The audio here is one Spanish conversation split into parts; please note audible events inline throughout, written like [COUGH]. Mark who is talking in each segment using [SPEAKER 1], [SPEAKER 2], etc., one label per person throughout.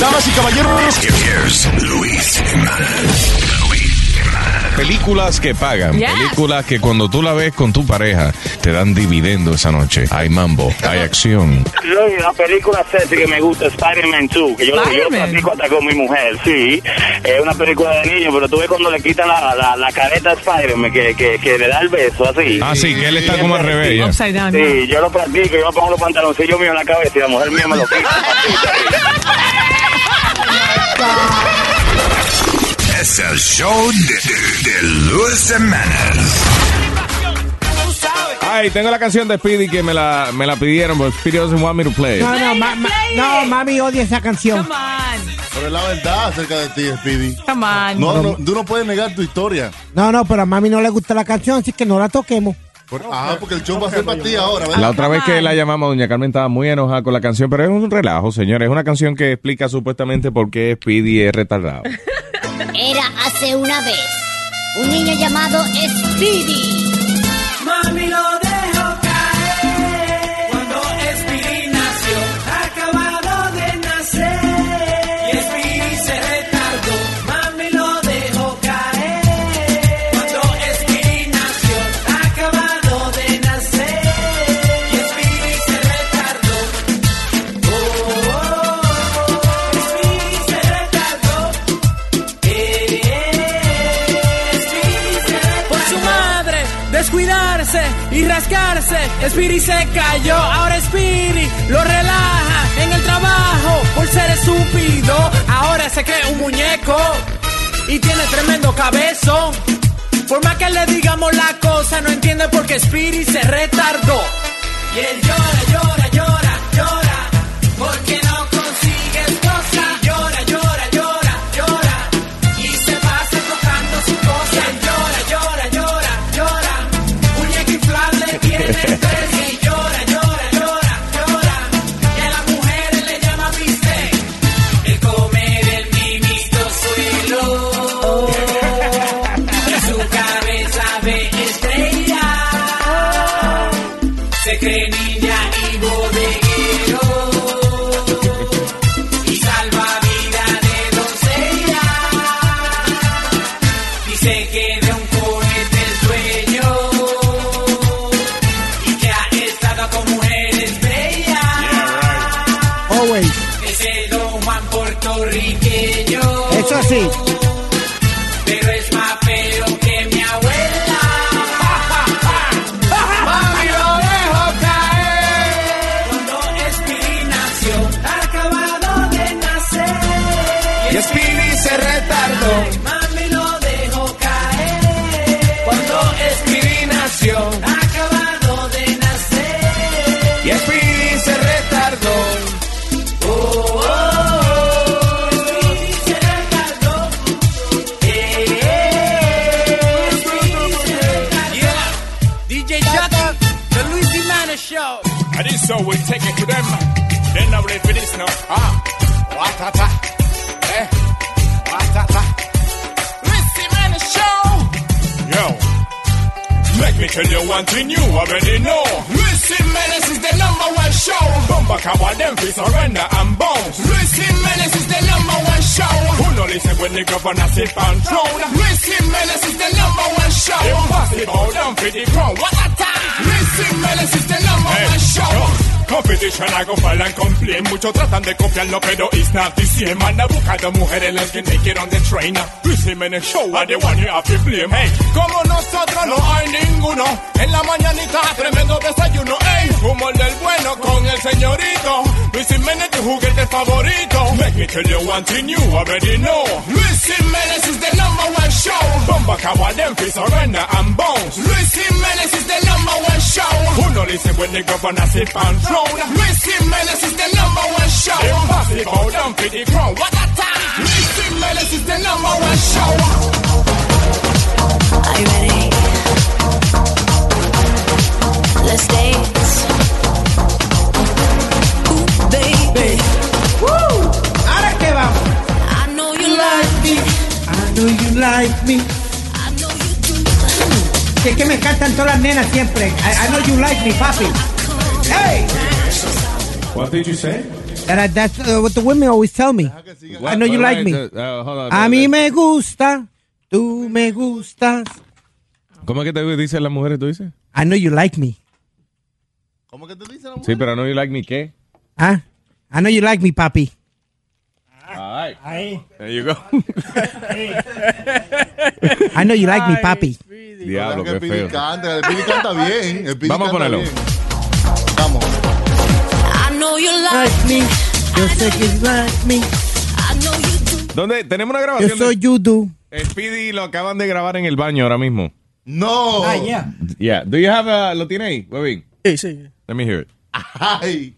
[SPEAKER 1] Damas y caballeros,
[SPEAKER 2] Here's Luis Jiménez.
[SPEAKER 3] Películas que pagan,
[SPEAKER 4] Yes.
[SPEAKER 3] películas que cuando tú la ves con tu pareja te dan dividendo esa noche. Hay mambo, hay acción.
[SPEAKER 5] No, y una película sexy que me gusta, Spider-Man 2, que yo la yo
[SPEAKER 4] Spider-Man.
[SPEAKER 5] platico hasta con mi mujer, sí. Es una película de niño, pero tú ves cuando le quitan la, la, la careta a Spider-Man, que, que, que le da el beso, así.
[SPEAKER 3] Ah, sí, que él está como al revés. ya.
[SPEAKER 4] Upside down.
[SPEAKER 5] Sí, yo lo practico, yo me pongo los pantaloncillos míos en la cabeza y la mujer mía me lo quita.
[SPEAKER 2] Es el show de, de, de Luis Jiménez.
[SPEAKER 3] Ay, tengo la canción de Speedy que me la, me la pidieron, pero Speedy doesn't want me to play. it.
[SPEAKER 6] No, no, ma- ma- no, mami odia esa canción.
[SPEAKER 4] Come on.
[SPEAKER 7] Pero es la verdad acerca de ti, Speedy.
[SPEAKER 4] Come on.
[SPEAKER 7] No, no, tú no puedes negar tu historia.
[SPEAKER 6] No, no, pero a mami no le gusta la canción, así que no la toquemos.
[SPEAKER 7] Por- ah, porque el show va a ser para ti ahora, ¿verdad?
[SPEAKER 3] La otra vez
[SPEAKER 4] come
[SPEAKER 3] que
[SPEAKER 4] on.
[SPEAKER 3] la llamamos, Doña Carmen estaba muy enojada con la canción, pero es un relajo, señores. Es una canción que explica supuestamente por qué Speedy es retardado.
[SPEAKER 8] Era hace una vez un niño llamado Speedy.
[SPEAKER 9] Mami lo dejo caer cuando Speedy nació, acabado de nacer. Y Speedy se retardó, mami lo dejó caer cuando Speedy nació, acabado de nacer. Y Speedy se retardó, oh, oh, oh. Speedy se retardó. Por su madre, descuidarse y rascarse. Spiri se cayó, ahora Spiri lo relaja en el trabajo por ser estúpido. Ahora se cree un muñeco y tiene tremendo cabezón. Por más que le digamos la cosa, no entiende por qué Spiri se retardó. Y él llora, llora, llora, llora, porque no consigue esposa. Llora, llora, llora, llora, y se pasa tocando su cosa. Y él llora, llora, llora, llora, muñeca inflable tiene tres. Y llora, llora, llora, llora, y a las mujeres le llama bistec. El comer el mimito suelo. Y su cabeza ve estrella. Se cree ninja y bodeguero. Y salva vida de doncella. Dice que de un cohete el sueño. Y que ha estado con mujeres bellas.
[SPEAKER 6] Always.
[SPEAKER 9] Es el don Juan puertorriqueño.
[SPEAKER 6] Eso sí.
[SPEAKER 9] Pero es más feo que mi abuela. Mami lo dejo caer. Cuando Speedy nació, acabado de nacer. Y Speedy se retardó. Mami lo dejó caer. Cuando Speedy nació, acabado de nacer. Y Speedy se retardó. Oh, oh, oh. Speedy se retardó. Eh, DJ Chucky, the Luis Jimenez Show.
[SPEAKER 10] And this so we take it to them. Then now we finish now. Ah, watata. Eh, watata. Luis Jimenez Show. Yo. Let me tell you one thing you already know. Luis Jimenez is the number one show. Bumba cover them fi surrender and bounce. Luis Jimenez is the number one show. Who no listen when the governor sit on throne? Luis Jimenez is the number one show. Impossible down fi the crown. What a time! Luis Jimenez is the number one show. Competition I go fall and complain Muchos tratan de copiarlo pero it's not the same And I buscado mujeres las que take it on the train Luis Jiménez Show are the one you have to blame hey. Como nosotros no hay ninguno En la mañanita tremendo desayuno hey. Humor del bueno con el señorito Luis Jiménez tu juguete favorito Make me tell you one thing you already know Luis Jiménez is the number one show Bomba Cawa, Memphis, Arena and Bones Luis Jiménez is the number one show Who no listen when the governor sit on throne Luis Jiménez is the number one show Impossible, down for the crown, what a time Luis Jiménez is the number one show
[SPEAKER 9] Are you ready? Let's dance. Ooh, baby.
[SPEAKER 6] Ahora que vamos.
[SPEAKER 9] I know you like me.
[SPEAKER 6] I know you like me.
[SPEAKER 9] I know you do.
[SPEAKER 6] Que es que me cantan todas las nenas siempre. I, I know you like me, papi. ¡Hey!
[SPEAKER 10] What did you say?
[SPEAKER 6] That I- that's uh, what the women always tell me.
[SPEAKER 7] Deja que siga.
[SPEAKER 6] I know you like me.
[SPEAKER 3] Uh, hold on,
[SPEAKER 6] A
[SPEAKER 3] espérate.
[SPEAKER 6] mí me gusta, tú me gustas.
[SPEAKER 3] ¿Cómo es que te dicen las mujeres, tú dices?
[SPEAKER 6] I know you like me.
[SPEAKER 7] ¿Cómo que te dice la mujer?
[SPEAKER 3] Sí, pero no you like me, ¿qué?
[SPEAKER 6] Ah, I know you like me, papi.
[SPEAKER 3] All right. There you go.
[SPEAKER 6] I know you like me, papi.
[SPEAKER 3] Diablo,
[SPEAKER 7] Deja que
[SPEAKER 3] qué
[SPEAKER 7] el
[SPEAKER 3] feo.
[SPEAKER 7] Pidi canta. El Pidi
[SPEAKER 3] [LAUGHS]
[SPEAKER 7] canta bien. El Pidi
[SPEAKER 3] Vamos a
[SPEAKER 7] canta
[SPEAKER 3] ponerlo.
[SPEAKER 7] bien. Vamos.
[SPEAKER 1] I know you like
[SPEAKER 6] Like me. Yo sé que you like me.
[SPEAKER 1] I know you do.
[SPEAKER 3] ¿Dónde? Tenemos una
[SPEAKER 6] Yo
[SPEAKER 3] grabación.
[SPEAKER 6] soy
[SPEAKER 3] de-
[SPEAKER 6] you do.
[SPEAKER 3] El Speedy lo acaban de grabar en el baño ahora mismo.
[SPEAKER 7] No.
[SPEAKER 9] [LAUGHS]
[SPEAKER 3] Yeah. Do you have a... ¿Lo tiene ahí, Webin?
[SPEAKER 9] Sí, sí.
[SPEAKER 3] Let me hear it.
[SPEAKER 7] Ay.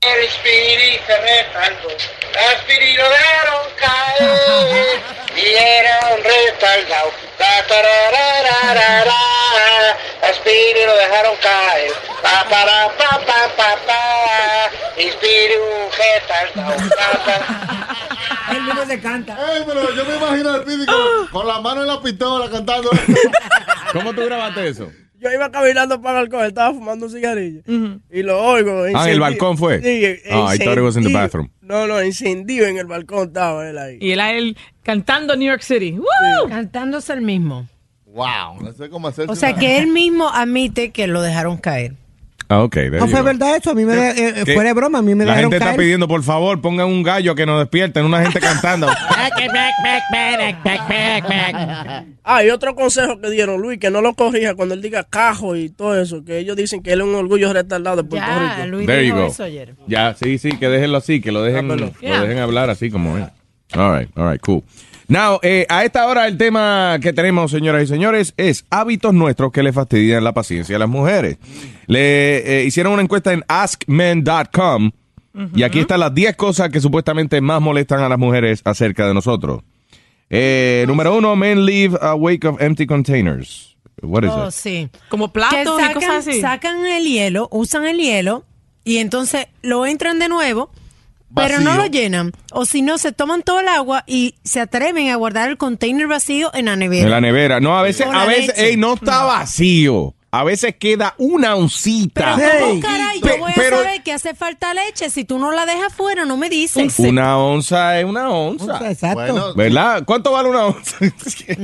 [SPEAKER 4] El Spiri se respaldó, la Spiri lograron caer y eran respaldados. La tararararara, la Spiri lo dejaron caer. Pa para pa pa pa pa, y Spiri un retardado. Pa, pa.
[SPEAKER 6] Él mismo se canta.
[SPEAKER 7] Ey, pero yo me imagino
[SPEAKER 3] [LAUGHS]
[SPEAKER 7] al Pidi
[SPEAKER 3] Ah.
[SPEAKER 7] con, con la mano en la pistola cantando.
[SPEAKER 3] ¿Cómo tú grabaste eso?
[SPEAKER 11] Yo iba caminando para el balcón, estaba fumando un cigarrillo. Y lo oigo.
[SPEAKER 3] Ah, en el
[SPEAKER 11] encendi-
[SPEAKER 3] balcón fue.
[SPEAKER 11] Sí, en-
[SPEAKER 3] Ah, I thought it was in the
[SPEAKER 11] encendido.
[SPEAKER 3] bathroom.
[SPEAKER 11] No, no, encendido en el balcón estaba él ahí.
[SPEAKER 1] Y él a él cantando New York City. ¡Woo!
[SPEAKER 4] Cantándose el mismo.
[SPEAKER 7] wow. No sé cómo hacerse.
[SPEAKER 4] O sea
[SPEAKER 7] una-
[SPEAKER 4] que él mismo admite que lo dejaron caer.
[SPEAKER 3] Ah, ok. there
[SPEAKER 6] No
[SPEAKER 3] you
[SPEAKER 6] fue
[SPEAKER 3] go.
[SPEAKER 6] verdad eso, a mí me de- eh,
[SPEAKER 3] ¿Qué?
[SPEAKER 6] fuera de broma, a mí me
[SPEAKER 3] La
[SPEAKER 6] dejaron
[SPEAKER 3] gente está
[SPEAKER 6] caer.
[SPEAKER 3] pidiendo, por favor, pongan un gallo que nos despierten, una gente cantando.
[SPEAKER 11] Ah, y otro consejo que dieron, Luis, que no lo corrija cuando él diga cajo y todo eso, que ellos dicen que él es un orgullo retardado de Puerto
[SPEAKER 4] Ya,
[SPEAKER 11] Rico.
[SPEAKER 4] Luis
[SPEAKER 3] There you
[SPEAKER 4] dijo
[SPEAKER 3] go.
[SPEAKER 4] eso ayer.
[SPEAKER 3] Ya, sí, sí, que déjenlo así, que lo dejen,
[SPEAKER 11] Ah, perdón.
[SPEAKER 3] lo
[SPEAKER 1] Yeah.
[SPEAKER 3] dejen hablar así como es. All right, all right, cool. Now, eh, a esta hora el tema que tenemos, señoras y señores, es hábitos nuestros que le fastidian la paciencia a las mujeres. Le eh, hicieron una encuesta en askmen.com y aquí están las 10 cosas que supuestamente más molestan a las mujeres acerca de nosotros. Eh, número uno, men leave a wake of empty containers. What is
[SPEAKER 4] Oh,
[SPEAKER 3] that?
[SPEAKER 4] sí.
[SPEAKER 1] Como
[SPEAKER 4] Que
[SPEAKER 1] platos y
[SPEAKER 4] sacan,
[SPEAKER 1] cosas así.
[SPEAKER 4] sacan el hielo, usan el hielo y entonces lo entran de nuevo, pero no
[SPEAKER 7] Vacío.
[SPEAKER 4] lo llenan. O si no, se toman todo el agua y se atreven a guardar el container vacío en la nevera.
[SPEAKER 3] En la nevera. No, a veces,
[SPEAKER 4] Con la
[SPEAKER 3] a veces,
[SPEAKER 4] leche.
[SPEAKER 3] ey, no está vacío. A veces queda una oncita.
[SPEAKER 4] Pero,
[SPEAKER 6] Hey.
[SPEAKER 4] ¿cómo, Oh, caray,
[SPEAKER 3] Pe-
[SPEAKER 4] yo voy a
[SPEAKER 3] pero-
[SPEAKER 4] saber que hace falta leche. Si tú no la dejas fuera, no me dices.
[SPEAKER 3] Una onza es una onza.
[SPEAKER 6] Exacto.
[SPEAKER 7] Bueno,
[SPEAKER 3] ¿Verdad? ¿Cuánto vale una
[SPEAKER 7] [LAUGHS]
[SPEAKER 3] onza?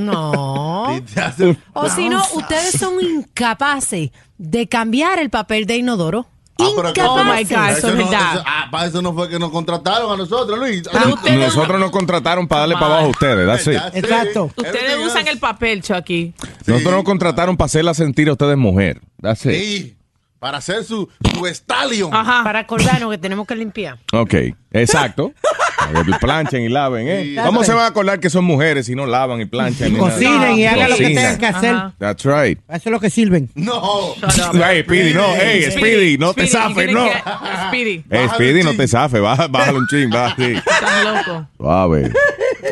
[SPEAKER 4] No.
[SPEAKER 7] te hace-
[SPEAKER 4] O si no, ustedes son incapaces de cambiar el papel de inodoro.
[SPEAKER 7] Ah, pero que-
[SPEAKER 1] Oh, my
[SPEAKER 4] Incapaces.
[SPEAKER 1] God, eso es
[SPEAKER 7] no-
[SPEAKER 1] verdad.
[SPEAKER 7] eso- ah, para eso no fue que nos contrataron a nosotros, Luis. Ah,
[SPEAKER 3] [LAUGHS] Nosotros nos contrataron para darle para abajo a ustedes. That's it.
[SPEAKER 7] ya sé.
[SPEAKER 6] Exacto.
[SPEAKER 1] Ustedes
[SPEAKER 7] Everything
[SPEAKER 1] usan
[SPEAKER 7] else.
[SPEAKER 1] el papel, Chucky.
[SPEAKER 3] Nosotros nos contrataron para hacerla sentir a ustedes mujer. That's it.
[SPEAKER 7] Sí, para hacer su, su stallion.
[SPEAKER 1] Ajá.
[SPEAKER 4] Para acordarnos que tenemos que limpiar.
[SPEAKER 3] Ok, exacto. Para que [LAUGHS] Planchen y laven, ¿eh? ¿Cómo se van a acordar que son mujeres si no lavan y planchan? ni nada?
[SPEAKER 6] Cocinen y hagan lo que
[SPEAKER 3] Cocinan.
[SPEAKER 6] tengan que hacer.
[SPEAKER 1] Ajá.
[SPEAKER 3] That's right.
[SPEAKER 6] Eso es lo que sirven.
[SPEAKER 7] No.
[SPEAKER 3] Hey, Speedy, no. Hey, Speedy, no te
[SPEAKER 1] Speedy,
[SPEAKER 3] zafes,
[SPEAKER 1] you
[SPEAKER 3] no.
[SPEAKER 1] gotta
[SPEAKER 11] [LAUGHS]
[SPEAKER 1] get- Speedy,
[SPEAKER 3] Eh, Speedy, no te zafes. Baja- Bájale un ching, baja, sí.
[SPEAKER 1] [LAUGHS] estás loco.
[SPEAKER 3] A ver.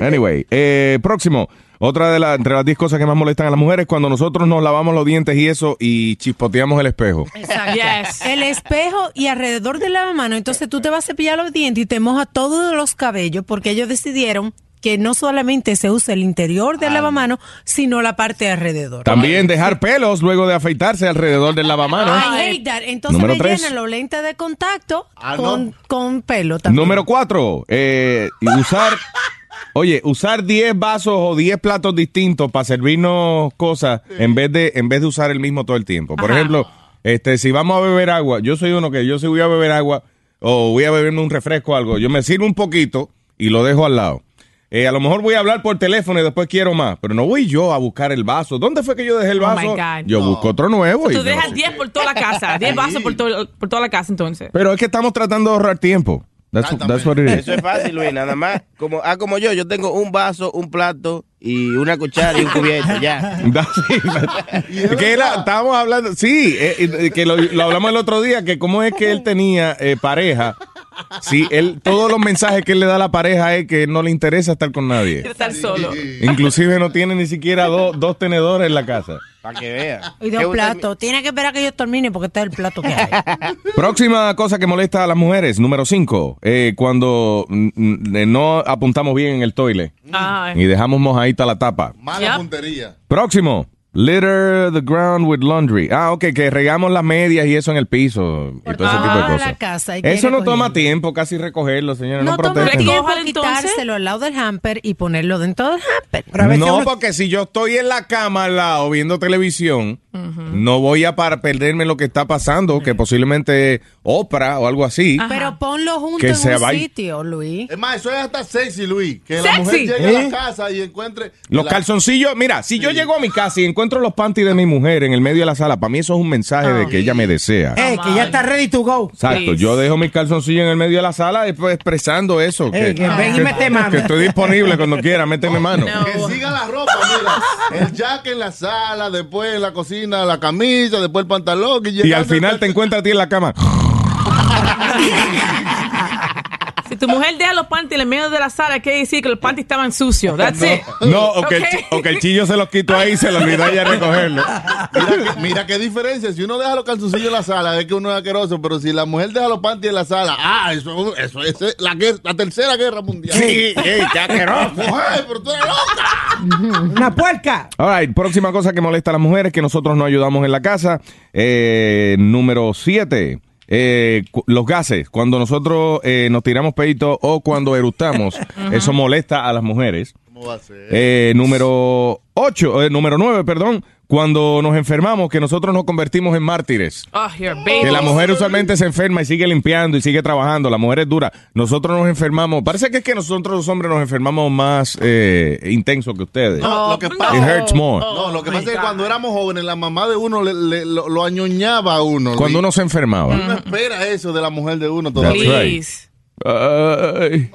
[SPEAKER 3] Anyway, eh, próximo. Otra de las, entre las 10 cosas que más molestan a las mujeres cuando nosotros nos lavamos los dientes y eso y chispoteamos el espejo.
[SPEAKER 4] Exacto.
[SPEAKER 1] Yes.
[SPEAKER 4] El espejo y alrededor del lavamano. Entonces tú te vas a cepillar los dientes y te moja todos los cabellos porque ellos decidieron que no solamente se usa el interior del lavamano, sino la parte de alrededor.
[SPEAKER 3] También dejar pelos luego de afeitarse alrededor del lavamanos.
[SPEAKER 4] I hate that. Entonces
[SPEAKER 3] Número
[SPEAKER 4] me
[SPEAKER 3] tres.
[SPEAKER 4] llenan los lentes de contacto
[SPEAKER 7] Ah,
[SPEAKER 4] con,
[SPEAKER 7] no.
[SPEAKER 4] con pelo también.
[SPEAKER 3] Número 4.
[SPEAKER 1] [LAUGHS]
[SPEAKER 3] usar. Oye, usar 10 vasos o 10 platos distintos para servirnos cosas en vez de en vez de usar el mismo todo el tiempo. Por ejemplo, este si vamos a beber agua, yo soy uno que yo si voy a beber agua o voy a beberme un refresco o algo, yo me sirvo un poquito y lo dejo al lado. Eh, a lo mejor voy a hablar por teléfono y después quiero más, pero no voy yo a buscar el vaso. ¿Dónde fue que yo dejé el
[SPEAKER 1] Oh,
[SPEAKER 3] vaso?
[SPEAKER 1] my God.
[SPEAKER 3] yo busco otro nuevo. y
[SPEAKER 1] Tú
[SPEAKER 3] no.
[SPEAKER 1] dejas 10 por toda la casa, 10 vasos por, todo- por toda la casa entonces.
[SPEAKER 3] Pero es que estamos tratando de ahorrar tiempo. That's, that's what it is.
[SPEAKER 11] es fácil, Luis, nada más. Como, ah, como yo, yo tengo un vaso, un plato y una cuchara y un cubierto, ya.
[SPEAKER 7] Y es
[SPEAKER 3] que era,
[SPEAKER 7] verdad.
[SPEAKER 3] estábamos hablando, sí, eh, eh, que lo, lo hablamos el otro día, que cómo es que él tenía eh, pareja. Sí, él, todos los mensajes que él le da a la pareja es que no le interesa estar con
[SPEAKER 1] Quiere
[SPEAKER 3] nadie.
[SPEAKER 1] estar solo.
[SPEAKER 3] Inclusive no tiene ni siquiera dos- dos tenedores en la casa.
[SPEAKER 11] Para que vea.
[SPEAKER 4] Y dos platos. Tiene que esperar a que yo termine porque este es el plato que hay.
[SPEAKER 3] Próxima cosa que molesta a las mujeres, número 5, cuando mm, mm, eh, no apuntamos bien en el toile
[SPEAKER 1] Ay.
[SPEAKER 3] y dejamos mojadita la tapa.
[SPEAKER 7] Mala
[SPEAKER 1] Yep.
[SPEAKER 7] puntería.
[SPEAKER 3] Próximo, Litter the ground with laundry. Ah, ok, que regamos las medias y eso en el piso. Y todo ese tipo de
[SPEAKER 4] toda la
[SPEAKER 3] cosas.
[SPEAKER 4] casa hay que
[SPEAKER 3] eso no
[SPEAKER 4] recogerlo.
[SPEAKER 3] toma tiempo casi recogerlo, señora. No,
[SPEAKER 4] No toma
[SPEAKER 3] protesten.
[SPEAKER 4] tiempo quitárselo al lado del hamper y ponerlo dentro del hamper.
[SPEAKER 3] No, porque si yo estoy en la cama al lado viendo televisión, no voy a para perderme lo que está pasando, que posiblemente Oprah o algo así.
[SPEAKER 4] Pero ponlo junto
[SPEAKER 3] Que
[SPEAKER 4] en
[SPEAKER 3] se
[SPEAKER 4] un
[SPEAKER 3] vaya.
[SPEAKER 4] sitio, Luis.
[SPEAKER 7] Es más, eso es hasta sexy, Luis. Que la
[SPEAKER 4] ¿Sexy?
[SPEAKER 7] mujer llegue a
[SPEAKER 3] ¿Eh?
[SPEAKER 7] la casa y encuentre.
[SPEAKER 3] Los
[SPEAKER 7] la-
[SPEAKER 3] calzoncillos, mira, si yo llego a mi casa y encuentro los panties de mi mujer en el medio de la sala, para mí eso es un mensaje
[SPEAKER 4] Ah.
[SPEAKER 3] de que ella me desea.
[SPEAKER 6] Eh, que ya está ready to go.
[SPEAKER 3] Exacto, yo dejo mis calzoncillos en el medio de la sala y, pues, expresando eso.
[SPEAKER 6] Ey, Eh, que ven y mete mano.
[SPEAKER 3] que estoy disponible cuando quiera, méteme mano.
[SPEAKER 7] Que siga la ropa, mira. El jack en la sala, después en la cocina, la camisa, después el pantalón. que
[SPEAKER 3] Y al
[SPEAKER 7] llegando-
[SPEAKER 3] final te encuentras a ti en la cama. [LAUGHS]
[SPEAKER 1] Si tu mujer deja los panties en el medio de la sala, quiere decir que los panties estaban sucios. That's it.
[SPEAKER 3] No, o que, el, chi- o que el chillo se los quito ahí y se lo olvidó ya recogerlo.
[SPEAKER 7] Mira, que- mira qué diferencia. Si uno deja los calzoncillos en la sala, es que uno es asqueroso. Pero si la mujer deja los panties en la sala, ah, eso, eso es la, guerra- la tercera guerra mundial.
[SPEAKER 3] Sí, sí, qué asqueroso.
[SPEAKER 7] [LAUGHS] Mujer, pero tú eres loca.
[SPEAKER 6] Una puerca.
[SPEAKER 3] All right, próxima cosa que molesta a las mujeres que nosotros no ayudamos en la casa. Eh, número 7. los gases, cuando nosotros eh, nos tiramos peito o cuando eructamos, eso molesta a las mujeres.
[SPEAKER 7] ¿Cómo va a ser?
[SPEAKER 3] Eh, número 8, número 9, perdón, cuando nos enfermamos, que nosotros nos convertimos en mártires.
[SPEAKER 1] Oh, you're
[SPEAKER 3] Que
[SPEAKER 1] baby.
[SPEAKER 3] la mujer usualmente se enferma y sigue limpiando y sigue trabajando. La mujer es dura. Nosotros nos enfermamos. Parece que es que nosotros los hombres nos enfermamos más eh, intenso que ustedes.
[SPEAKER 7] No, lo que pasa,
[SPEAKER 3] It hurts more.
[SPEAKER 7] no, lo que pasa es que cuando éramos jóvenes, la mamá de uno le- le- lo, lo añoñaba a uno.
[SPEAKER 3] Cuando uno se enfermaba.
[SPEAKER 7] Uno espera eso de la mujer de uno
[SPEAKER 3] That's
[SPEAKER 7] todavía.
[SPEAKER 3] right. Ay.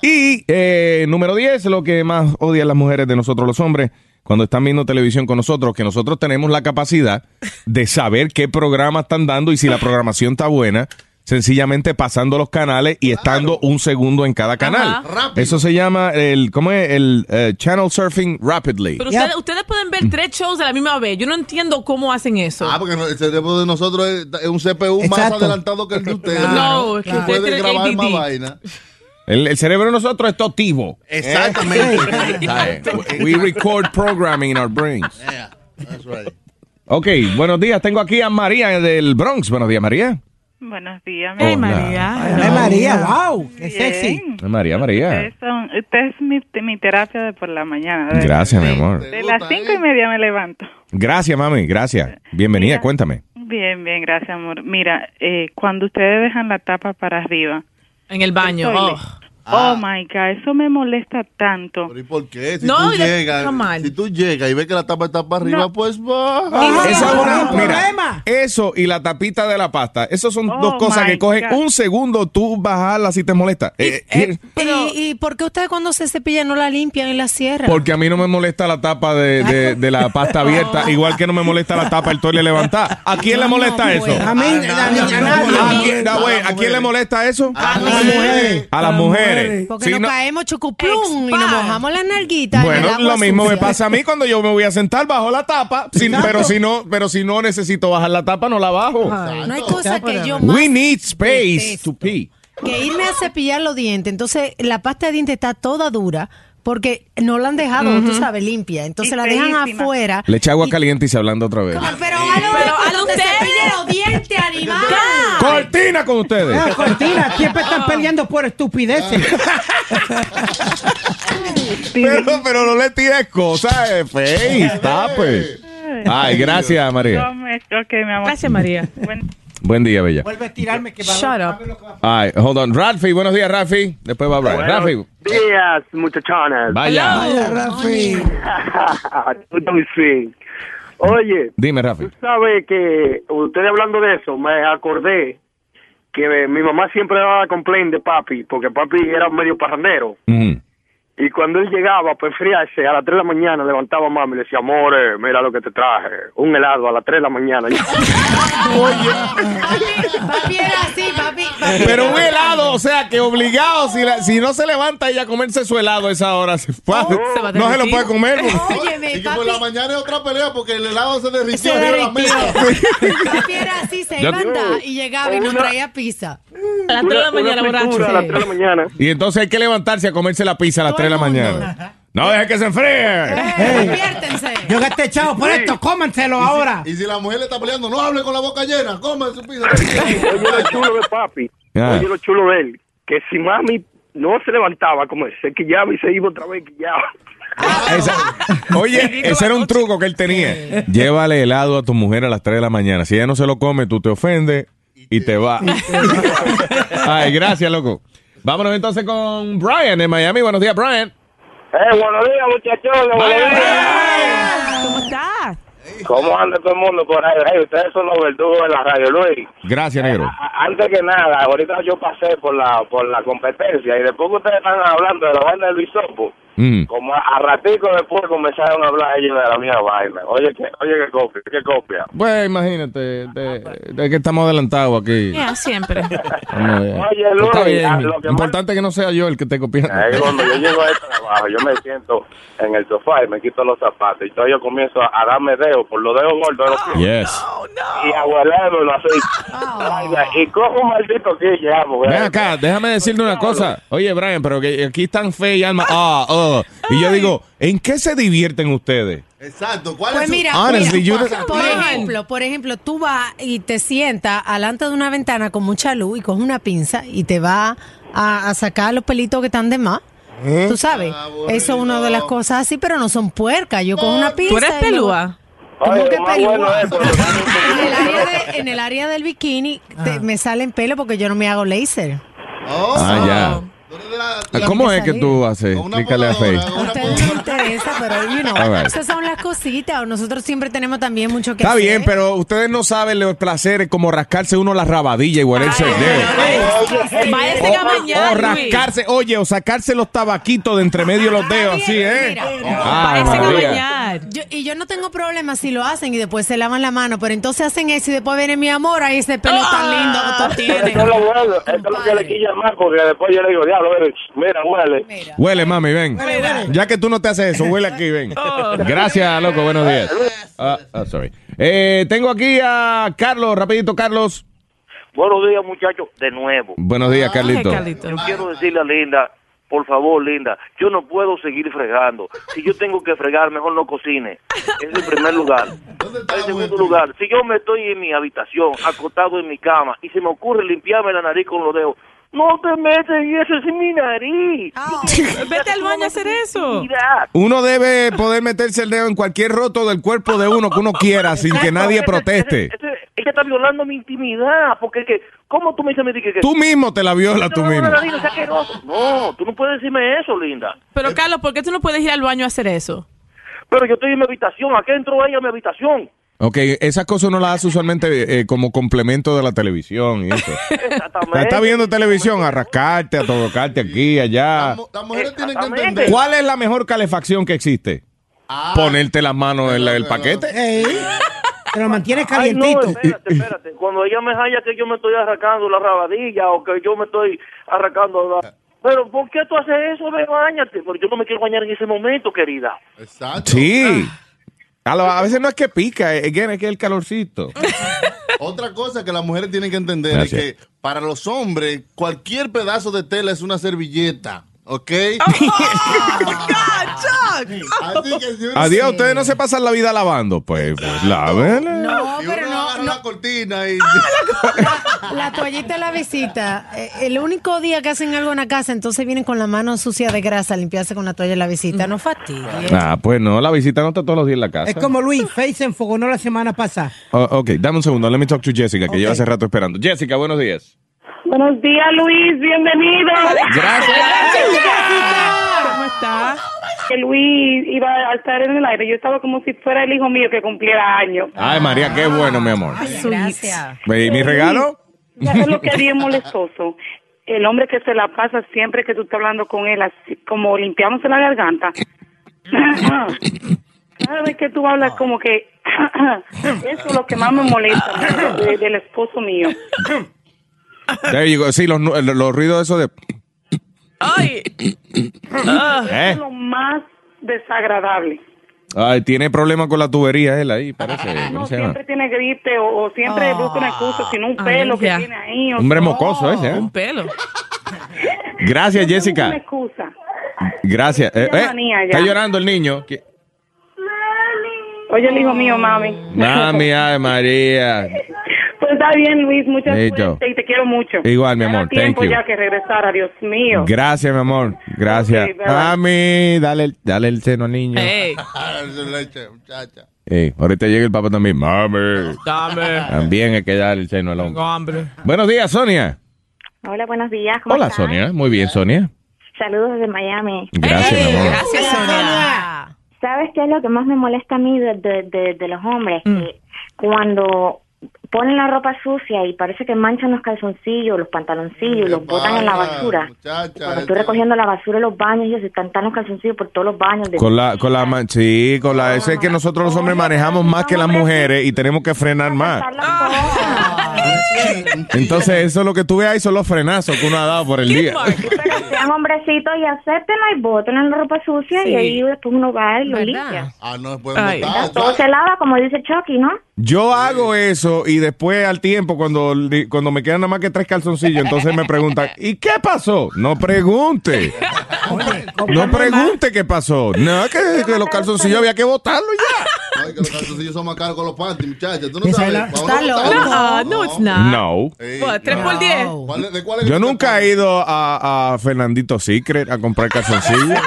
[SPEAKER 3] Y eh, número 10, lo que más odian las mujeres de nosotros los hombres, cuando están viendo televisión con nosotros, que nosotros tenemos la capacidad de saber qué programa están dando y si la programación está buena, sencillamente pasando los canales y estando un segundo en cada canal.
[SPEAKER 7] Rápido.
[SPEAKER 3] Eso se llama el, ¿cómo es? El eh, channel surfing rapidly.
[SPEAKER 1] Pero ustedes, ustedes pueden ver tres shows a la misma vez. Yo no entiendo cómo hacen eso.
[SPEAKER 7] Ah, porque no- el cerebro de nosotros es, es un CPU más
[SPEAKER 6] Exacto.
[SPEAKER 7] adelantado que el de ustedes.
[SPEAKER 1] No, es que
[SPEAKER 7] Ustedes
[SPEAKER 1] ustedes tienen
[SPEAKER 7] grabar más
[SPEAKER 1] ADD.
[SPEAKER 7] vaina.
[SPEAKER 3] El, el cerebro de nosotros es totivo. [LAUGHS]
[SPEAKER 7] Exactamente.
[SPEAKER 3] ¿sabes? We record programming in our brains.
[SPEAKER 7] Yeah, that's right.
[SPEAKER 3] Ok, buenos días. Tengo aquí a María del Bronx. Buenos días, María.
[SPEAKER 12] Buenos días,
[SPEAKER 1] Ay,
[SPEAKER 3] Hola.
[SPEAKER 1] María.
[SPEAKER 6] Ay, María, wow. Qué sexy.
[SPEAKER 12] Bien.
[SPEAKER 3] María, María.
[SPEAKER 12] Ustedes son- Usted es mi, mi terapia de por la mañana. De,
[SPEAKER 3] Gracias, mi amor.
[SPEAKER 12] de las
[SPEAKER 7] ¿eh?
[SPEAKER 12] cinco y media me levanto.
[SPEAKER 3] Gracias, mami. Gracias. Bienvenida, cuéntame.
[SPEAKER 12] Bien, bien, gracias, amor. Mira, eh, cuando ustedes dejan la tapa para arriba.
[SPEAKER 1] En el baño.
[SPEAKER 12] toilet.
[SPEAKER 1] Oh.
[SPEAKER 12] Oh, my God, eso me molesta tanto.
[SPEAKER 7] Ah. Pero ¿y por qué? Si
[SPEAKER 1] No,
[SPEAKER 7] tú
[SPEAKER 1] y la-
[SPEAKER 7] llegas,
[SPEAKER 1] está mal.
[SPEAKER 7] si tú llegas y ves que la tapa está para arriba,
[SPEAKER 12] No.
[SPEAKER 7] pues va.
[SPEAKER 6] Ajá.
[SPEAKER 3] Esa es una-
[SPEAKER 6] un
[SPEAKER 3] mira,
[SPEAKER 6] problema.
[SPEAKER 3] eso y la tapita de la pasta. Esas son
[SPEAKER 12] Oh,
[SPEAKER 3] dos cosas que
[SPEAKER 12] my
[SPEAKER 3] cogen
[SPEAKER 12] God.
[SPEAKER 3] un segundo tú bajarla si te molesta. Eh, eh,
[SPEAKER 4] ¿Y, ¿Y por qué ustedes cuando se cepillan no la limpian y la cierran?
[SPEAKER 3] porque a mí no me molesta la tapa de, de- de la pasta abierta,
[SPEAKER 7] [LAUGHS]
[SPEAKER 3] igual que no me molesta la tapa del toile levantada. ¿A quién le molesta eso?
[SPEAKER 6] A mí,
[SPEAKER 4] Ah,
[SPEAKER 6] a, mí- a nadie.
[SPEAKER 3] ¿A quién, da, güey, ¿a quién le molesta eso?
[SPEAKER 7] A las
[SPEAKER 6] mujeres.
[SPEAKER 3] A las mujeres.
[SPEAKER 4] Porque
[SPEAKER 3] Sí,
[SPEAKER 4] nos
[SPEAKER 3] no-
[SPEAKER 4] caemos chucuplum y nos mojamos las narguitas. en el
[SPEAKER 3] Bueno,
[SPEAKER 4] agua
[SPEAKER 3] lo mismo me
[SPEAKER 4] sucia.
[SPEAKER 3] pasa a mí cuando yo me voy a sentar bajo la tapa, si- pero si no, pero si no necesito bajar la tapa no la bajo.
[SPEAKER 4] No hay cosa que yo más
[SPEAKER 3] We need space
[SPEAKER 4] detesto.
[SPEAKER 3] to pee.
[SPEAKER 4] que irme a cepillar los dientes. Entonces, la pasta de dientes está toda dura porque no la han dejado, tú sabes, limpia. Entonces,
[SPEAKER 12] Y
[SPEAKER 4] la dejan
[SPEAKER 12] feísima.
[SPEAKER 4] afuera.
[SPEAKER 3] Le echa agua caliente y se hablando otra vez.
[SPEAKER 4] Como, Pero algo
[SPEAKER 1] Pero
[SPEAKER 4] pero
[SPEAKER 1] hazlo
[SPEAKER 4] donde
[SPEAKER 1] usted.
[SPEAKER 4] cepille los dientes, animal.
[SPEAKER 3] Cortina con ustedes.
[SPEAKER 6] Ah, Cortina, siempre
[SPEAKER 1] Ah.
[SPEAKER 6] están peleando por estupideces.
[SPEAKER 3] Pero, pero no le tires cosas de face, tape. Ay, gracias,
[SPEAKER 12] No
[SPEAKER 3] María.
[SPEAKER 12] me- ok, mi amor.
[SPEAKER 1] Gracias, María.
[SPEAKER 12] Bueno,
[SPEAKER 3] Buen día, bella.
[SPEAKER 6] Vuelve a tirarme que va
[SPEAKER 1] Shut
[SPEAKER 6] a
[SPEAKER 1] up.
[SPEAKER 6] ver lo que va a
[SPEAKER 3] Ay, hold on. Rafi, buenos días, Rafi. Después va a hablar. Rafi,
[SPEAKER 5] días, muchachones.
[SPEAKER 3] vaya.
[SPEAKER 6] Vaya, Rafi.
[SPEAKER 5] Muy fin. Oye,
[SPEAKER 3] Dime, Rafi.
[SPEAKER 5] Tú sabes que ustedes hablando de eso, me acordé que mi mamá siempre daba complaint de papi, porque papi era medio parrandero.
[SPEAKER 3] Ujú.
[SPEAKER 5] Y cuando él llegaba para enfriarse, a las 3 de la mañana levantaba a mami y le decía, amores, mira lo que te traje, un helado a las 3 de la mañana.
[SPEAKER 4] Papi era así, papi. papi
[SPEAKER 3] Pero
[SPEAKER 4] era
[SPEAKER 3] un helado, o sea, que obligado, si, la- si no se levanta ella a comerse su helado a esa hora, se fue-
[SPEAKER 1] va a
[SPEAKER 3] no se lo
[SPEAKER 1] derretir.
[SPEAKER 3] puede comer.
[SPEAKER 4] así.
[SPEAKER 7] Y
[SPEAKER 4] Óyeme,
[SPEAKER 7] que por la
[SPEAKER 4] papi,
[SPEAKER 7] mañana es otra pelea porque el helado se derritió
[SPEAKER 4] Se
[SPEAKER 7] arriba de la
[SPEAKER 4] derritió.
[SPEAKER 7] mesa.
[SPEAKER 4] papi era así, se
[SPEAKER 3] Yo-
[SPEAKER 4] iba a andar y llegaba y nos
[SPEAKER 5] Una-
[SPEAKER 4] traía pizza.
[SPEAKER 1] A las 3 de la mañana, borracho.
[SPEAKER 5] A las 3 de la mañana.
[SPEAKER 3] Y entonces hay que levantarse a comerse la pizza a las
[SPEAKER 4] Todo
[SPEAKER 3] 3 de la
[SPEAKER 4] el mundo.
[SPEAKER 3] mañana. No deje que se enfríe.
[SPEAKER 13] Yo gasté chavo por esto, cómanselo ahora.
[SPEAKER 7] Y si la mujer le está peleando, no hable con la boca llena, coma su pizza.
[SPEAKER 14] Oye lo chulo de papi.
[SPEAKER 7] Ya.
[SPEAKER 14] Oye lo chulo de él. Que si mami no se levantaba, como se quillaba y se iba otra vez quillaba.
[SPEAKER 3] Oye, ese era un truco que él tenía. Llévale helado a tu mujer a las 3 de la mañana. Si ella no se lo come, tú te ofendes y te va. Ay, gracias, loco. Vámonos entonces con Brian en Miami. Buenos días, Brian.
[SPEAKER 5] [LAUGHS] Eh, buenos días, muchachos.
[SPEAKER 9] ¿Cómo estás?
[SPEAKER 5] ¿Cómo anda todo el mundo por ahí? Ey, ustedes son los verdugos de la radio, Luis.
[SPEAKER 3] Gracias, negro.
[SPEAKER 5] A- Antes que nada, ahorita yo pasé por la por la competencia y después que ustedes están hablando de la vaina de Luis Sopo, como a, a ratico después comenzaron a hablar ellos de la misma vaina. Oye, que, oye, que copia, que copia.
[SPEAKER 3] Pues imagínate, de, de que estamos adelantados aquí.
[SPEAKER 9] Ya, siempre.
[SPEAKER 3] Vamos allá.
[SPEAKER 5] Oye,
[SPEAKER 3] Pero está
[SPEAKER 5] Luis,
[SPEAKER 3] bien.
[SPEAKER 5] a lo que más-
[SPEAKER 3] Importante que no sea yo el que te copia.
[SPEAKER 5] Ahí cuando
[SPEAKER 3] [LAUGHS]
[SPEAKER 5] yo llego al trabajo, yo me siento en el sofá y me quito los zapatos. Y entonces yo comienzo a darme dedos por los dedos gordos de los pies.
[SPEAKER 3] Yes.
[SPEAKER 5] Y abuelármelo así. Vaya, Y como maldito que llamo, güey.
[SPEAKER 3] Ven acá, déjame decirle una cosa. Oye, Brian, pero que aquí están fe y alma. Ah, ah. Y yo digo, ¿en qué se divierten ustedes?
[SPEAKER 7] Exacto, ¿cuál
[SPEAKER 4] Pues
[SPEAKER 7] es su-
[SPEAKER 4] mira,
[SPEAKER 3] Honestly,
[SPEAKER 4] mira,
[SPEAKER 3] you don't-
[SPEAKER 4] por
[SPEAKER 3] No.
[SPEAKER 4] ejemplo, por ejemplo, tú vas y te sientas alante de una ventana con mucha luz y coges una pinza y te va a, a sacar los pelitos que están de más.
[SPEAKER 9] ¿Eh?
[SPEAKER 4] Tú sabes,
[SPEAKER 3] Ah,
[SPEAKER 4] eso es una de las cosas así, pero no son puercas. Yo con una pinza.
[SPEAKER 9] ¿Tú eres
[SPEAKER 4] y lo-
[SPEAKER 9] pelúa?
[SPEAKER 4] ¿Cómo que
[SPEAKER 9] lo más
[SPEAKER 4] pelúa?
[SPEAKER 9] Ah, bueno es
[SPEAKER 4] en, el área de- en el área del bikini te- me salen pelo porque yo no me hago laser.
[SPEAKER 3] Ah, ya. Ah,
[SPEAKER 4] la-
[SPEAKER 3] ¿Cómo
[SPEAKER 4] la
[SPEAKER 3] es que
[SPEAKER 4] salida.
[SPEAKER 3] tú haces? Explícale a Faye.
[SPEAKER 4] A ustedes no les interesa, pero you know,
[SPEAKER 3] All right.
[SPEAKER 4] esas son las cositas. Nosotros siempre tenemos también mucho que
[SPEAKER 3] Está
[SPEAKER 4] hacer.
[SPEAKER 3] bien, pero ustedes no saben los placeres como rascarse uno la rabadilla y huelerse el dedo.
[SPEAKER 9] Váyase a
[SPEAKER 3] Eh, O
[SPEAKER 9] mañana, Luis.
[SPEAKER 3] rascarse, oye, o sacarse los tabaquitos de entre medio de los dedos, así, ¿eh? Ay,
[SPEAKER 4] Parecen
[SPEAKER 3] María.
[SPEAKER 4] amañar. Yo- y yo no tengo problema si lo hacen y después se lavan la mano, pero entonces hacen eso y después viene mi amor, ahí ese pelo tan lindo que tú
[SPEAKER 5] Esto
[SPEAKER 4] tienes.
[SPEAKER 5] es lo bueno, esto es lo que le quilla más, porque después yo le digo, diablo, huele, mira, huele.
[SPEAKER 3] Huele, mami, ven. Ya que tú no te haces eso, huele aquí, ven. Gracias, loco, buenos días. Ah, ah, sorry. Eh, tengo aquí a Carlos, rapidito, Carlos.
[SPEAKER 1] Buenos días, muchachos, de nuevo.
[SPEAKER 3] Buenos días, Carlito.
[SPEAKER 1] Yo quiero decirle a Linda, por favor, Linda, yo no puedo seguir fregando. Si yo tengo que fregar, mejor no cocine. Es el primer lugar. En segundo lugar, si yo me estoy en mi habitación, acotado en mi cama, y se me ocurre limpiarme la nariz con los dedos, no te metes en eso, es mi nariz.
[SPEAKER 9] Oh. Vete al baño a hacer eso.
[SPEAKER 3] Uno debe poder meterse el dedo en cualquier roto del cuerpo de uno que uno quiera sin que nadie
[SPEAKER 5] [LAUGHS]
[SPEAKER 3] proteste.
[SPEAKER 1] Ella está violando mi intimidad, porque que, ¿cómo tú me dices a mí que- que-
[SPEAKER 3] Tú mismo te la [LAUGHS] violas tú
[SPEAKER 1] No, no, no,
[SPEAKER 3] mismo.
[SPEAKER 1] no, Linda, sea asqueroso. No, tú no puedes decirme eso, Linda.
[SPEAKER 3] Eh,
[SPEAKER 9] Pero, Carlos, ¿por qué tú no puedes ir al baño a hacer eso?
[SPEAKER 1] Pero yo estoy en mi habitación. ¿A qué entró ella a mi habitación?
[SPEAKER 3] Ok, esas cosas uno las hace usualmente eh, como complemento de la televisión y eso. Está- Está viendo televisión, a rascarte, a tocarte aquí, allá.
[SPEAKER 7] Las mujeres tienen que
[SPEAKER 1] Exactamente.
[SPEAKER 7] entender.
[SPEAKER 3] ¿Cuál es la mejor calefacción que existe? Ponerte las manos en la- el paquete.
[SPEAKER 13] Te lo mantienes
[SPEAKER 1] Ay, no,
[SPEAKER 13] calientito.
[SPEAKER 3] Eh,
[SPEAKER 1] espérate, espérate. Cuando ella me haya que yo me estoy arrancando la rabadilla o que yo me estoy arrancando la... Pero ¿por qué tú haces eso? Ve, bañate. Porque yo no me quiero bañar en ese momento, querida.
[SPEAKER 3] Sí. A, lo- a veces no es que pica, eh, again, es que es el calorcito.
[SPEAKER 7] Otra cosa que las mujeres tienen que entender
[SPEAKER 3] Gracias.
[SPEAKER 7] es que para los hombres, cualquier pedazo de tela es una servilleta.
[SPEAKER 1] [LAUGHS]
[SPEAKER 7] ¿Ok? Así que si uno-
[SPEAKER 3] Adiós, ustedes no se pasan la vida lavando. Pues, pues lávenla.
[SPEAKER 4] No,
[SPEAKER 7] Si
[SPEAKER 4] pero
[SPEAKER 7] uno
[SPEAKER 4] no,
[SPEAKER 7] agarra
[SPEAKER 4] no.
[SPEAKER 7] la cortina y.
[SPEAKER 4] [LAUGHS] La toallita de la visita. eh, El único día que hacen algo en la casa, entonces vienen con la mano sucia de grasa a limpiarse con la toalla de la visita. No fastidies.
[SPEAKER 3] Ah, pues no, la visita no está todos los días en la casa.
[SPEAKER 13] Es como Luis, Face se enfogonó la semana pasada.
[SPEAKER 3] Oh, ok, dame un segundo, let me talk to Jessica, que lleva hace rato esperando. Jessica, buenos días.
[SPEAKER 12] Buenos días, Luis. Bienvenido.
[SPEAKER 3] Gracias.
[SPEAKER 12] ¿Cómo estás? Que Luis iba a estar en el aire. Yo estaba como si fuera el hijo mío que cumpliera años.
[SPEAKER 3] Ay, María, qué bueno, mi amor.
[SPEAKER 12] Gracias.
[SPEAKER 3] ¿Y mi regalo?
[SPEAKER 12] Ya es
[SPEAKER 3] [LAUGHS]
[SPEAKER 12] lo que es bien molestoso. El hombre que se la pasa siempre que tú estás hablando con él, así como limpiándose
[SPEAKER 3] [LAUGHS]
[SPEAKER 12] la garganta. Cada vez que tú hablas como que... [CLEARS THROAT] Eso es lo que más me molesta de- del esposo mío.
[SPEAKER 3] There you go. Sí, los, nu- los ruidos esos de...
[SPEAKER 12] Es
[SPEAKER 3] ¿Eh?
[SPEAKER 12] lo más desagradable.
[SPEAKER 3] Ay, tiene problemas con la tubería él ahí, parece. ¿Cómo
[SPEAKER 12] Ah, No,
[SPEAKER 3] se llama?
[SPEAKER 12] siempre tiene gripe o, o siempre busca una excusa, sino un pelo que tiene ahí. o
[SPEAKER 3] Hombre
[SPEAKER 12] sea,
[SPEAKER 3] mocoso ese. ¿eh?
[SPEAKER 9] pelo.
[SPEAKER 3] Gracias,
[SPEAKER 12] Busca Una
[SPEAKER 3] Jessica.
[SPEAKER 12] excusa.
[SPEAKER 3] Gracias. Eh,
[SPEAKER 12] Tiene
[SPEAKER 3] eh,
[SPEAKER 12] manía ya.
[SPEAKER 3] está llorando el
[SPEAKER 12] [LAUGHS]
[SPEAKER 3] niño. Que-
[SPEAKER 12] Oye, el hijo mío, mami.
[SPEAKER 3] Mami, ay, María.
[SPEAKER 12] Pues está bien, Luis, muchas
[SPEAKER 3] Hey,
[SPEAKER 12] gracias
[SPEAKER 3] Joe.
[SPEAKER 12] y te quiero mucho.
[SPEAKER 3] Igual, mi
[SPEAKER 12] Ya era
[SPEAKER 3] amor,
[SPEAKER 12] tiempo
[SPEAKER 3] thank you.
[SPEAKER 12] ya que regresara, Dios mío.
[SPEAKER 3] Gracias, mi amor. Gracias.
[SPEAKER 12] Ok, bye-bye.
[SPEAKER 3] Mami, dale, el- dale el seno al niño.
[SPEAKER 1] Eh.
[SPEAKER 7] muchacha.
[SPEAKER 3] Ey, ahorita llega el papá también. Mami.
[SPEAKER 1] Dame.
[SPEAKER 3] También hay que darle el seno al hombre.
[SPEAKER 1] Tengo hambre.
[SPEAKER 3] Buenos días, Sonia.
[SPEAKER 15] Hola, buenos días. ¿Cómo
[SPEAKER 3] Hola,
[SPEAKER 15] están?
[SPEAKER 3] Sonia. Muy bien, Sonia.
[SPEAKER 15] Saludos desde Miami.
[SPEAKER 3] Gracias, mi amor.
[SPEAKER 15] Gracias, Sonia. ¿Sabes qué es lo que más me molesta a mí de, de, de- de los hombres?
[SPEAKER 3] Mm.
[SPEAKER 15] Que cuando ponen la ropa sucia y parece que manchan los calzoncillos, los pantaloncillos, los botan en la
[SPEAKER 7] pasa,
[SPEAKER 15] basura. Cuando estoy recogiendo la basura en los baños, ellos están tan los calzoncillos por todos los baños. de-
[SPEAKER 3] Con la, con la, man- sí, con la, ese es que nosotros los hombres manejamos más que las mujeres y tenemos que frenar más. Entonces, eso es lo que tú ves ahí son los frenazos que uno ha dado por el día.
[SPEAKER 15] Pero [LAUGHS] sean hombrecitos y acéptenlo y boten la ropa sucia
[SPEAKER 7] Sí.
[SPEAKER 15] y ahí después uno va y lo
[SPEAKER 7] ¿Verdad?
[SPEAKER 15] limpia.
[SPEAKER 7] Ah, no, después
[SPEAKER 15] Ay. Todo se lava, como dice Chucky, ¿no?
[SPEAKER 3] Yo hago eso y después al tiempo, cuando, li- cuando me quedan nada más que tres calzoncillos, entonces me preguntan, ¿y qué pasó? No pregunte. No pregunte qué pasó. No, que, que los calzoncillos había que botarlos
[SPEAKER 7] ya. Ay, que los calzoncillos son más caros con los panties, muchachos. Tú no sabes. ¿Para
[SPEAKER 1] Está
[SPEAKER 7] uno
[SPEAKER 1] loco.
[SPEAKER 7] botarlo?
[SPEAKER 1] No, no, it's not.
[SPEAKER 3] No.
[SPEAKER 7] Eh,
[SPEAKER 1] Pues, ¿Tres
[SPEAKER 7] Ah.
[SPEAKER 1] por diez?
[SPEAKER 7] ¿Cuál es- ¿De cuál es
[SPEAKER 3] Yo nunca he ido a, a Fernandito Secret a comprar calzoncillos.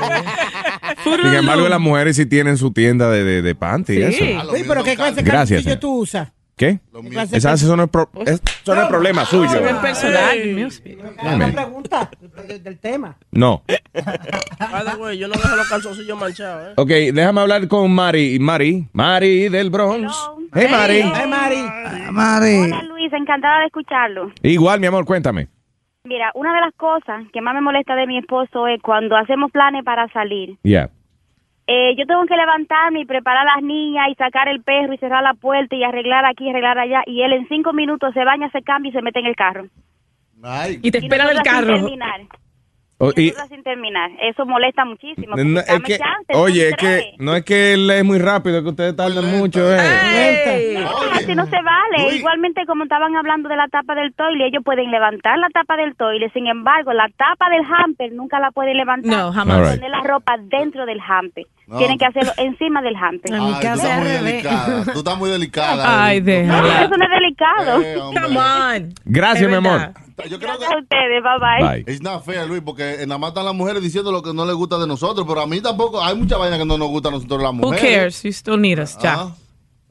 [SPEAKER 3] Sin embargo, las mujeres sí tienen su tienda de, de, de panty y eso.
[SPEAKER 1] Ah,
[SPEAKER 13] Uy, pero ¿qué clase de
[SPEAKER 3] Gracias,
[SPEAKER 13] calzoncillo
[SPEAKER 3] señor.
[SPEAKER 13] tú usas?
[SPEAKER 3] ¿Qué?
[SPEAKER 13] Ah, mismo.
[SPEAKER 3] Esas son el, pro- es- son el problema suyo.
[SPEAKER 1] Se ven
[SPEAKER 3] Eh,
[SPEAKER 1] personal.
[SPEAKER 13] Una pregunta de- del tema.
[SPEAKER 3] No.
[SPEAKER 11] Ah,
[SPEAKER 6] By the way, yo no dejo los calzoncillos manchados, ¿eh?
[SPEAKER 3] Ok, déjame hablar con Mari. Mari, Mari del Bronx. Hey, oh. Mari.
[SPEAKER 13] Mari.
[SPEAKER 15] Hola,
[SPEAKER 16] Hola, Luis, encantada de escucharlo.
[SPEAKER 3] Igual, mi amor, cuéntame.
[SPEAKER 16] Mira, una de las cosas que más me molesta de mi esposo es cuando hacemos planes para salir.
[SPEAKER 3] Ya.
[SPEAKER 16] Eh, yo tengo que levantarme y preparar a las niñas y sacar el perro y cerrar la puerta y arreglar aquí, arreglar allá. Y él en cinco minutos se baña, se cambia y se mete en el carro.
[SPEAKER 1] Y te esperan el
[SPEAKER 16] Nosotras
[SPEAKER 1] carro.
[SPEAKER 16] Sin terminar,
[SPEAKER 3] O- Oh, y-
[SPEAKER 16] nosotras sin terminar. Eso molesta
[SPEAKER 3] no,
[SPEAKER 16] muchísimo. porque
[SPEAKER 3] es
[SPEAKER 16] dame
[SPEAKER 3] que-
[SPEAKER 16] chance,
[SPEAKER 3] oye,
[SPEAKER 16] no
[SPEAKER 3] es que no es que él es muy rápido, es que ustedes tardan mucho. eh.
[SPEAKER 16] No, así no se vale. Igualmente, como estaban hablando de la tapa del toile, ellos pueden levantar la tapa del toile. Sin embargo, la tapa del hamper nunca la pueden levantar.
[SPEAKER 1] No, jamás. All right.
[SPEAKER 16] Poner la ropa dentro del hamper.
[SPEAKER 7] No.
[SPEAKER 16] Tienen que hacerlo encima del hamper.
[SPEAKER 7] Ay, tú estás muy delicada. Tú estás muy delicada.
[SPEAKER 1] Ay,
[SPEAKER 7] eh.
[SPEAKER 1] déjala.
[SPEAKER 16] No, eso no es delicado.
[SPEAKER 1] Come on.
[SPEAKER 3] Gracias, mi amor.
[SPEAKER 16] Gracias a ustedes. Bye, bye.
[SPEAKER 7] It's not fair, Luis, porque eh, nada más están las mujeres diciendo lo que no les gusta de nosotros, pero a mí tampoco. Hay mucha vaina que no nos gusta a nosotros las
[SPEAKER 1] Who
[SPEAKER 7] mujeres.
[SPEAKER 1] cares? You still need us, ya.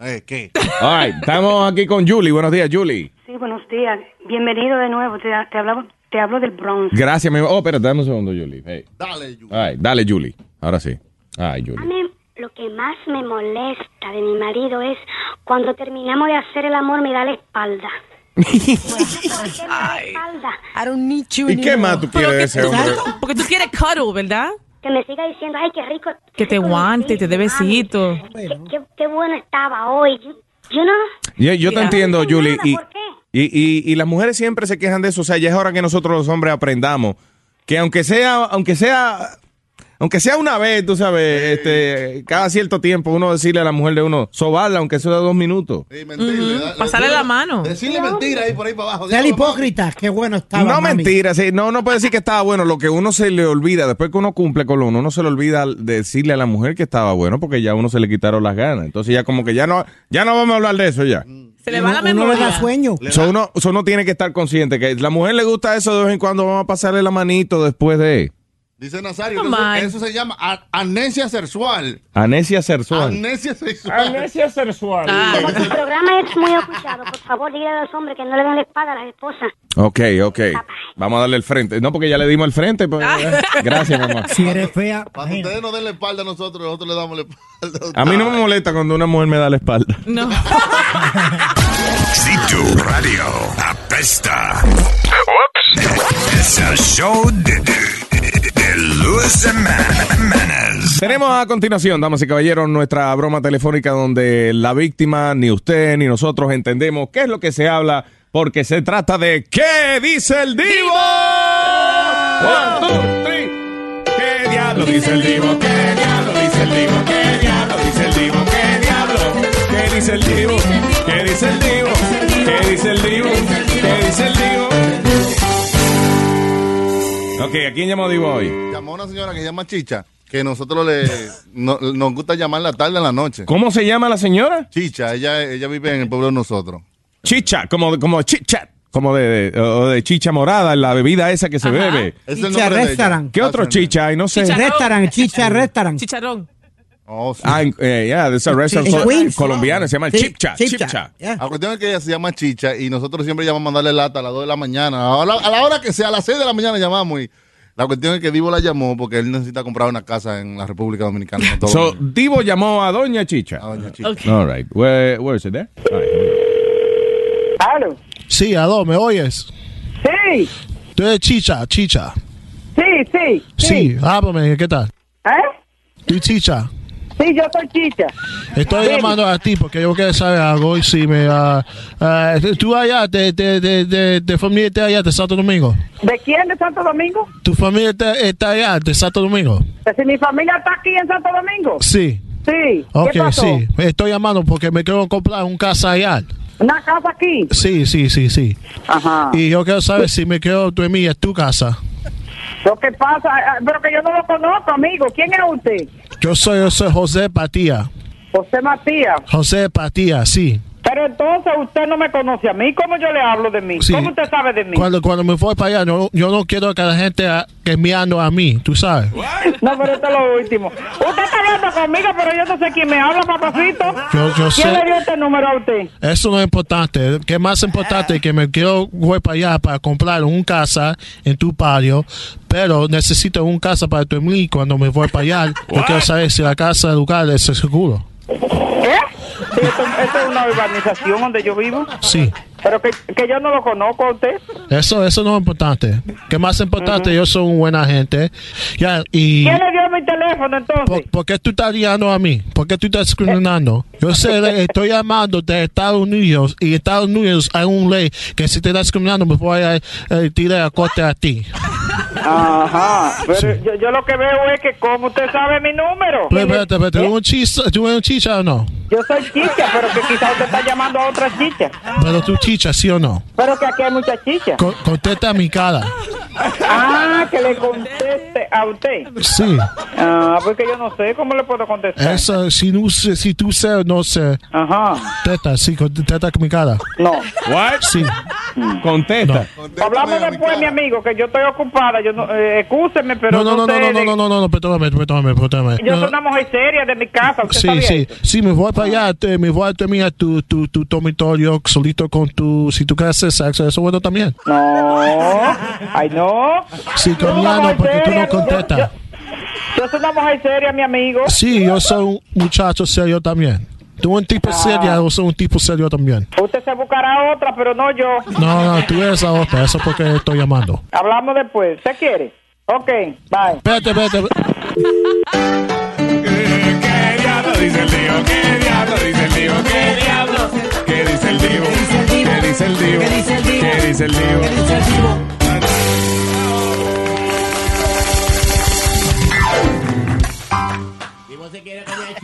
[SPEAKER 7] Eh, ¿Qué?
[SPEAKER 3] All right, estamos aquí con Julie. Buenos días, Julie.
[SPEAKER 9] Sí, buenos días. Bienvenido de nuevo. Te, te, hablaba- te hablo del Bronx.
[SPEAKER 3] Gracias, mi amor. Oh, espérate, dame un segundo, Julie. Hey.
[SPEAKER 7] Dale,
[SPEAKER 3] Julie. dale, Julie. Ahora sí. Ay, Julie.
[SPEAKER 9] A mí lo que más me molesta de mi marido es cuando terminamos de hacer el amor me da la espalda.
[SPEAKER 17] I don't need you
[SPEAKER 3] ¿Y qué
[SPEAKER 17] anymore.
[SPEAKER 3] más tú quieres de ese hombre?
[SPEAKER 1] Porque tú quieres cuddle, ¿verdad?
[SPEAKER 9] Que me siga diciendo, ay, qué rico,
[SPEAKER 1] Que te guante, te dé besito.
[SPEAKER 9] qué, qué bueno estaba hoy. Yo no...
[SPEAKER 3] Yo, yo te entiendo, Julie. Y, y, y, y las mujeres siempre se quejan de eso. O sea, ya es hora que nosotros los hombres aprendamos que aunque sea, aunque sea, aunque sea una vez, tú sabes, este, cada cierto tiempo uno decirle a la mujer de uno, sobarla, aunque sea de dos minutos.
[SPEAKER 1] Pasarle la mano.
[SPEAKER 7] Decirle mentira ahí por ahí para abajo.
[SPEAKER 13] Sea el hipócrita, qué bueno estaba.
[SPEAKER 3] No
[SPEAKER 13] mami.
[SPEAKER 3] mentira, sí, no, no puede decir que estaba bueno. Lo que uno se le olvida, después que uno cumple con lo uno, no se le olvida decirle a la mujer que estaba bueno, porque ya a uno se le quitaron las ganas. Entonces ya como que ya no, ya no vamos a hablar de eso ya.
[SPEAKER 13] Mm.
[SPEAKER 1] Se le va la
[SPEAKER 13] Uno le
[SPEAKER 1] memoria.
[SPEAKER 13] da sueño.
[SPEAKER 3] So uno, so uno tiene que estar consciente que la mujer le gusta eso de vez en cuando vamos a pasarle la manito después de
[SPEAKER 7] Dice Nazario,
[SPEAKER 1] Come
[SPEAKER 7] eso,
[SPEAKER 1] on.
[SPEAKER 7] eso se llama a- amnesia sexual.
[SPEAKER 3] anesia sexual.
[SPEAKER 7] Amnesia sexual.
[SPEAKER 3] Amnesia sexual.
[SPEAKER 1] Ah.
[SPEAKER 9] Como tu programa es muy escuchado, por favor, dile a los hombres que no le den la espada a las esposas.
[SPEAKER 3] Ok, ok. Vamos a darle el frente. No, porque ya le dimos el frente. pues. Gracias, mamá.
[SPEAKER 13] [LAUGHS] Si eres fea.
[SPEAKER 7] Para que ustedes no den la espalda a nosotros, nosotros le damos la espalda.
[SPEAKER 3] A mí no me molesta cuando una mujer me da la espalda.
[SPEAKER 1] No.
[SPEAKER 2] Si tu radio apesta. Ups. Es el show de, de, de Luis Jiménez.
[SPEAKER 3] Tenemos a continuación, damas y caballeros, nuestra broma telefónica donde la víctima, ni usted ni nosotros entendemos qué es lo que se habla, porque se trata de ¿Qué dice el Divo? One, two, three. ¿Qué diablo dice el Divo? ¿Qué diablo dice el Divo? ¿Qué diablo dice el Divo? ¿Qué diablo? ¿Qué dice el Divo? ¿Qué dice el Divo? ¿Qué dice el Divo? ¿Qué dice el Divo? Ok, ¿a quién llamó Divo hoy?
[SPEAKER 7] Llamó [LAUGHS] una señora que se llama Chicha, que nosotros le, no- nos gusta llamar la tarde a la noche.
[SPEAKER 3] ¿Cómo se llama la señora?
[SPEAKER 7] Chicha, ella, ella vive en el pueblo de nosotros.
[SPEAKER 3] Chicha, Ah, como, como chicha, como de, de- o de chicha morada, la bebida esa que se
[SPEAKER 7] Ajá.
[SPEAKER 3] bebe.
[SPEAKER 7] Es el Chicha nombre de ella. restaurant.
[SPEAKER 3] ¿Qué otro chicha hay? No sé.
[SPEAKER 13] Chicharrón. Restaurant,
[SPEAKER 3] chicha, restaurant.
[SPEAKER 13] Chicharrón.
[SPEAKER 3] Ah, en- eh, yeah, there's a restaurant
[SPEAKER 7] En
[SPEAKER 3] col-
[SPEAKER 7] Queens.
[SPEAKER 3] colombiana, se llama
[SPEAKER 7] Sí,
[SPEAKER 3] Chipcha, Chipcha.
[SPEAKER 7] La cuestión es que ella se llama Chicha y nosotros siempre llamamos a mandarle lata a las 2 de la mañana. A la, a la hora que sea, a las 6 de la mañana llamamos. Y la cuestión es que Divo la llamó porque él necesita comprar una casa en la
[SPEAKER 3] [LAUGHS]
[SPEAKER 7] República Dominicana. con todo.
[SPEAKER 3] So, Divo llamó a Doña Chicha.
[SPEAKER 7] Ok.
[SPEAKER 3] All right. Where, where is it there? All right, here we
[SPEAKER 18] Sí, Ado, ¿me oyes?
[SPEAKER 19] Sí.
[SPEAKER 18] Tú eres chicha, chicha.
[SPEAKER 19] Sí, sí.
[SPEAKER 18] Sí, Ah, háblame, ¿qué tal? ¿Eh? Tú chicha.
[SPEAKER 19] Sí, yo soy chicha.
[SPEAKER 18] Estoy
[SPEAKER 19] Sí.
[SPEAKER 18] llamando a ti porque yo quiero saber algo y si me... ah, ah, tú allá, de, de, de, de, de familia está allá de Santo Domingo.
[SPEAKER 19] ¿De quién? ¿De Santo Domingo?
[SPEAKER 18] ¿Tu familia está, está allá de Santo Domingo?
[SPEAKER 19] Pues si mi familia está aquí en Santo Domingo.
[SPEAKER 18] Sí.
[SPEAKER 19] Sí.
[SPEAKER 18] Ok,
[SPEAKER 19] ¿Qué pasó?
[SPEAKER 18] sí. Estoy llamando porque me quiero comprar un casa allá.
[SPEAKER 19] ¿Una casa aquí?
[SPEAKER 18] Sí, sí, sí, sí.
[SPEAKER 19] Ajá.
[SPEAKER 18] Y yo quiero saber si me quiero dormir en tu casa.
[SPEAKER 19] Lo que pasa, ah, pero que yo no lo conozco, amigo. ¿Quién es usted?
[SPEAKER 18] Yo soy, yo soy José Patía.
[SPEAKER 19] José Matías.
[SPEAKER 18] José Patía, sí.
[SPEAKER 19] Pero entonces usted no me conoce a mí. ¿Cómo yo le hablo de mí?
[SPEAKER 18] Sí.
[SPEAKER 19] ¿Cómo usted sabe de mí?
[SPEAKER 18] Cuando, cuando me voy para allá, no- yo no quiero que la gente ah, que mirando a mí, tú sabes.
[SPEAKER 19] No, pero esto es lo último. Usted está hablando conmigo, pero yo no sé quién me habla, papacito.
[SPEAKER 18] Yo- yo
[SPEAKER 19] ¿Quién
[SPEAKER 18] sé.
[SPEAKER 19] le dio este número a usted?
[SPEAKER 18] Eso no es importante. Que más importante es que me quiero voy para allá para comprar un casa en tu patio, pero necesito un casa para dormir cuando me voy para allá. Yo quiero saber si la casa del lugar es seguro.
[SPEAKER 19] ¿Eh? Sí, esto, esto es una urbanización donde yo vivo.
[SPEAKER 18] Sí.
[SPEAKER 19] Pero que, que yo no lo conozco a usted.
[SPEAKER 18] Eso, eso no es importante. Que más importante, yo soy un buena gente. Ya, y...
[SPEAKER 19] ¿Quién le dio mi teléfono entonces?
[SPEAKER 18] ¿Por, por qué tú estás guiando a mí? ¿Por qué tú estás discriminando? Yo sé, le- estoy llamando de Estados Unidos y Estados Unidos hay una ley que si te estás discriminando me voy a eh, tirar a corte a ti. [LAUGHS]
[SPEAKER 19] Ajá. Pero
[SPEAKER 18] Sí.
[SPEAKER 19] yo, yo lo que veo es que como usted sabe mi número. ¿Eh?
[SPEAKER 18] Pero espérate, espérate, ¿tú eres un chicha, ¿tú eres un chicha o no?
[SPEAKER 19] Yo soy chicha, pero que quizás usted está llamando a otra chicha.
[SPEAKER 18] Pero tú chicha, ¿sí o no?
[SPEAKER 19] Pero que aquí hay muchas chichas.
[SPEAKER 18] Co- contesta a mi cara.
[SPEAKER 19] Ah, que le conteste a usted.
[SPEAKER 18] Sí.
[SPEAKER 19] Ah, porque yo no sé cómo le puedo contestar.
[SPEAKER 18] Eso, si, no, sé- si tú sé o no sé.
[SPEAKER 19] Ajá.
[SPEAKER 18] Teta, sí, contesta con mi cara.
[SPEAKER 19] No.
[SPEAKER 3] What?
[SPEAKER 18] Sí. Mm.
[SPEAKER 3] Contesta.
[SPEAKER 19] Hablamos después, mi amigo, que yo estoy ocupada. Yo no, eh, excúseme, pero
[SPEAKER 18] no, no, no,
[SPEAKER 19] sé
[SPEAKER 18] no, no,
[SPEAKER 19] de-
[SPEAKER 18] no, no, no, no, perdóname, perdóname, perdóname.
[SPEAKER 19] Yo
[SPEAKER 18] No,
[SPEAKER 19] soy una mujer seria de mi casa. ¿Usted
[SPEAKER 18] Sí,
[SPEAKER 19] está bien?
[SPEAKER 18] sí, sí, me voy para allá, te- me voy a terminar tu, tu, tu dormitorio solito con tu, si tú quieres hacer sexo, eso es bueno también.
[SPEAKER 19] No, ay no.
[SPEAKER 18] Sí,
[SPEAKER 19] Yo soy una
[SPEAKER 18] comiano,
[SPEAKER 19] mujer
[SPEAKER 18] porque tú
[SPEAKER 19] seria,
[SPEAKER 18] no
[SPEAKER 19] yo-
[SPEAKER 18] contestas.
[SPEAKER 19] Yo, yo soy una mujer seria, mi amigo.
[SPEAKER 18] Sí, yo soy un muchacho serio también. Tú un
[SPEAKER 19] Ah.
[SPEAKER 18] tipo serio, yo soy un tipo serio también.
[SPEAKER 19] Usted se buscará otra, pero no yo.
[SPEAKER 18] No, no, tú eres la otra, eso es porque estoy llamando.
[SPEAKER 19] Hablamos después. ¿Se quiere? Ok, bye.
[SPEAKER 18] Espérate, espérate.
[SPEAKER 20] ¿Qué diablo dice el tío? ¿Qué diablo dice el tío? ¿Qué diablo? ¿Qué dice el tío? ¿Qué dice el tío? ¿Qué dice el tío? ¿Qué dice el tío?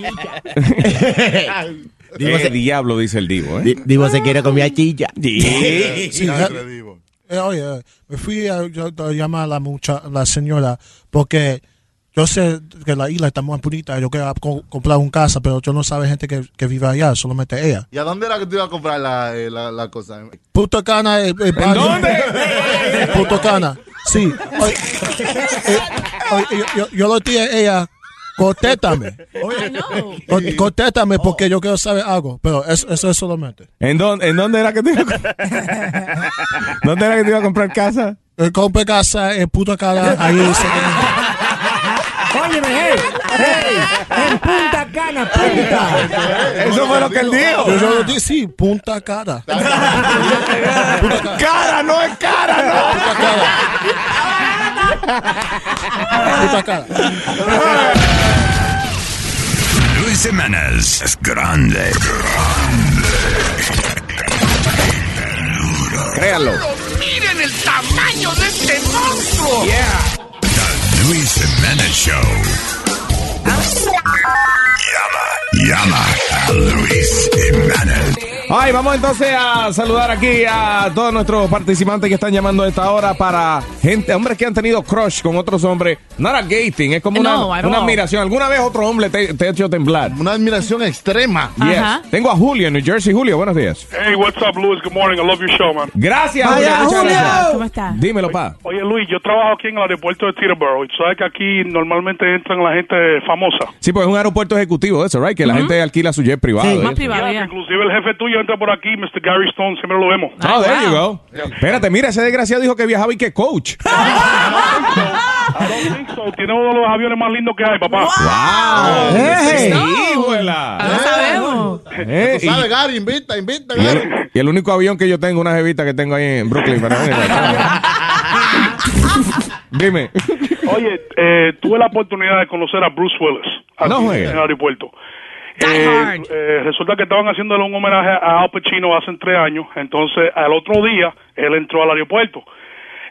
[SPEAKER 3] [LAUGHS] ¿Qué diablo dice el Divo, eh?
[SPEAKER 21] Digo, se quiere comer a chicha.
[SPEAKER 18] Sí, ya- eh, oye, me fui a, yo- a llamar a la, mucha, la señora porque yo sé que la isla está muy bonita, yo quiero co- comprar un casa, pero yo no sabe gente que, que vive allá, solamente ella.
[SPEAKER 7] ¿Y a dónde era que tú ibas a comprar la, eh, la, la cosa?
[SPEAKER 18] Punta Cana. eh, eh, barrio- Punta Cana. Sí. Oye, eh, oye, yo, yo, yo lo dije a ella, contéstame. Con- Contéstame porque yo quiero saber algo, pero eso, eso es solamente.
[SPEAKER 3] ¿En dónde, ¿En dónde era que te iba a,
[SPEAKER 18] [LAUGHS]
[SPEAKER 3] [LAUGHS] ¿Dónde era que te iba a comprar casa?
[SPEAKER 18] Eh, Compré casa en Punta Cana, ahí se
[SPEAKER 9] Óyeme, hey, hey, en Punta
[SPEAKER 3] [LAUGHS]
[SPEAKER 9] Cana, punta.
[SPEAKER 18] Eso
[SPEAKER 9] fue lo que él dijo.
[SPEAKER 18] Yo, yo lo dije, sí, Punta Cana.
[SPEAKER 20] Cara, no es cara, no.
[SPEAKER 18] Punta Cana.
[SPEAKER 2] Luis Jiménez es grande. Grande.
[SPEAKER 3] Créalo.
[SPEAKER 20] Miren el tamaño de este monstruo.
[SPEAKER 2] The Luis Jiménez Show. Llama a Luis Jiménez.
[SPEAKER 3] [LAUGHS] Ay, vamos entonces a saludar aquí a todos nuestros participantes que están llamando a esta hora para gente, hombres que han tenido crush con otros hombres. Not a gating, es como una,
[SPEAKER 7] No, I don't
[SPEAKER 3] una
[SPEAKER 7] know.
[SPEAKER 3] admiración. ¿Alguna vez otro hombre te, te ha hecho temblar?
[SPEAKER 7] Una admiración extrema.
[SPEAKER 3] Yes.
[SPEAKER 7] Ajá.
[SPEAKER 3] Tengo a Julio en New Jersey. Julio, buenos días.
[SPEAKER 22] Hey, what's up, Luis? Good morning. I love your show, man.
[SPEAKER 3] Gracias, Julio. muchas gracias.
[SPEAKER 22] Ah.
[SPEAKER 3] Dímelo, pa.
[SPEAKER 22] Oye, Luis, yo trabajo aquí en el aeropuerto de Teterboro. Y tú sabes que aquí normalmente entran la gente famosa.
[SPEAKER 3] Sí, pues es un aeropuerto ejecutivo eso, right? Que la gente alquila su jet privado. ¿eh?
[SPEAKER 22] Ya, que Inclusive el jefe tuyo entra por aquí, Mr. Gary Stone, siempre lo vemos.
[SPEAKER 3] Ah, there you go. Espérate, mira, ese desgraciado dijo que viajaba y que coach.
[SPEAKER 22] So, tiene uno de los aviones más lindos que hay, papá.
[SPEAKER 3] ¡Wow!
[SPEAKER 22] Hey.
[SPEAKER 3] Ah. Eh,
[SPEAKER 7] Tú sabes, Gary, invita, invita,
[SPEAKER 3] Y
[SPEAKER 7] Gary.
[SPEAKER 3] el, y el único avión que yo tengo, una jevita que tengo ahí en Brooklyn. para- Dime.
[SPEAKER 22] Oye, eh, tuve la oportunidad de conocer a Bruce Willis aquí
[SPEAKER 3] No juegue.
[SPEAKER 22] en el aeropuerto. Eh, eh, resulta que estaban haciéndole un homenaje a Al Pacino hace tres años. Entonces, al otro día, él entró al aeropuerto.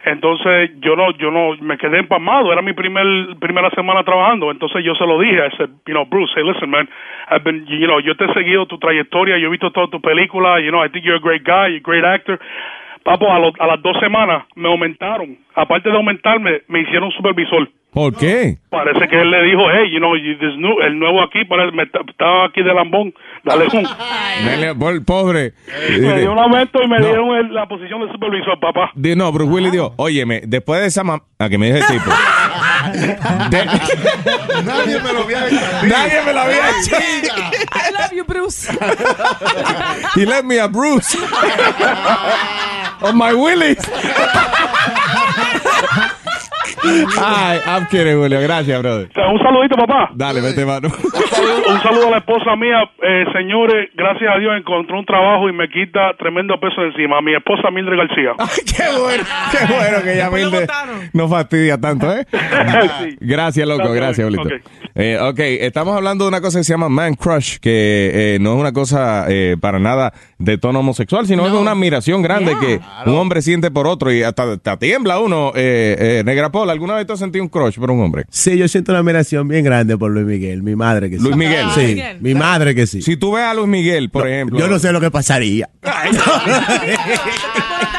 [SPEAKER 22] Entonces, yo no, yo no, me quedé empalmado. Era mi primer, primera semana trabajando. Entonces, yo se lo dije. I said, you know, Bruce, hey, listen, man. I've been, you know, yo te he seguido tu trayectoria. Yo he visto toda tu película. You know, I think you're a great guy. You're a great actor. Papo, a, lo- a las dos semanas me aumentaron. Aparte de aumentarme, me hicieron supervisor.
[SPEAKER 3] ¿Por qué?
[SPEAKER 22] Parece que él le dijo, hey, you know, you- this new- el nuevo aquí, parece, me ta- estaba aquí de lambón, dale un.
[SPEAKER 3] Dale, por- pobre.
[SPEAKER 22] Eh, me dio un aumento y me
[SPEAKER 3] No.
[SPEAKER 22] dieron el- la posición de supervisor, papá.
[SPEAKER 3] Di- No, Bruce Willis dijo, óyeme, después de esa mamá... que me dije tipo.
[SPEAKER 7] Nadie me lo había hecho.
[SPEAKER 3] Nadie me lo había hecho. [LAUGHS]
[SPEAKER 1] I love you, Bruce.
[SPEAKER 3] He left me a Bruce. [LAUGHS] On my Willis. Ay, I'm kidding, Julio. Gracias, brother.
[SPEAKER 22] Un saludito, papá.
[SPEAKER 3] Dale, vete, mano.
[SPEAKER 22] Un saludo, un saludo a la esposa mía, eh, señores, gracias a Dios encontró un trabajo y me quita tremendo peso encima. Mi esposa Mildred García.
[SPEAKER 3] qué bueno, qué bueno que ya Milde no fastidia tanto, ¿eh? Gracias, loco, gracias, Bolito.
[SPEAKER 22] Ok.
[SPEAKER 3] Eh, ok, estamos hablando de una cosa que se llama Man Crush, que eh, no es una cosa eh, para nada de tono homosexual, sino es una admiración grande que un hombre siente por otro y hasta, hasta tiembla uno. Eh, eh, Negra Paul, ¿alguna vez tú has sentido un crush por un hombre?
[SPEAKER 9] Sí, yo siento una admiración bien grande por Luis Miguel, mi madre que sí.
[SPEAKER 3] Luis Miguel.
[SPEAKER 9] Sí,
[SPEAKER 3] Miguel.
[SPEAKER 9] mi madre que sí.
[SPEAKER 3] Si tú ves a Luis Miguel, por ejemplo.
[SPEAKER 9] Yo no sé lo que pasaría.
[SPEAKER 3] [LAUGHS]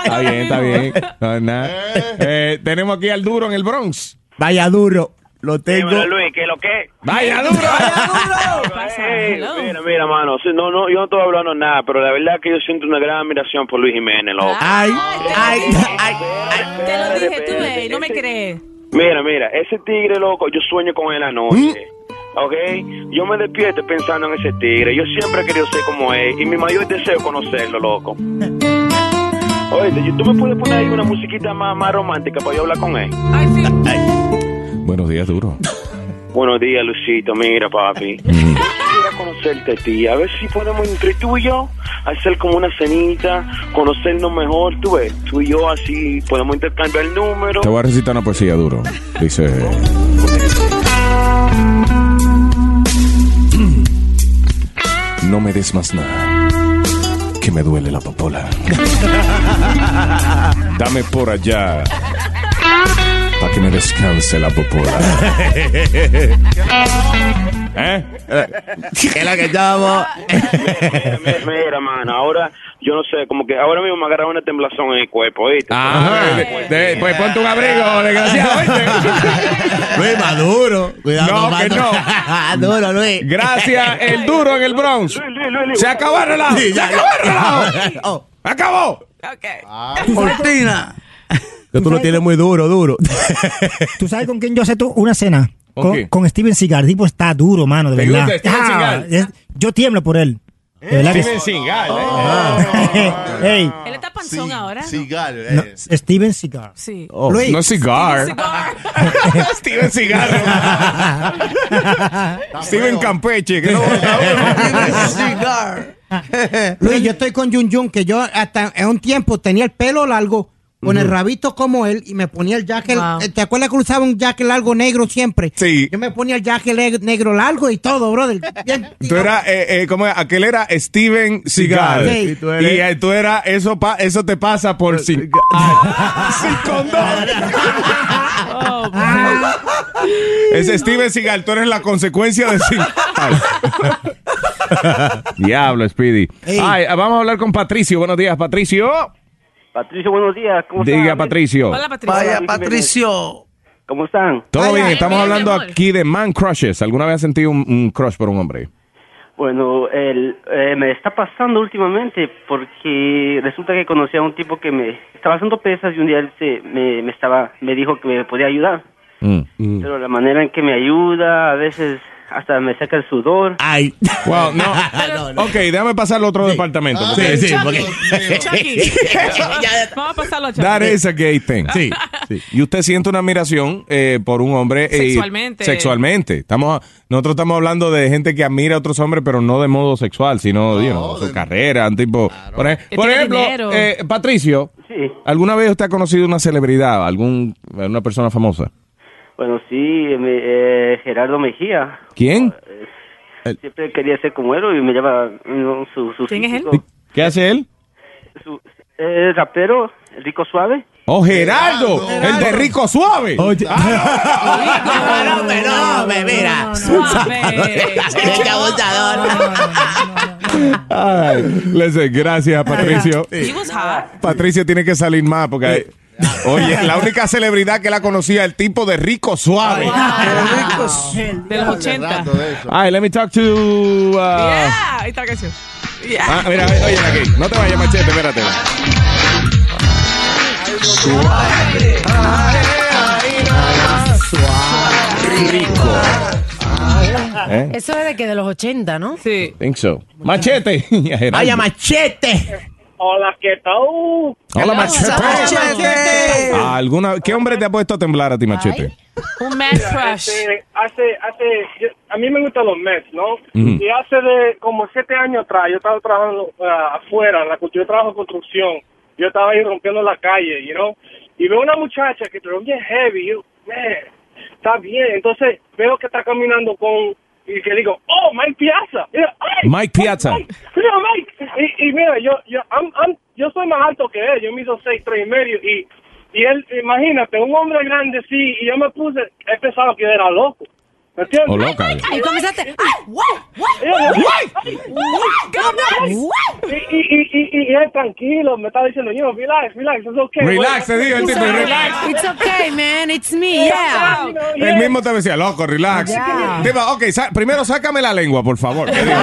[SPEAKER 3] Está bien, está bien. [LAUGHS] No es nada. Eh, tenemos aquí al duro en el Bronx.
[SPEAKER 9] Vaya duro, lo tengo.
[SPEAKER 5] Dímelo, Luis, ¿qué es lo que?
[SPEAKER 3] ¡Vaya duro!
[SPEAKER 5] Ey, mira, mira, mano. sí, No, no, yo no estoy hablando nada, pero la verdad es que yo siento una gran admiración por Luis Jiménez, loco.
[SPEAKER 9] Ay,
[SPEAKER 1] ay,
[SPEAKER 9] ay,
[SPEAKER 1] Te lo dije tú, eh, no me
[SPEAKER 3] [LAUGHS]
[SPEAKER 1] crees.
[SPEAKER 5] Mira, mira, ese tigre, loco, yo sueño con él anoche. ¿Ok? Yo me despierto pensando en ese tigre. Yo siempre he querido ser como él. Y mi mayor deseo es conocerlo, loco. Oye, ¿y tú me puedes poner ahí una musiquita más, más romántica para yo hablar con él.
[SPEAKER 3] Buenos días, duro.
[SPEAKER 5] [LAUGHS]
[SPEAKER 3] Mm,
[SPEAKER 5] Buenos días, Lucito. Mira, papi. Quiero conocerte a ti. A ver si podemos entre tú y yo hacer como una cenita, conocernos mejor. Tú ves, tú y yo así podemos intercambiar el número.
[SPEAKER 3] Te voy a recitar una poesía, duro. Dice. No me des más nada, que me duele la popola. Dame por allá, pa' que me descanse la popola. ¿Eh?
[SPEAKER 9] Es la que estamos.
[SPEAKER 5] Mira, Mira, mano, ahora yo no sé, como que ahora mismo me agarra una temblazón en el cuerpo, ¿oíste?
[SPEAKER 3] Ajá. Ah, De- pues ponte un
[SPEAKER 5] Ah.
[SPEAKER 3] abrigo, desgraciado.
[SPEAKER 9] Luis Maduro. Cuidado,
[SPEAKER 3] No, que
[SPEAKER 9] Maduro. duro, [LAUGHS] Luis. [LAUGHS]
[SPEAKER 3] Gracias, el duro en el Bronx. Se acabó el relajo.
[SPEAKER 9] Sí,
[SPEAKER 3] Se
[SPEAKER 9] ya. Oh.
[SPEAKER 3] acabó el
[SPEAKER 9] [LAUGHS]
[SPEAKER 3] relajo. Acabó.
[SPEAKER 7] Ah.
[SPEAKER 9] Cortina. Que tú lo tienes muy duro, duro.
[SPEAKER 23] [LAUGHS] ¿Tú sabes con quién yo acepto una cena?
[SPEAKER 9] ¿Con
[SPEAKER 23] Con,
[SPEAKER 9] quién?
[SPEAKER 23] con Steven Seagal. Tipo, está duro, mano, de
[SPEAKER 9] ¿Te
[SPEAKER 23] verdad.
[SPEAKER 9] gusta Steven
[SPEAKER 23] Ah,
[SPEAKER 9] Seagal?
[SPEAKER 23] es- yo tiemblo por él. De
[SPEAKER 7] Eh,
[SPEAKER 23] verdad que
[SPEAKER 3] Steven
[SPEAKER 23] sí.
[SPEAKER 3] Seagal. ¿eh?
[SPEAKER 23] [LAUGHS] Ey,
[SPEAKER 1] Él está panzón ahora. ¿no?
[SPEAKER 9] No,
[SPEAKER 7] eh.
[SPEAKER 23] Steven Seagal. [LAUGHS]
[SPEAKER 1] Sí.
[SPEAKER 3] Oh,
[SPEAKER 23] Luis.
[SPEAKER 3] No cigar. Steven
[SPEAKER 9] [LAUGHS]
[SPEAKER 3] Cigarro. Steven Campeche. que no-
[SPEAKER 9] [LAUGHS]
[SPEAKER 13] [LAUGHS] Luis, yo estoy con Jun Jun, que yo hasta en un tiempo tenía el pelo largo, con el
[SPEAKER 3] Ujú.
[SPEAKER 13] rabito como él, y me ponía el jacket.
[SPEAKER 23] Wow.
[SPEAKER 13] eh, ¿Te acuerdas que usaba un jacket largo negro siempre?
[SPEAKER 3] Sí.
[SPEAKER 13] Yo me ponía el jacket le- negro largo y todo, brother. Bien.
[SPEAKER 3] Tú era, eh, eh, ¿cómo es? Aquel era Steven Cigar.
[SPEAKER 13] Sí.
[SPEAKER 3] Y eh, tú, eras, eso, pa- eso te pasa por sin, [LAUGHS] sin condón. es Steven Cigar, tú eres la consecuencia de sin. Ay. [LAUGHS] Diablo, Speedy. Ay, vamos a hablar con Patricio. Buenos días, Patricio.
[SPEAKER 8] Patricio, buenos días. ¿Cómo
[SPEAKER 3] Diga,
[SPEAKER 8] están?
[SPEAKER 3] Patricio. Hola,
[SPEAKER 8] Patricio.
[SPEAKER 3] Vaya,
[SPEAKER 8] Patricio. ¿Cómo están?
[SPEAKER 3] Todo bien, estamos hablando aquí de man crushes. ¿Alguna vez has sentido un, un crush por un hombre?
[SPEAKER 8] Bueno, el, eh, me está pasando últimamente porque resulta que conocí a un tipo que me estaba haciendo pesas y un día él se, me, me estaba me dijo que me podía ayudar.
[SPEAKER 3] Mm.
[SPEAKER 8] Pero la manera en que me ayuda, a veces hasta me saca el sudor.
[SPEAKER 3] Ay. Wow, [LAUGHS] no. Ok, déjame pasar al otro departamento. porque-
[SPEAKER 24] Ah, sí, porque- [LAUGHS]
[SPEAKER 1] Chucky. Vamos a pasarlo a Chucky.
[SPEAKER 3] That is a gay thing.
[SPEAKER 1] Ah.
[SPEAKER 3] Sí. Y usted siente una admiración eh, por un hombre. eh,
[SPEAKER 1] Sexualmente.
[SPEAKER 3] Sexualmente. Estamos, nosotros estamos hablando de gente que admira a otros hombres, pero no de modo sexual, sino you know, su carrera, un tipo. Por, ej-
[SPEAKER 1] Que
[SPEAKER 3] por
[SPEAKER 1] tiene
[SPEAKER 3] ejemplo,
[SPEAKER 1] dinero.
[SPEAKER 3] eh, Patricio, ¿alguna vez usted ha conocido una celebridad, algún, una persona famosa?
[SPEAKER 8] Bueno, sí, me- eh, Gerardo Mejía.
[SPEAKER 3] ¿Quién?
[SPEAKER 8] Siempre quería ser como él y me lleva no, su, su
[SPEAKER 1] ¿Quién es él?
[SPEAKER 8] físico.
[SPEAKER 3] ¿Qué hace él?
[SPEAKER 8] Su, eh, rapero, Rico Suave.
[SPEAKER 3] Oh, Gerardo, el de Rico Suave. Ah,
[SPEAKER 10] No, me no, me mira. Qué abusador.
[SPEAKER 3] Ay, listen, gracias, Patricio.
[SPEAKER 10] He was hot.
[SPEAKER 3] Patricio tiene que salir más porque. Oye, la única celebridad que la conocía, el tipo de rico suave.
[SPEAKER 1] De los 80.
[SPEAKER 3] All right, let me talk to. uh,
[SPEAKER 1] Yeah, ahí está la canción. Yeah.
[SPEAKER 3] Ah, mira, oye, aquí. No te vayas, machete, espérate.
[SPEAKER 7] Ah.
[SPEAKER 3] ¿Eh?
[SPEAKER 4] Eso es de que de los 80, ¿no?
[SPEAKER 1] Sí.
[SPEAKER 3] Think so. Machete. Ya, Gerardo.
[SPEAKER 25] machete. Hola, ¿qué tal?
[SPEAKER 3] Hola, machete.
[SPEAKER 25] machete.
[SPEAKER 3] ¿Alguna, ¿Qué hombre te ha puesto a temblar a ti, machete?
[SPEAKER 1] Un man crush.
[SPEAKER 25] Este, hace, hace, yo- a mí me gustan los Mets, ¿no?
[SPEAKER 3] Ujú.
[SPEAKER 25] Y hace de como siete años atrás, yo estaba trabajando ah, afuera, en la, yo trabajo en construcción, yo estaba ahí rompiendo la calle, you know? Y veo una muchacha que pero bien heavy, yo, man, está bien. Entonces veo que está caminando con, y que digo, oh, Mike Piazza. Y yo, "Ay,
[SPEAKER 3] Mike Piazza.
[SPEAKER 25] Mira, Mike, y, y mira, yo, yo, I'm- I'm- yo soy más alto que él, yo mido seis, tres y medio, y, y él, imagínate, un hombre grande, sí, y yo me puse, he pensado que era loco, ¿me entiendes?
[SPEAKER 3] O Oh, loca.
[SPEAKER 4] Y comenzaste.
[SPEAKER 25] Y yo, ay, ay, ay. Y, y, y, y, y él tranquilo, me estaba diciendo, yo, relax, relax, it's okay.
[SPEAKER 3] Relax, te digo, el tipo, relax.
[SPEAKER 4] It's okay, man. It's me, yeah.
[SPEAKER 3] El mismo te decía, loco, relax.
[SPEAKER 4] Ya.
[SPEAKER 3] Te va, ok, sa- primero sácame la lengua, por favor. Te digo.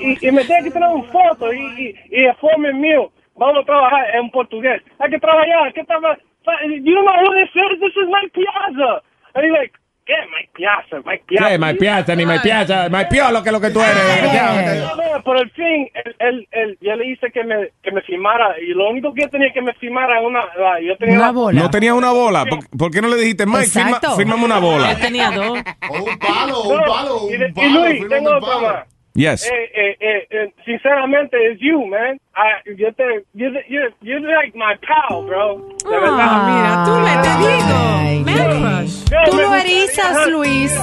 [SPEAKER 25] y, y me tiene que tener una foto, y, y, y el forme mío, vamos a trabajar en portugués, hay que trabajar, hay que trabajar, you know who this is, this is Mike Piazza, and he's like, ¿qué, Mike Piazza, Mike Piazza?
[SPEAKER 3] ¿Qué? My piazza, ni my piazza. My piolo, que es lo que tú eres. desgraciado.
[SPEAKER 25] Por el fin, él, él, él- yo le hice que me, que me firmara y lo único que yo tenía que me firmara era una... la- yo tenía la-
[SPEAKER 3] No tenía una bola. ¿Por, por qué no le dijiste, Mike, firma,
[SPEAKER 25] Exacto.
[SPEAKER 3] fírmame una
[SPEAKER 1] Yo
[SPEAKER 3] bola?
[SPEAKER 1] tenía
[SPEAKER 9] Oh,
[SPEAKER 1] dos.
[SPEAKER 25] un
[SPEAKER 7] palo, un palo, un
[SPEAKER 25] y, de- y
[SPEAKER 7] palo,
[SPEAKER 25] Luis,
[SPEAKER 7] fírmame
[SPEAKER 25] tengo
[SPEAKER 7] un
[SPEAKER 25] otra
[SPEAKER 7] palo.
[SPEAKER 25] más.
[SPEAKER 3] Yes.
[SPEAKER 25] Eh, eh, eh, eh, sinceramente, es you, man. I, yo te, you're, the- you're, you're like my pal, bro. De verdad.
[SPEAKER 1] Ah,
[SPEAKER 25] Ah,
[SPEAKER 1] Mira, tú le te digo. Man crush.
[SPEAKER 25] Yo
[SPEAKER 4] Tú
[SPEAKER 25] me
[SPEAKER 4] lo
[SPEAKER 25] gustaría
[SPEAKER 4] erizas,
[SPEAKER 25] jan-
[SPEAKER 4] Luis.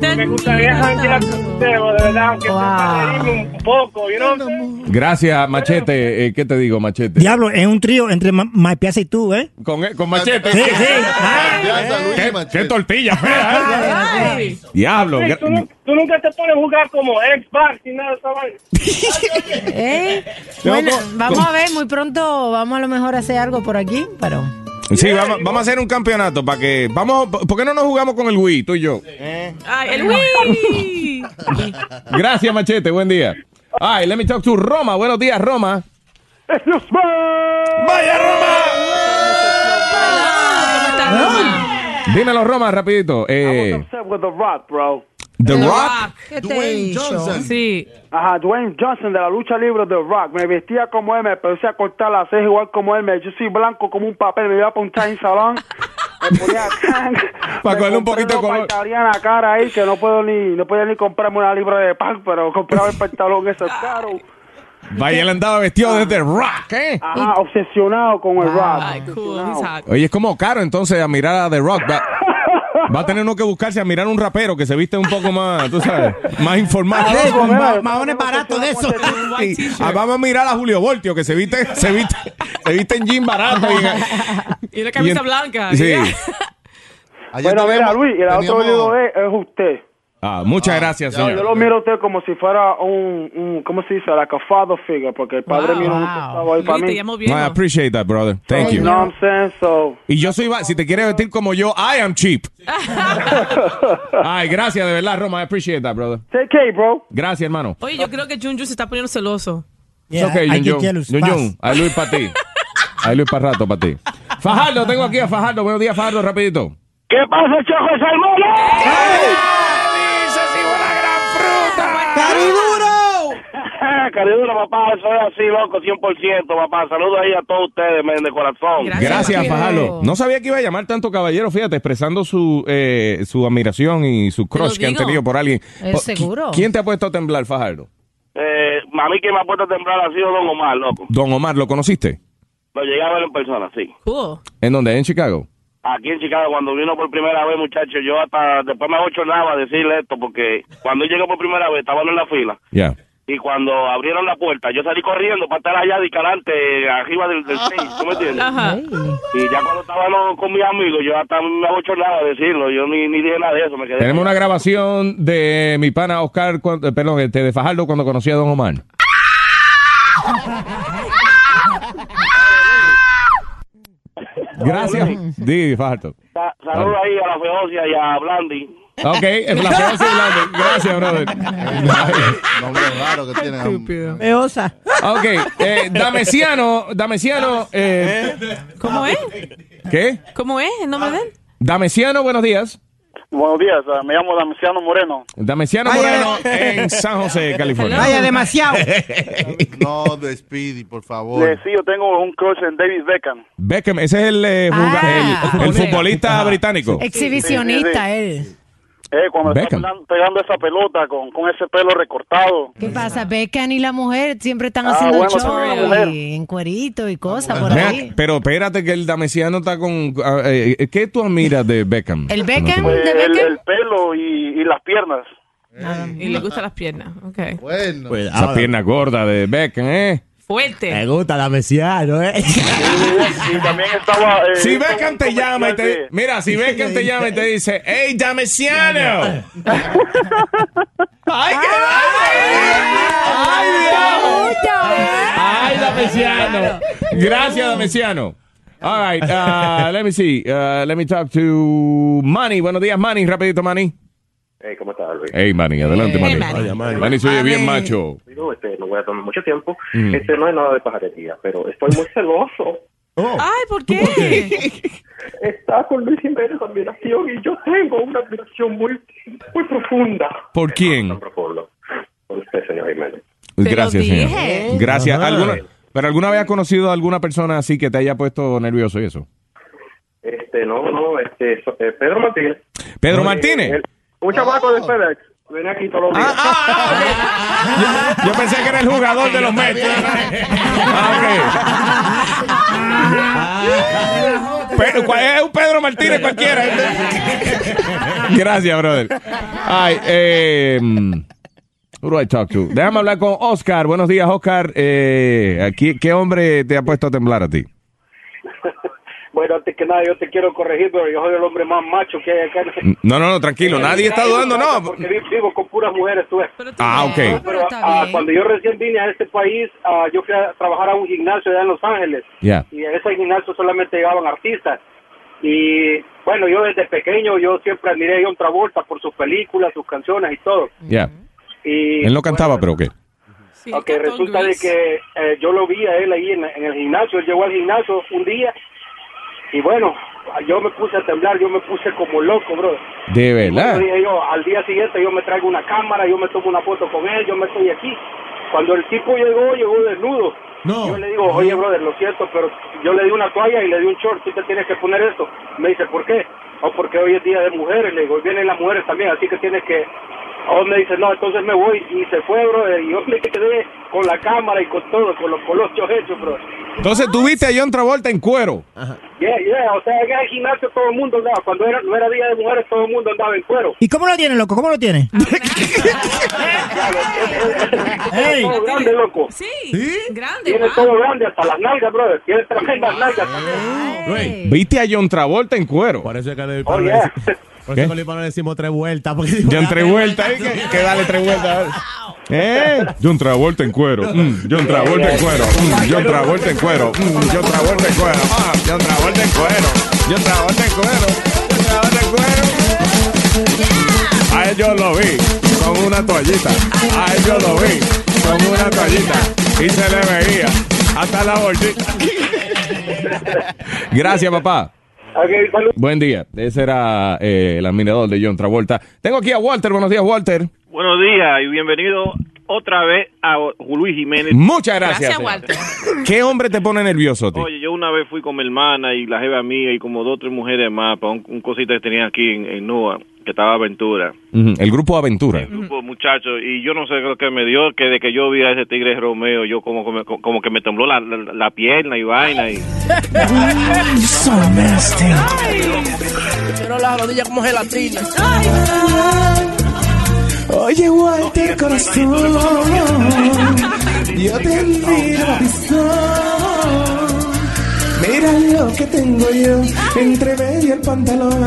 [SPEAKER 25] Me gustaría janguear con usted, bro, de verdad, aunque wow. un poco, you know?
[SPEAKER 3] Gracias, Machete. Eh, ¿Qué te digo, Machete?
[SPEAKER 23] Diablo, es un trío entre Ma- Mike Piazza y tú, ¿eh?
[SPEAKER 3] Con, eh, con Machete.
[SPEAKER 23] Sí, sí. Ah,
[SPEAKER 3] ¿Qué, qué tortilla fea, eh?
[SPEAKER 25] Ay.
[SPEAKER 3] Diablo.
[SPEAKER 25] Luis, tú, nu-
[SPEAKER 3] gra-
[SPEAKER 25] tú nunca te pones a jugar como Xbox y nada, ¿sabes?
[SPEAKER 4] ¿Eh? Bueno, vamos a ver, muy pronto vamos a lo mejor a hacer algo por aquí, pero...
[SPEAKER 3] Sí, vamos, vamos a hacer un campeonato para que. Vamos, ¿Por qué no nos jugamos con el Wii, tú y yo?
[SPEAKER 1] Eh. Ay, el Wii.
[SPEAKER 3] Gracias, Machete. Buen día. All right, let me talk to Roma. Buenos días, Roma. ¡Vaya, Roma! Ah, Dímelo, Roma, rapidito. Eh,
[SPEAKER 9] Except with The Rock, bro.
[SPEAKER 3] The Rock.
[SPEAKER 4] Ah, ¿Qué te
[SPEAKER 9] Dwayne
[SPEAKER 4] he dicho?
[SPEAKER 9] Johnson.
[SPEAKER 1] Sí.
[SPEAKER 9] Ajá, Dwayne Johnson de la lucha libre The Rock. Me vestía como él, me empecé a cortar las cejas igual como él. Me, yo soy blanco como un papel, me iba a apuntar en salón.
[SPEAKER 3] [LAUGHS]
[SPEAKER 9] Me ponía acá.
[SPEAKER 3] Para cogerle un
[SPEAKER 9] compré
[SPEAKER 3] poquito de
[SPEAKER 9] ropa
[SPEAKER 3] color.
[SPEAKER 9] italiana cara ahí que no puedo ni no podía ni comprarme una libra de pan, pero compraba el pantalón ese caro.
[SPEAKER 4] Ah.
[SPEAKER 3] Vaya, él andaba vestido de The Rock, ¿eh?
[SPEAKER 9] Ajá, Ah, obsesionado con el rock. obsesionado.
[SPEAKER 3] Oye, es como caro entonces a mirar a The Rock. Va, va a tener uno que buscarse a mirar un rapero que se viste un poco más, tú sabes, más informal.
[SPEAKER 13] Ah,
[SPEAKER 3] Sí.
[SPEAKER 13] con ma- maones baratos de eso.
[SPEAKER 3] Ah, vamos a mirar a Julio Voltio que se viste, se viste, se viste en jean barato. y en-
[SPEAKER 1] Y una camisa
[SPEAKER 3] en-
[SPEAKER 1] blanca.
[SPEAKER 3] Sí.
[SPEAKER 1] Yeah.
[SPEAKER 9] bueno, mira, Luis, y el otro
[SPEAKER 3] teníamos-
[SPEAKER 9] video Eh, es, es usted.
[SPEAKER 3] Ah, muchas gracias,
[SPEAKER 9] No,
[SPEAKER 3] señor.
[SPEAKER 9] yo lo miro a usted como si fuera un, un ¿cómo se dice? Like a father figure, porque el padre mío nunca estaba ahí para mí.
[SPEAKER 3] No, I appreciate that, brother. Thank you.
[SPEAKER 9] You know what I'm saying? So,
[SPEAKER 3] Y yo soy, va- si te quieres vestir como yo, I am
[SPEAKER 9] [LAUGHS]
[SPEAKER 3] cheap. Ay, gracias, de verdad, Roma. I appreciate that, brother.
[SPEAKER 9] take care, bro.
[SPEAKER 3] Gracias, hermano.
[SPEAKER 1] Oye, yo creo que Junju se está poniendo celoso.
[SPEAKER 3] It's okay, Jun Jun. Jun Jun, ahí Luis para ti. Ahí Luis para rato para ti. Fajardo, tengo aquí a Fajardo. Buenos días, Fajardo, rapidito.
[SPEAKER 10] ¿Qué pasa, Choco Salmón?
[SPEAKER 26] [LAUGHS]
[SPEAKER 13] ¡Cariduro!
[SPEAKER 26] Cariduro, papá, eso es así, loco, 100%, papá. Saludos ahí a todos ustedes, men, de corazón.
[SPEAKER 3] Gracias, Fajardo. No sabía que iba a llamar tanto caballero, fíjate, expresando su, eh, su admiración y su crush que han
[SPEAKER 26] digo.
[SPEAKER 3] tenido por alguien.
[SPEAKER 26] Eh,
[SPEAKER 3] Po-
[SPEAKER 26] seguro.
[SPEAKER 3] ¿Quién te ha puesto a temblar, Fajardo?
[SPEAKER 26] Eh, a mí quien me ha puesto a temblar ha sido Don Omar, loco.
[SPEAKER 3] Don Omar, ¿lo conociste?
[SPEAKER 26] Lo llegué a ver en persona, sí.
[SPEAKER 3] ¿En dónde? ¿En Chicago?
[SPEAKER 26] Aquí en Chicago, cuando vino por primera vez, muchacho, yo hasta después me abochonaba a decirle esto, porque cuando él llegó por primera vez, estaban en la fila.
[SPEAKER 3] Ya.
[SPEAKER 26] Y cuando abrieron la puerta, yo salí corriendo para estar allá de calante, arriba del, del stage, ¿tú me entiendes? Y ya cuando estábamos con mis amigos, yo hasta me abochonaba a decirlo, yo ni, ni dije nada de eso, me quedé.
[SPEAKER 3] Tenemos una grabación de mi pana Oscar, cuando- eh, perdón, este de Fajardo cuando conocí a Don Omar. Gracias. Di, Fajardo.
[SPEAKER 26] Sa- Saludos ahí a la feocia y a Blandi.
[SPEAKER 3] Ok, es
[SPEAKER 26] [LAUGHS]
[SPEAKER 3] la frase de la- Gracias, brother.
[SPEAKER 7] [LAUGHS] Nombre raro que tiene. Estúpido.
[SPEAKER 13] Meosa.
[SPEAKER 3] Ok, eh, Damesiano, Damesiano, eh,
[SPEAKER 1] ¿Cómo es?
[SPEAKER 3] ¿qué?
[SPEAKER 1] ¿Cómo es el nombre de él?
[SPEAKER 3] Damesiano, buenos días.
[SPEAKER 5] Buenos días, eh, me llamo Damiciano Moreno.
[SPEAKER 3] Damesiano Moreno en San
[SPEAKER 5] [LAUGHS]
[SPEAKER 3] José, California.
[SPEAKER 5] Vaya, demasiado.
[SPEAKER 7] no, de Speedy, por favor.
[SPEAKER 5] Le- sí, yo tengo un crush en David Beckham.
[SPEAKER 3] [LAUGHS] Beckham, ese es el,
[SPEAKER 4] Ah.
[SPEAKER 3] eh, juga- el- el futbolista Ah. británico.
[SPEAKER 5] Exhibicionista él. Eh, cuando está
[SPEAKER 3] Beckham.
[SPEAKER 5] pegando, pegando esa pelota con, con ese pelo recortado.
[SPEAKER 4] ¿Qué pasa? Beckham y la mujer siempre están
[SPEAKER 5] Ah,
[SPEAKER 4] haciendo
[SPEAKER 5] bueno, también la
[SPEAKER 4] show
[SPEAKER 5] mujer.
[SPEAKER 4] y en cuerito y cosas por
[SPEAKER 3] Mira,
[SPEAKER 4] ahí.
[SPEAKER 3] pero espérate que el Damesiano está con... ah, eh, ¿Qué tú admiras de Beckham?
[SPEAKER 4] ¿El Beckham?
[SPEAKER 5] Eh,
[SPEAKER 4] ¿De
[SPEAKER 5] el,
[SPEAKER 4] Beckham?
[SPEAKER 5] el pelo y, y las piernas.
[SPEAKER 1] Y le gustan las piernas. Ok.
[SPEAKER 7] Bueno.
[SPEAKER 24] Pues, ah.
[SPEAKER 3] Esa pierna gorda de Beckham, ¿eh?
[SPEAKER 1] Fuerte.
[SPEAKER 24] gusta la mesiano,
[SPEAKER 5] [LAUGHS]
[SPEAKER 24] ¿eh?
[SPEAKER 5] Y también estaba... eh,
[SPEAKER 3] Si
[SPEAKER 5] hizo
[SPEAKER 3] Beckham
[SPEAKER 5] un
[SPEAKER 3] te llama y
[SPEAKER 5] comercial
[SPEAKER 3] te...
[SPEAKER 5] de-
[SPEAKER 3] Mira, si Beckham te llama y te dice, ¡Hey, Damesiano!
[SPEAKER 5] [LAUGHS]
[SPEAKER 3] ¡Ay, qué ¡Ay, Dios!
[SPEAKER 4] ¿eh?
[SPEAKER 3] ¡Ay, Damesiano! Gracias, Damesiano. All right, uh, let me see. Uh, let me talk to Manny. Buenos días, Manny. Rapidito, Manny.
[SPEAKER 12] Hey, ¿Cómo estás, Luis?
[SPEAKER 3] Hey, Manny, adelante,
[SPEAKER 12] Hey,
[SPEAKER 3] Manny.
[SPEAKER 12] Manny. Vaya, Manny.
[SPEAKER 3] Manny se oye bien
[SPEAKER 12] Manny.
[SPEAKER 3] macho.
[SPEAKER 12] Digo, este, no voy a tomar mucho tiempo.
[SPEAKER 3] Mm.
[SPEAKER 12] Este no es nada de pajarería, pero estoy muy celoso.
[SPEAKER 1] Ay, Oh. ¿por qué?
[SPEAKER 12] [LAUGHS] Está con Luis Jiménez admiración y yo tengo una admiración muy, muy profunda.
[SPEAKER 3] ¿Por quién?
[SPEAKER 12] Profundo. Por usted, señor Jiménez.
[SPEAKER 3] Gracias, señor.
[SPEAKER 12] dije.
[SPEAKER 3] Gracias.
[SPEAKER 12] Ajá.
[SPEAKER 3] ¿Alguna, ¿Pero alguna vez has conocido a alguna persona así que te haya puesto nervioso y eso?
[SPEAKER 12] Este, no, no, este, so- eh, Pedro Martínez.
[SPEAKER 3] Pedro
[SPEAKER 12] Eh,
[SPEAKER 3] Martínez. Ah,
[SPEAKER 12] el- un chavaco de FedEx. Viene aquí todos los días.
[SPEAKER 3] Yo pensé que era el jugador de los Mets. Ah, ok. Pero, cual- es un Pedro Martínez cualquiera.
[SPEAKER 9] ¿eh?
[SPEAKER 3] [LAUGHS] Gracias, brother. Ay, eh, who do I talk to? Déjame hablar con Oscar. Buenos días, Oscar. Eh, aquí, ¿Qué hombre te ha puesto a temblar a ti?
[SPEAKER 5] [LAUGHS] Bueno, antes que nada, yo te quiero corregir, pero yo soy el hombre más macho que hay acá. en-
[SPEAKER 3] No, no, no, Mm, tranquilo. Nadie está dudando, no.
[SPEAKER 5] Porque vi- vivo con puras mujeres, tú ves.
[SPEAKER 3] Ah, ok.
[SPEAKER 5] Pero, ah, cuando yo recién vine a este país, ah, yo fui a trabajar a un gimnasio allá en Los Ángeles.
[SPEAKER 3] Ya.
[SPEAKER 5] Y en ese gimnasio solamente llegaban artistas. Y bueno, yo desde pequeño, yo siempre admiré a John Travolta por sus películas, sus canciones y todo.
[SPEAKER 3] Ya.
[SPEAKER 5] Y
[SPEAKER 3] Él no cantaba, pero ¿qué?
[SPEAKER 5] Ok, resulta de
[SPEAKER 27] Luis.
[SPEAKER 5] que eh, yo lo vi a él ahí en, en el gimnasio, él llegó al gimnasio un día y bueno, yo me puse a temblar, yo me puse como loco, bro.
[SPEAKER 3] De
[SPEAKER 5] Yo
[SPEAKER 3] verdad.
[SPEAKER 5] dije yo, al día siguiente yo me traigo una cámara, yo me tomo una foto con él, yo me estoy aquí. Cuando el tipo llegó, llegó desnudo. Yo le digo, oye, brother, lo siento, pero yo le di una toalla y le di un short, tú te tienes que poner esto. Me dice, ¿por qué? Oh, porque hoy es día de mujeres, le digo, "y vienen las mujeres también, así que tienes que... Oh, me dice, no, entonces me voy, y se fue, brother, y yo me quedé con la cámara y con todo, con los colochos hechos, brother.
[SPEAKER 3] Entonces tuviste a John Travolta en cuero.
[SPEAKER 5] Yeah, yeah, o sea, en el gimnasio todo el mundo andaba, cuando era, no era día de mujeres, todo el mundo andaba en cuero.
[SPEAKER 23] ¿Y cómo lo tiene, loco? ¿Cómo lo tiene?
[SPEAKER 5] Tiene todo grande, loco. Sí,
[SPEAKER 1] grande.
[SPEAKER 5] Tiene todo grande, hasta las nalgas, brother. Tiene
[SPEAKER 3] Ah,
[SPEAKER 5] tremendas nalgas también.
[SPEAKER 3] Viste a John Travolta en cuero. Parece que
[SPEAKER 5] Oh, yeah.
[SPEAKER 28] Por eso con Lipa no le decimos tres vueltas. Porque
[SPEAKER 3] Yo entre vueltas, ¿eh? que, que dale
[SPEAKER 28] [LAUGHS]
[SPEAKER 3] tres vueltas. ¿Eh? John Travolta en cuero. Mm, John Travolta en cuero. Mm, John Travolta en cuero. Mm, John Travolta en cuero. Ah, John Travolta en cuero. John Travolta en cuero. John Travolta en cuero. A él yo lo vi con una toallita. A él yo lo vi con una toallita. Y se le veía hasta la bolsita. Gracias, papá.
[SPEAKER 29] Ok, salud.
[SPEAKER 3] Buen día. Ese era eh, el admirador de John Travolta. Tengo aquí a Walter. Buenos días, Walter.
[SPEAKER 5] Buenos días y bienvenido otra vez a Luis Jiménez.
[SPEAKER 3] Muchas gracias. señor. ¿Qué hombre te pone nervioso, tío?
[SPEAKER 5] Oye, yo una vez fui con mi hermana y la jeva mía y como dos o tres mujeres más para un, un cosita que tenía aquí en, en Nua, que estaba Aventura.
[SPEAKER 3] Ujú, El grupo Aventura.
[SPEAKER 5] Grupo muchacho, y yo no sé lo que me dio, que de que yo vi a ese tigre Romeo, yo como, como, como que me tembló la, la- la pierna y vaina. Y...
[SPEAKER 9] so nasty.
[SPEAKER 27] Pero las rodillas como gelatina.
[SPEAKER 9] Oye, Walter Corazón, yo te miro a ti sol. Mira lo que tengo yo entre medio el pantalón.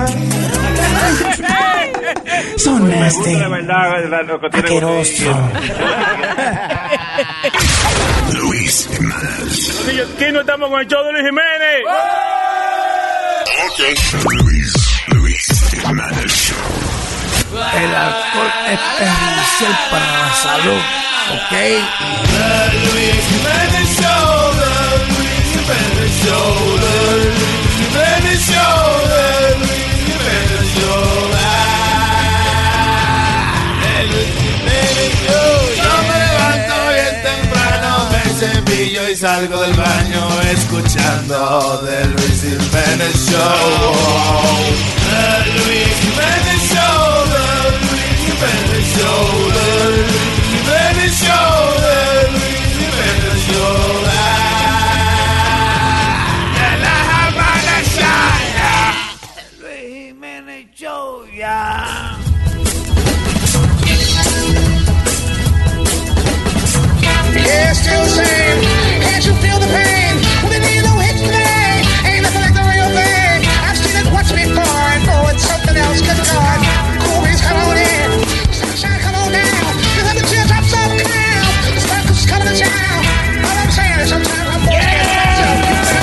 [SPEAKER 23] [LAUGHS]
[SPEAKER 9] Son nasty.
[SPEAKER 5] La verdad, la- lo que tiene-
[SPEAKER 2] Luis Jiménez.
[SPEAKER 9] Aquí no estamos con el show de Luis Jiménez.
[SPEAKER 2] Luis, Luis Jiménez Show.
[SPEAKER 27] El alcohol es perjudicial para la salud. ¿Ok? Luis Jiménez Show, The Luis Jiménez Show, The Luis Jiménez Show, The Luis Jiménez Show. ah, The Luis Jiménez Show. Yo me levanto bien temprano, me cepillo y salgo del baño escuchando The Luis Jiménez Show. The Luis Jiménez Show, The Luis Jiménez Show, The Luis Jiménez Show, The Luis Jiménez Show. ah, de la Habana Shaya, Luis Jiménez Show, ya.
[SPEAKER 9] It's still the same. Can't you feel the pain? Well, they need no hit today. Ain't nothing like the real thing. I've seen it once before and know it's something else. Good God. Cool breeze, come on in. Sunshine, come on down. You let the teardrops all down. The sparkle's coming to town. All I'm saying is sometimes I'm bored.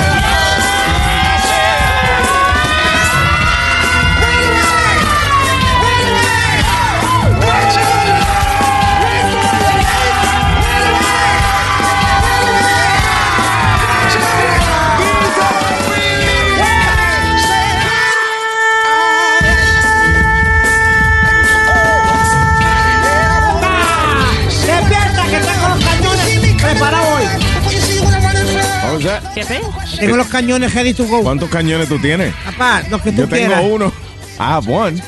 [SPEAKER 13] Despierta que tengo los cañones preparados hoy. Tengo los cañones ready to go.
[SPEAKER 3] ¿Cuántos cañones tú tienes?
[SPEAKER 13] Papá, los que tú
[SPEAKER 3] Yo tengo
[SPEAKER 13] quieras.
[SPEAKER 3] uno. Ah, one.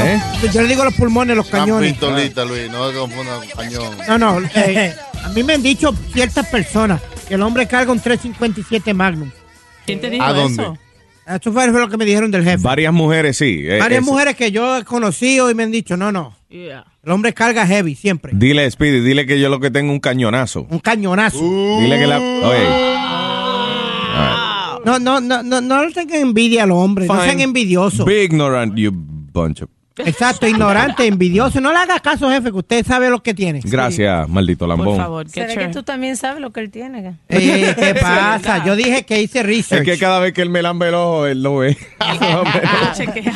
[SPEAKER 3] ¿Eh?
[SPEAKER 13] Yo le digo los pulmones, los cañones.
[SPEAKER 7] Pistolita, Luis, no te confundas con cañón.
[SPEAKER 13] [LAUGHS] No, no. eh, a mí me han dicho ciertas personas que el hombre carga un 357 Magnum.
[SPEAKER 30] ¿Quién te
[SPEAKER 13] dijo
[SPEAKER 3] ¿A dónde? eso?
[SPEAKER 13] Eso fue lo que me dijeron del jefe.
[SPEAKER 3] Varias mujeres, sí. eh,
[SPEAKER 13] Varias
[SPEAKER 3] es-
[SPEAKER 13] mujeres que yo he conocido y me han dicho, no, no. El hombre carga heavy siempre.
[SPEAKER 3] Dile, Speedy, dile que yo lo que tengo es un cañonazo.
[SPEAKER 13] Un cañonazo.
[SPEAKER 3] Uh. Dile que la. Oye. Ah.
[SPEAKER 13] No, no, no, no, no le tengan envidia al hombre. Ah. No sean
[SPEAKER 3] [LAUGHS]
[SPEAKER 13] envidiosos.
[SPEAKER 3] Be ignorant, you bunch of.
[SPEAKER 13] Exacto, ignorante, envidioso. No le hagas caso, jefe, que usted sabe lo que tiene.
[SPEAKER 3] Gracias, maldito lambón.
[SPEAKER 4] ¿Será que tú también sabes lo que él tiene?
[SPEAKER 13] Eh,
[SPEAKER 4] [LAUGHS]
[SPEAKER 13] ¿Qué pasa? Yo dije que hice research.
[SPEAKER 3] Es que cada vez que él me lambe el ojo, él lo ve. [LAUGHS]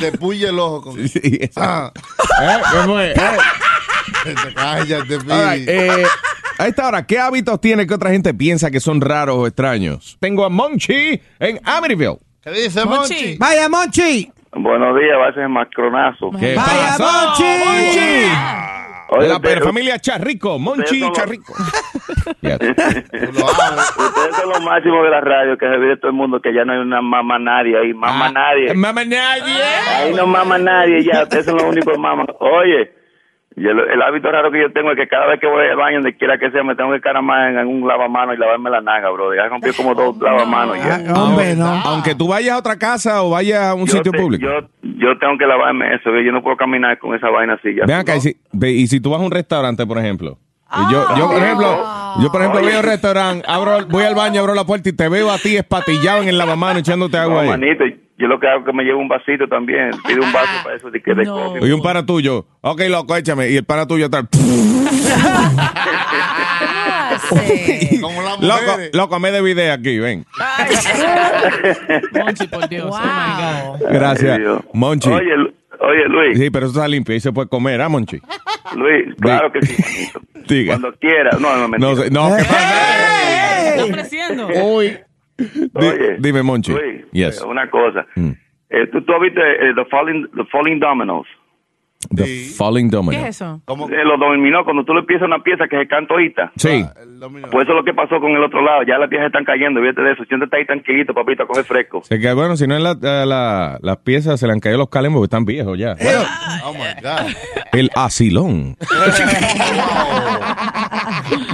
[SPEAKER 7] Le puye el ojo con.
[SPEAKER 3] Sí, exacto.
[SPEAKER 7] Ah.
[SPEAKER 3] ¿Eh? ¿Cómo es? ¿Eh?
[SPEAKER 7] [LAUGHS] Cállate, Luis.
[SPEAKER 3] All right, eh, a esta hora, ¿qué hábitos tiene que otra gente piensa que son raros o extraños? Tengo a Monchi en Amityville.
[SPEAKER 7] ¿Qué dice Monchi?
[SPEAKER 13] Vaya, Monchi.
[SPEAKER 31] Buenos días, va a ser macronazo.
[SPEAKER 3] ¿Qué pasó, Monchi?
[SPEAKER 31] Oye,
[SPEAKER 3] De la
[SPEAKER 31] ustedes-
[SPEAKER 3] familia Charrico, Monchi
[SPEAKER 31] ustedes son los- [LAUGHS]
[SPEAKER 3] Charrico.
[SPEAKER 31] Ustedes son lo máximo de la radio que se vive todo el mundo, que ya no hay una mamá nadie ahí, mamá nadie.
[SPEAKER 3] Mama Ah, eh, nadie.
[SPEAKER 31] Ahí no mama nadie, ya, ustedes son los únicos mamas. Oye, y el, el hábito raro que yo tengo es que cada vez que voy al baño, donde quiera que sea, me tengo que caramar en algún lavamanos y lavarme la naga, bro. Ya rompí como dos lavamanos ya.
[SPEAKER 13] Hombre, no.
[SPEAKER 3] Aunque tú vayas a otra casa o vayas a un
[SPEAKER 31] Yo
[SPEAKER 3] sitio
[SPEAKER 31] te-
[SPEAKER 3] público.
[SPEAKER 31] Yo, yo tengo que lavarme eso, que yo no puedo caminar con esa vaina así ya.
[SPEAKER 3] Ven acá, y, si, ve, y si tú vas a un restaurante, por ejemplo. Y yo, yo,
[SPEAKER 31] Ah.
[SPEAKER 3] por ejemplo, yo, por ejemplo, voy a un restaurante, abro, voy al baño, abro la puerta y te veo a ti espatillado en el lavamano echándote agua
[SPEAKER 31] No,
[SPEAKER 3] ahí.
[SPEAKER 31] manito, yo lo que hago es que me llevo un vasito también, pido un vaso para eso de que de coffee.
[SPEAKER 3] Y un para tuyo. Ok, loco, échame. Y el para tuyo tal. loco, loco, me de video aquí, ven.
[SPEAKER 1] Monchi, por Dios. Oh my God.
[SPEAKER 3] Gracias. Monchi.
[SPEAKER 31] Oye, Lu- oye, Luis.
[SPEAKER 3] Sí, pero eso está limpio y se puede comer, ¿ah, Monchi?
[SPEAKER 31] Luis, claro que
[SPEAKER 3] [LAUGHS]
[SPEAKER 31] sí, manito.
[SPEAKER 3] Diga.
[SPEAKER 31] Cuando quieras. No, no, mentira.
[SPEAKER 3] No, sé- no,
[SPEAKER 1] Eh.
[SPEAKER 3] ¿qué pasa?
[SPEAKER 1] Está ofreciendo.
[SPEAKER 3] Di- dime, Monchi.
[SPEAKER 31] eh. Luis,
[SPEAKER 3] Yes. Mm.
[SPEAKER 31] eh, una cosa. Eh, ¿tú, tú has visto eh, the, falling, the Falling Dominoes?
[SPEAKER 3] The Falling Domino.
[SPEAKER 1] ¿Qué es eso?
[SPEAKER 31] Eh, los dominó cuando tú le empiezas una pieza que se canta ahorita.
[SPEAKER 3] Sí.
[SPEAKER 31] Pues eso es lo que pasó con el otro lado. Ya las piezas están cayendo. Fíjate de eso. Siéntate ahí tranquilito, papito, a coger fresco.
[SPEAKER 3] Se que, bueno, si no es la, la- la- las piezas, se le han caído los calembos porque están viejos ya. Bueno,
[SPEAKER 7] Oh my God.
[SPEAKER 3] el asilón.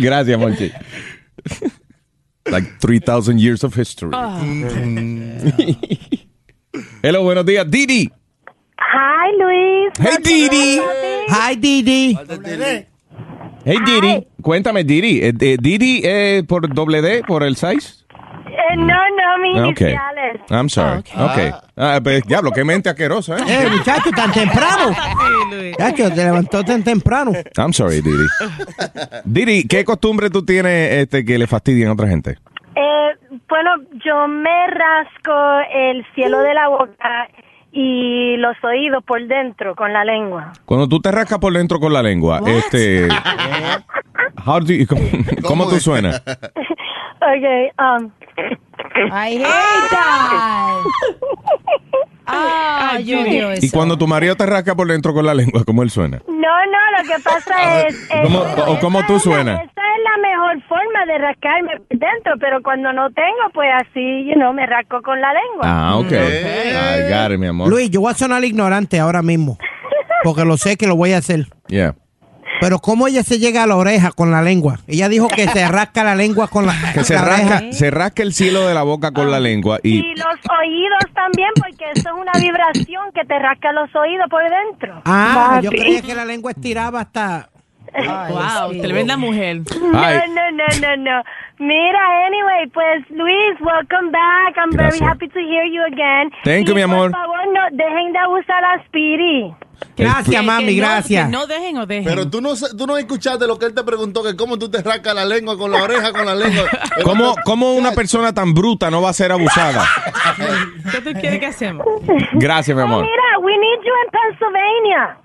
[SPEAKER 3] Gracias, Monchi. Like 3,000 years of history. Hello, buenos días, Didi.
[SPEAKER 32] Hi, Luis.
[SPEAKER 3] Hey, Didi.
[SPEAKER 13] Hi, Didi.
[SPEAKER 32] Eh,
[SPEAKER 3] Hey, Didi. Cuéntame, Didi. Eh, eh, Didi eh, por doble D, por el size.
[SPEAKER 32] Eh, no, no, mis
[SPEAKER 3] Ah, okay.
[SPEAKER 32] iniciales.
[SPEAKER 3] I'm sorry. ok. Ah, pues, diablo, qué mente asquerosa. ¿eh?
[SPEAKER 13] Eh, muchacho, tan temprano.
[SPEAKER 3] [LAUGHS]
[SPEAKER 32] eh.
[SPEAKER 13] Muchacho, te levantó tan temprano.
[SPEAKER 3] I'm sorry, Didi. Didi, ¿qué costumbre tú tienes este, que le fastidien a otra gente?
[SPEAKER 32] Eh, bueno, yo me rasco el cielo de la boca y los oídos por dentro con la lengua.
[SPEAKER 3] Cuando tú te rascas por dentro con la lengua, [LAUGHS] este, how do you- ¿cómo, cómo tú suenas?
[SPEAKER 32] [LAUGHS] Ok, um. I hate that.
[SPEAKER 1] Ah, yo odio
[SPEAKER 32] Pues,
[SPEAKER 3] Y cuando
[SPEAKER 32] um,
[SPEAKER 3] tu marido te rasca por dentro con la lengua, ¿cómo él suena?
[SPEAKER 32] No, no, lo que pasa es... es-
[SPEAKER 3] Ah, ¿Cómo, ¿O cómo tú suenas?
[SPEAKER 32] Esa es la mejor forma de rascarme por dentro, pero cuando no tengo, pues así, you know, me rasco con la lengua.
[SPEAKER 3] Ah, ok.
[SPEAKER 32] eh,
[SPEAKER 3] I got it, mi amor.
[SPEAKER 13] Luis, yo voy a sonar ignorante ahora mismo. Porque lo sé que lo voy a hacer.
[SPEAKER 3] Yeah.
[SPEAKER 13] Pero ¿cómo ella se llega a la oreja con la lengua? Ella dijo que se rasca la lengua con la,
[SPEAKER 3] Que se
[SPEAKER 13] la oreja.
[SPEAKER 3] rasca, se rasca el cielo de la boca con
[SPEAKER 32] Ah.
[SPEAKER 3] la lengua y...
[SPEAKER 32] Y los oídos también, porque eso es una vibración que te rasca los oídos por dentro.
[SPEAKER 13] Ah, yo creía que la lengua estiraba hasta...
[SPEAKER 1] Wow, te le ven la mujer.
[SPEAKER 32] [LAUGHS] No, no, no, no, no. Mira, anyway, pues Luis, welcome back. I'm
[SPEAKER 3] Gracias.
[SPEAKER 32] very happy to hear you again.
[SPEAKER 3] Thank you,
[SPEAKER 32] Y,
[SPEAKER 3] mi amor.
[SPEAKER 32] Por favor, no dejen de abusar a
[SPEAKER 7] [LAUGHS]
[SPEAKER 32] Speedy.
[SPEAKER 13] Gracias,
[SPEAKER 32] Que-
[SPEAKER 13] mami,
[SPEAKER 32] que no-
[SPEAKER 13] gracias.
[SPEAKER 32] que
[SPEAKER 1] No dejen o dejen.
[SPEAKER 7] Pero tú no, sa- tú no escuchaste lo que él te preguntó, que cómo tú te rascas la lengua con la oreja, con
[SPEAKER 13] [LAUGHS]
[SPEAKER 7] la lengua.
[SPEAKER 3] ¿Cómo, ¿Cómo [LAUGHS] una persona tan bruta no va a ser abusada?
[SPEAKER 1] ¿Qué tú quieres que hacemos?
[SPEAKER 3] Gracias, mi amor.
[SPEAKER 32] Mira, we need you in Pennsylvania.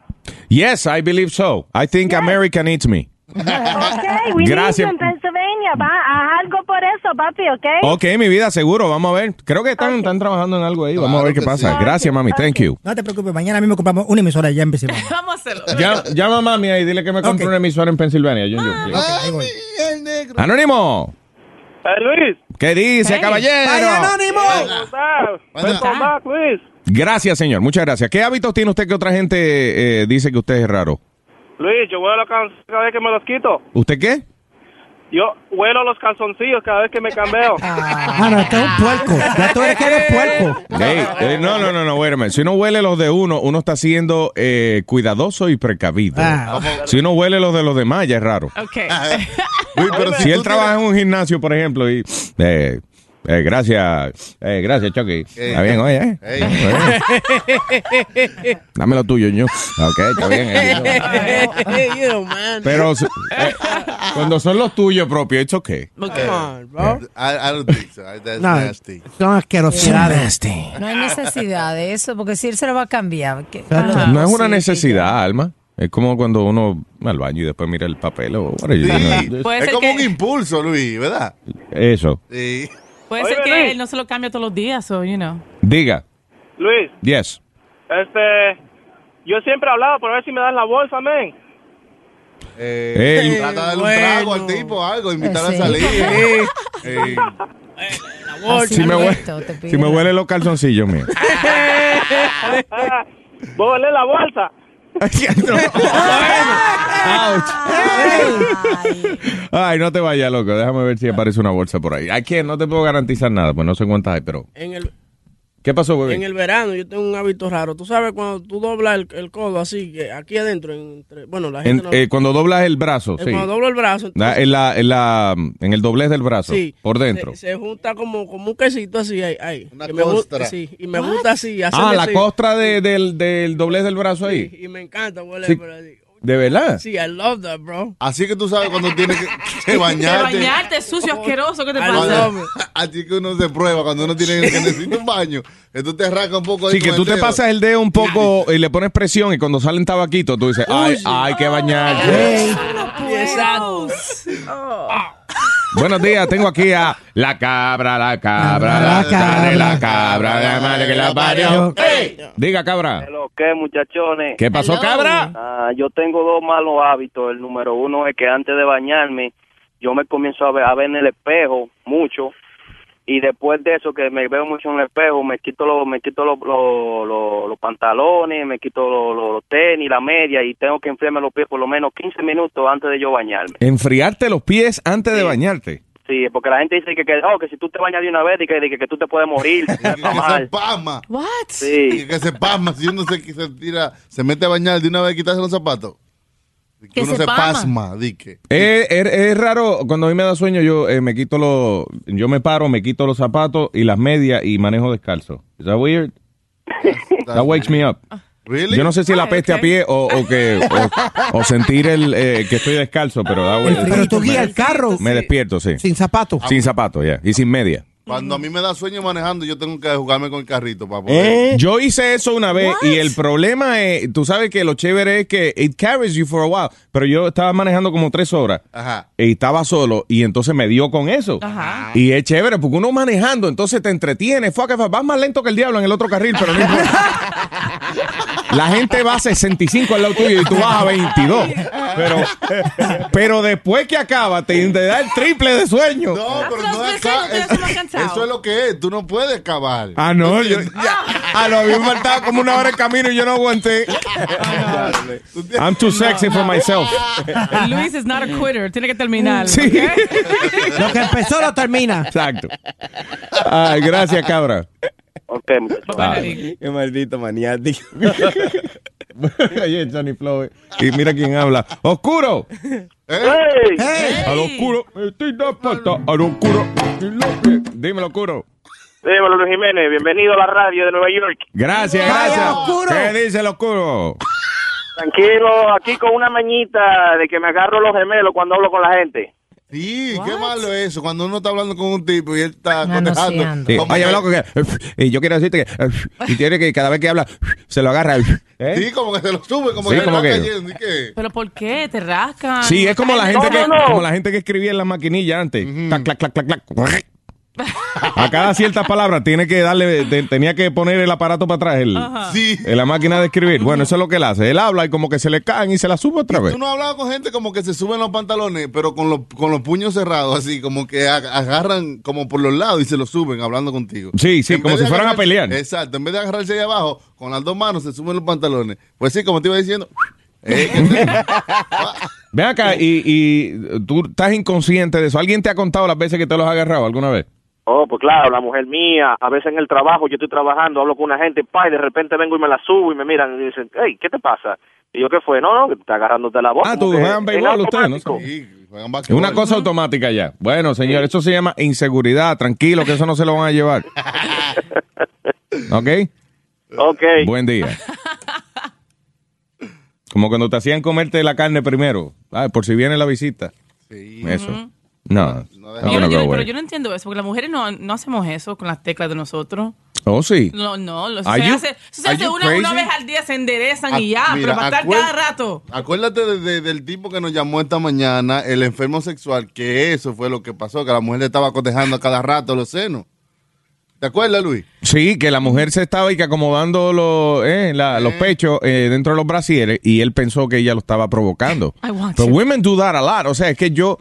[SPEAKER 3] Yes, I believe so. I think America needs me.
[SPEAKER 32] Okay, we
[SPEAKER 3] Gracias.
[SPEAKER 32] need you in Pennsylvania. Va, haz algo por eso, papi, okay?
[SPEAKER 3] Ok, mi vida, seguro. Vamos a ver. Creo que están, están trabajando en algo ahí. Vamos a ver qué pasa. Gracias, mami. Thank you.
[SPEAKER 23] No te preocupes, mañana mismo compramos una emisora allá en Pensilvania.
[SPEAKER 1] Vamos a hacerlo.
[SPEAKER 3] Ya- llama a mami ahí. Dile que me compre una emisora en Pensilvania. Jun Jun, please. Anónimo.
[SPEAKER 16] Luis.
[SPEAKER 3] ¿Qué dice, caballero?
[SPEAKER 16] ¿Cómo
[SPEAKER 5] Ah.
[SPEAKER 16] estás?
[SPEAKER 1] Pues,
[SPEAKER 16] Welcome back, Luis.
[SPEAKER 3] Gracias, señor. Muchas gracias. ¿Qué hábitos tiene usted que otra gente eh, dice que usted es raro?
[SPEAKER 16] Luis, yo huelo calzoncillos cada vez que me los quito.
[SPEAKER 3] ¿Usted qué?
[SPEAKER 16] Yo huelo los calzoncillos cada vez que me
[SPEAKER 13] [LAUGHS]
[SPEAKER 16] cambio.
[SPEAKER 13] Ah, no, esto es un puerco. Ya tú eres que eres puerco.
[SPEAKER 3] Hey, eh, no, no, no, no, wait a minute. Si uno huele los de uno, uno está siendo eh, cuidadoso y precavido.
[SPEAKER 13] Ah.
[SPEAKER 3] Si uno huele los de los demás, ya es raro. [LAUGHS]
[SPEAKER 1] Ok.
[SPEAKER 3] Ah, eh. si él trabaja en un gimnasio, por ejemplo, y... eh, eh, gracias, eh, gracias, Chucky. Está bien, oye. eh. Oye, Dame lo tuyo, yo. Ok, está bien. eh.
[SPEAKER 13] [LAUGHS]
[SPEAKER 3] Pero eh, cuando son los tuyos propios, ¿esto qué?
[SPEAKER 7] Eh, I, I don't think so. That's
[SPEAKER 13] No,
[SPEAKER 7] nasty.
[SPEAKER 13] son asquerosidades.
[SPEAKER 4] No hay necesidad de eso, porque si él se lo va a cambiar. Ah, que-
[SPEAKER 3] No es una necesidad, Alma. Es como cuando uno va al baño y después mira el papel o whatever, you know. Eh,
[SPEAKER 1] Puede
[SPEAKER 7] es
[SPEAKER 1] ser
[SPEAKER 7] como
[SPEAKER 1] que-
[SPEAKER 7] un impulso, Luis, ¿verdad?
[SPEAKER 3] Eso.
[SPEAKER 7] Sí.
[SPEAKER 1] Puede
[SPEAKER 16] Oye,
[SPEAKER 1] ser
[SPEAKER 16] Luis.
[SPEAKER 1] que él no se lo cambie todos los días, o, you know.
[SPEAKER 3] Diga.
[SPEAKER 16] Luis,
[SPEAKER 3] Yes.
[SPEAKER 16] este. Yo siempre he hablado por ver si me dan la bolsa, men.
[SPEAKER 3] Eh,
[SPEAKER 7] Trata de darle un trago al tipo, algo, invitarlo a salir.
[SPEAKER 9] [LAUGHS]
[SPEAKER 7] Eh,
[SPEAKER 3] si, me huele,
[SPEAKER 16] Alberto, te pido.
[SPEAKER 3] si me huele los calzoncillos, mío.
[SPEAKER 16] Voy a oler
[SPEAKER 3] [LAUGHS]
[SPEAKER 16] la bolsa.
[SPEAKER 3] Ay, no te vayas, loco. Déjame ver si aparece una bolsa por ahí. Hay que no te puedo garantizar nada, pues no sé cuántas hay, pero.
[SPEAKER 24] En el,
[SPEAKER 3] ¿Qué pasó, bebé?
[SPEAKER 6] En el verano yo tengo un hábito raro. Tú sabes cuando tú doblas el, el codo así, que aquí adentro, entre- bueno, la
[SPEAKER 3] En-
[SPEAKER 6] gente no-
[SPEAKER 3] eh, cuando doblas el brazo,
[SPEAKER 6] eh,
[SPEAKER 3] sí.
[SPEAKER 6] cuando doblo el brazo,
[SPEAKER 3] Da- en, la, en, la- en el doblez del brazo,
[SPEAKER 6] sí,
[SPEAKER 3] por dentro.
[SPEAKER 6] Se, se junta como, como un quesito así, ahí, ahí. Una
[SPEAKER 3] costra.
[SPEAKER 6] sí, y me gusta así.
[SPEAKER 3] ah,
[SPEAKER 6] hacerle
[SPEAKER 3] la
[SPEAKER 6] así.
[SPEAKER 3] costra de- del, del doblez del brazo ahí.
[SPEAKER 6] Y me encanta, huele
[SPEAKER 3] Sí.
[SPEAKER 6] por ahí.
[SPEAKER 3] ¿De verdad?
[SPEAKER 6] Sí, I love that, bro.
[SPEAKER 7] Así que tú sabes cuando tienes que, que bañarte.
[SPEAKER 1] Te bañarte, sucio, asqueroso, ¿qué te pasa?
[SPEAKER 7] Cuando- [LAUGHS] Así que uno se prueba cuando uno tiene que necesita un baño. Entonces te arranca un poco ahí
[SPEAKER 3] Sí,
[SPEAKER 7] con
[SPEAKER 3] que
[SPEAKER 7] el
[SPEAKER 3] tú te
[SPEAKER 7] dedo.
[SPEAKER 3] pasas el dedo un poco y le pones presión y cuando salen tabaquitos tú dices, ay,
[SPEAKER 7] Uy.
[SPEAKER 3] ay, que bañarte.
[SPEAKER 6] Exacto.
[SPEAKER 3] Ah. Buenos días, tengo aquí a la cabra, la cabra, la cabra, la cabra, la madre que la parió. Diga, cabra.
[SPEAKER 33] Hello, ¿Qué muchachones?
[SPEAKER 3] ¿Qué pasó, Hello. cabra?
[SPEAKER 33] Ah, yo tengo dos malos hábitos. El número uno es que antes de bañarme, yo me comienzo a ver, a ver en el espejo mucho. Y después de eso, que me veo mucho en el espejo, me quito los, me quito los, los, los- los pantalones, me quito los, los- los tenis, la media, y tengo que enfriarme los pies por lo menos 15 minutos antes de yo bañarme.
[SPEAKER 3] Enfriarte los pies antes de bañarte.
[SPEAKER 33] Sí, porque la gente dice que, que, oh, que si tú te bañas de una vez, y que, de que, que tú te puedes
[SPEAKER 3] [LAUGHS]
[SPEAKER 33] morir. que te va mal.
[SPEAKER 7] Pasma.
[SPEAKER 33] Sí.
[SPEAKER 7] Y que se pasma. Si uno se, se tira, se mete a bañar de una vez quitarse los zapatos. Y
[SPEAKER 33] Que
[SPEAKER 7] uno
[SPEAKER 33] se
[SPEAKER 7] se,
[SPEAKER 33] pasma.
[SPEAKER 7] pasma, di que.
[SPEAKER 3] Eh, er- Es, raro, cuando a mí me da sueño, yo eh, me quito los, yo me paro, me quito los zapatos y las medias y manejo descalzo. Is that
[SPEAKER 7] [LAUGHS]
[SPEAKER 3] weird? That wakes me up.
[SPEAKER 7] Really?
[SPEAKER 3] Yo no sé si la peste a pie o, o que o, o sentir el eh, que estoy descalzo, pero that wakes-
[SPEAKER 13] Pero tú guías el carro
[SPEAKER 3] me despierto, sí.
[SPEAKER 13] sin zapatos.
[SPEAKER 3] Sin zapatos, ya. Y sin media.
[SPEAKER 7] Cuando a mí me da sueño manejando, yo tengo que jugarme con el carrito para [LAUGHS]
[SPEAKER 3] Eh, Yo hice eso una vez y el problema es, tú sabes que lo chévere es que it carries you for a while, pero yo estaba manejando como tres horas y estaba solo y entonces me dio con eso.
[SPEAKER 1] Ajá.
[SPEAKER 3] Y es chévere porque uno manejando, entonces te entretiene, fuck, if- vas más lento que el diablo en el otro carril, pero no
[SPEAKER 1] [LAUGHS]
[SPEAKER 3] importa. La gente va a 65 al lado tuyo y tú vas a 22. Pero, pero después que acaba, te, te da el triple de sueño.
[SPEAKER 7] No, pero no es acá. Es- eso es lo que es. Tú no puedes acabar.
[SPEAKER 3] Ah, no, yo, ya, ah, no, a mí me faltaba como una hora de camino y yo no aguanté. I'm too sexy for myself.
[SPEAKER 1] [LAUGHS] Luis is not a quitter, tiene que terminar.
[SPEAKER 3] Sí.
[SPEAKER 1] ¿ok?
[SPEAKER 13] Lo que empezó lo termina.
[SPEAKER 3] Exacto. Ay, gracias, cabra. [LAUGHS]
[SPEAKER 33] Ok,
[SPEAKER 3] Bye.
[SPEAKER 6] Qué maldito maniático.
[SPEAKER 3] Oye, Johnny Flow. eh. Y mira quién habla. ¡Oscuro!
[SPEAKER 33] ¡Hey!
[SPEAKER 3] Al oscuro, estoy de puerta. Al oscuro, estoy loco. Dímelo, oscuro.
[SPEAKER 33] Dímelo, Luis Jiménez. Bienvenido a la radio de Nueva York.
[SPEAKER 3] Gracias, gracias. ¿Qué dice el oscuro?
[SPEAKER 33] Tranquilo, aquí con una mañita de que me agarro los gemelos cuando hablo con la gente.
[SPEAKER 7] Sí, qué malo es eso. Cuando uno está hablando con un tipo y él está cotejando.
[SPEAKER 3] Sí,
[SPEAKER 7] como
[SPEAKER 3] oye,
[SPEAKER 7] que-
[SPEAKER 3] loco, que, y yo quiero decirte que. y tiene que cada vez que habla, se lo
[SPEAKER 7] [LAUGHS]
[SPEAKER 3] agarra. ¿eh?
[SPEAKER 7] Sí, como que se lo sube, como
[SPEAKER 3] Sí,
[SPEAKER 7] que se
[SPEAKER 3] como
[SPEAKER 7] va
[SPEAKER 3] que-
[SPEAKER 7] cayendo. ¿y qué?
[SPEAKER 1] ¿Pero por qué? ¿Te rascan?
[SPEAKER 3] Sí, es como la
[SPEAKER 1] No,
[SPEAKER 3] gente que,
[SPEAKER 1] no, no.
[SPEAKER 3] como la gente que escribía en las maquinillas antes. Clac, clac, clac, clac, clac. A cada cierta palabra tiene que darle, te- tenía que poner el aparato para atrás, el,
[SPEAKER 7] Ajá. Sí.
[SPEAKER 3] en la máquina de escribir. Bueno, eso es lo que él hace. Él habla y como que se le caen y se la sube otra vez.
[SPEAKER 7] Tú no has hablado con gente como que se suben los pantalones, pero con los, con los puños cerrados, así como que a- agarran como por los lados y se los suben hablando contigo.
[SPEAKER 3] Sí, sí,
[SPEAKER 7] En
[SPEAKER 3] como
[SPEAKER 7] vez
[SPEAKER 3] si
[SPEAKER 7] de
[SPEAKER 3] fueran a
[SPEAKER 7] agarrarse-
[SPEAKER 3] pelear.
[SPEAKER 7] Exacto, en vez de agarrarse ahí abajo, con las dos manos se suben los pantalones. Pues sí, como te
[SPEAKER 3] [LAUGHS]
[SPEAKER 7] iba diciendo. eh, que-
[SPEAKER 3] Ven acá y, y tú estás inconsciente de eso. ¿Alguien te ha contado las veces que te los ha agarrado alguna vez?
[SPEAKER 33] Oh, pues claro, la mujer mía, a veces en el trabajo, yo estoy trabajando, hablo con una gente, pa, y de repente vengo y me la subo y me miran y dicen, hey, ¿qué te pasa? Y yo, ¿qué fue? No, no, que te está agarrándote la voz.
[SPEAKER 3] Ah,
[SPEAKER 33] como
[SPEAKER 3] tú
[SPEAKER 33] que
[SPEAKER 3] juegan
[SPEAKER 33] en
[SPEAKER 3] béisbol ustedes, ¿no?
[SPEAKER 33] automático.
[SPEAKER 3] Es una cosa automática ya. Bueno, señor, eso se llama inseguridad. Tranquilo, que eso no se lo van a llevar. ¿Ok?
[SPEAKER 33] Ok.
[SPEAKER 3] Buen día. Como cuando te hacían comerte la carne primero. Ah, por si viene la visita. Eso. No.
[SPEAKER 1] Yo-
[SPEAKER 3] I'm gonna
[SPEAKER 1] yo-
[SPEAKER 3] go
[SPEAKER 1] pero
[SPEAKER 3] away.
[SPEAKER 1] yo no entiendo eso, porque las mujeres no, no hacemos eso con las teclas de nosotros.
[SPEAKER 3] Oh, sí.
[SPEAKER 1] No, no, lo- eso
[SPEAKER 3] Are
[SPEAKER 1] se
[SPEAKER 3] you-
[SPEAKER 1] hace, eso se
[SPEAKER 7] are
[SPEAKER 1] hace
[SPEAKER 7] you
[SPEAKER 1] una, una
[SPEAKER 7] crazy?
[SPEAKER 1] vez al día, se enderezan
[SPEAKER 7] Ah,
[SPEAKER 1] y ya,
[SPEAKER 7] mira,
[SPEAKER 1] pero para estar
[SPEAKER 7] acuer-
[SPEAKER 1] cada rato.
[SPEAKER 7] Acuérdate de- de- del tipo que nos llamó esta mañana, el enfermo sexual, que eso fue lo que pasó, que la mujer le estaba cotejando a cada rato los senos. ¿Te acuerdas, Luis?
[SPEAKER 3] Sí, que la mujer se estaba y que acomodando los, eh, la- los pechos eh, dentro de los brasieres y él pensó que ella lo estaba provocando.
[SPEAKER 1] I
[SPEAKER 7] Ah,
[SPEAKER 1] want
[SPEAKER 3] Pero
[SPEAKER 1] you.
[SPEAKER 3] women do that a lot. O sea, es que yo,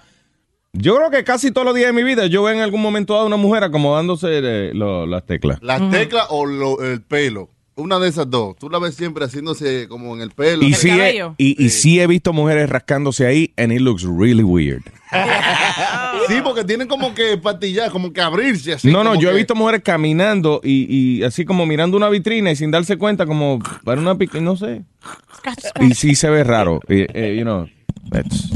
[SPEAKER 3] yo creo que casi todos los días de mi vida yo veo en algún momento a una mujer acomodándose eh, lo- las teclas.
[SPEAKER 7] Las teclas o lo- el pelo. una de esas dos. Tú la ves siempre haciéndose como en el pelo.
[SPEAKER 3] Y sí, he, y, y sí he visto mujeres rascándose ahí, and it looks really weird.
[SPEAKER 7] [LAUGHS] Sí, porque tienen como que patillar, como que abrirse así.
[SPEAKER 3] no, no,
[SPEAKER 7] como
[SPEAKER 3] yo he
[SPEAKER 7] que-
[SPEAKER 3] visto mujeres caminando y, y así como mirando una vitrina y sin darse cuenta, como para una pica, no sé. Y sí se ve raro. y, eh, you know, that's-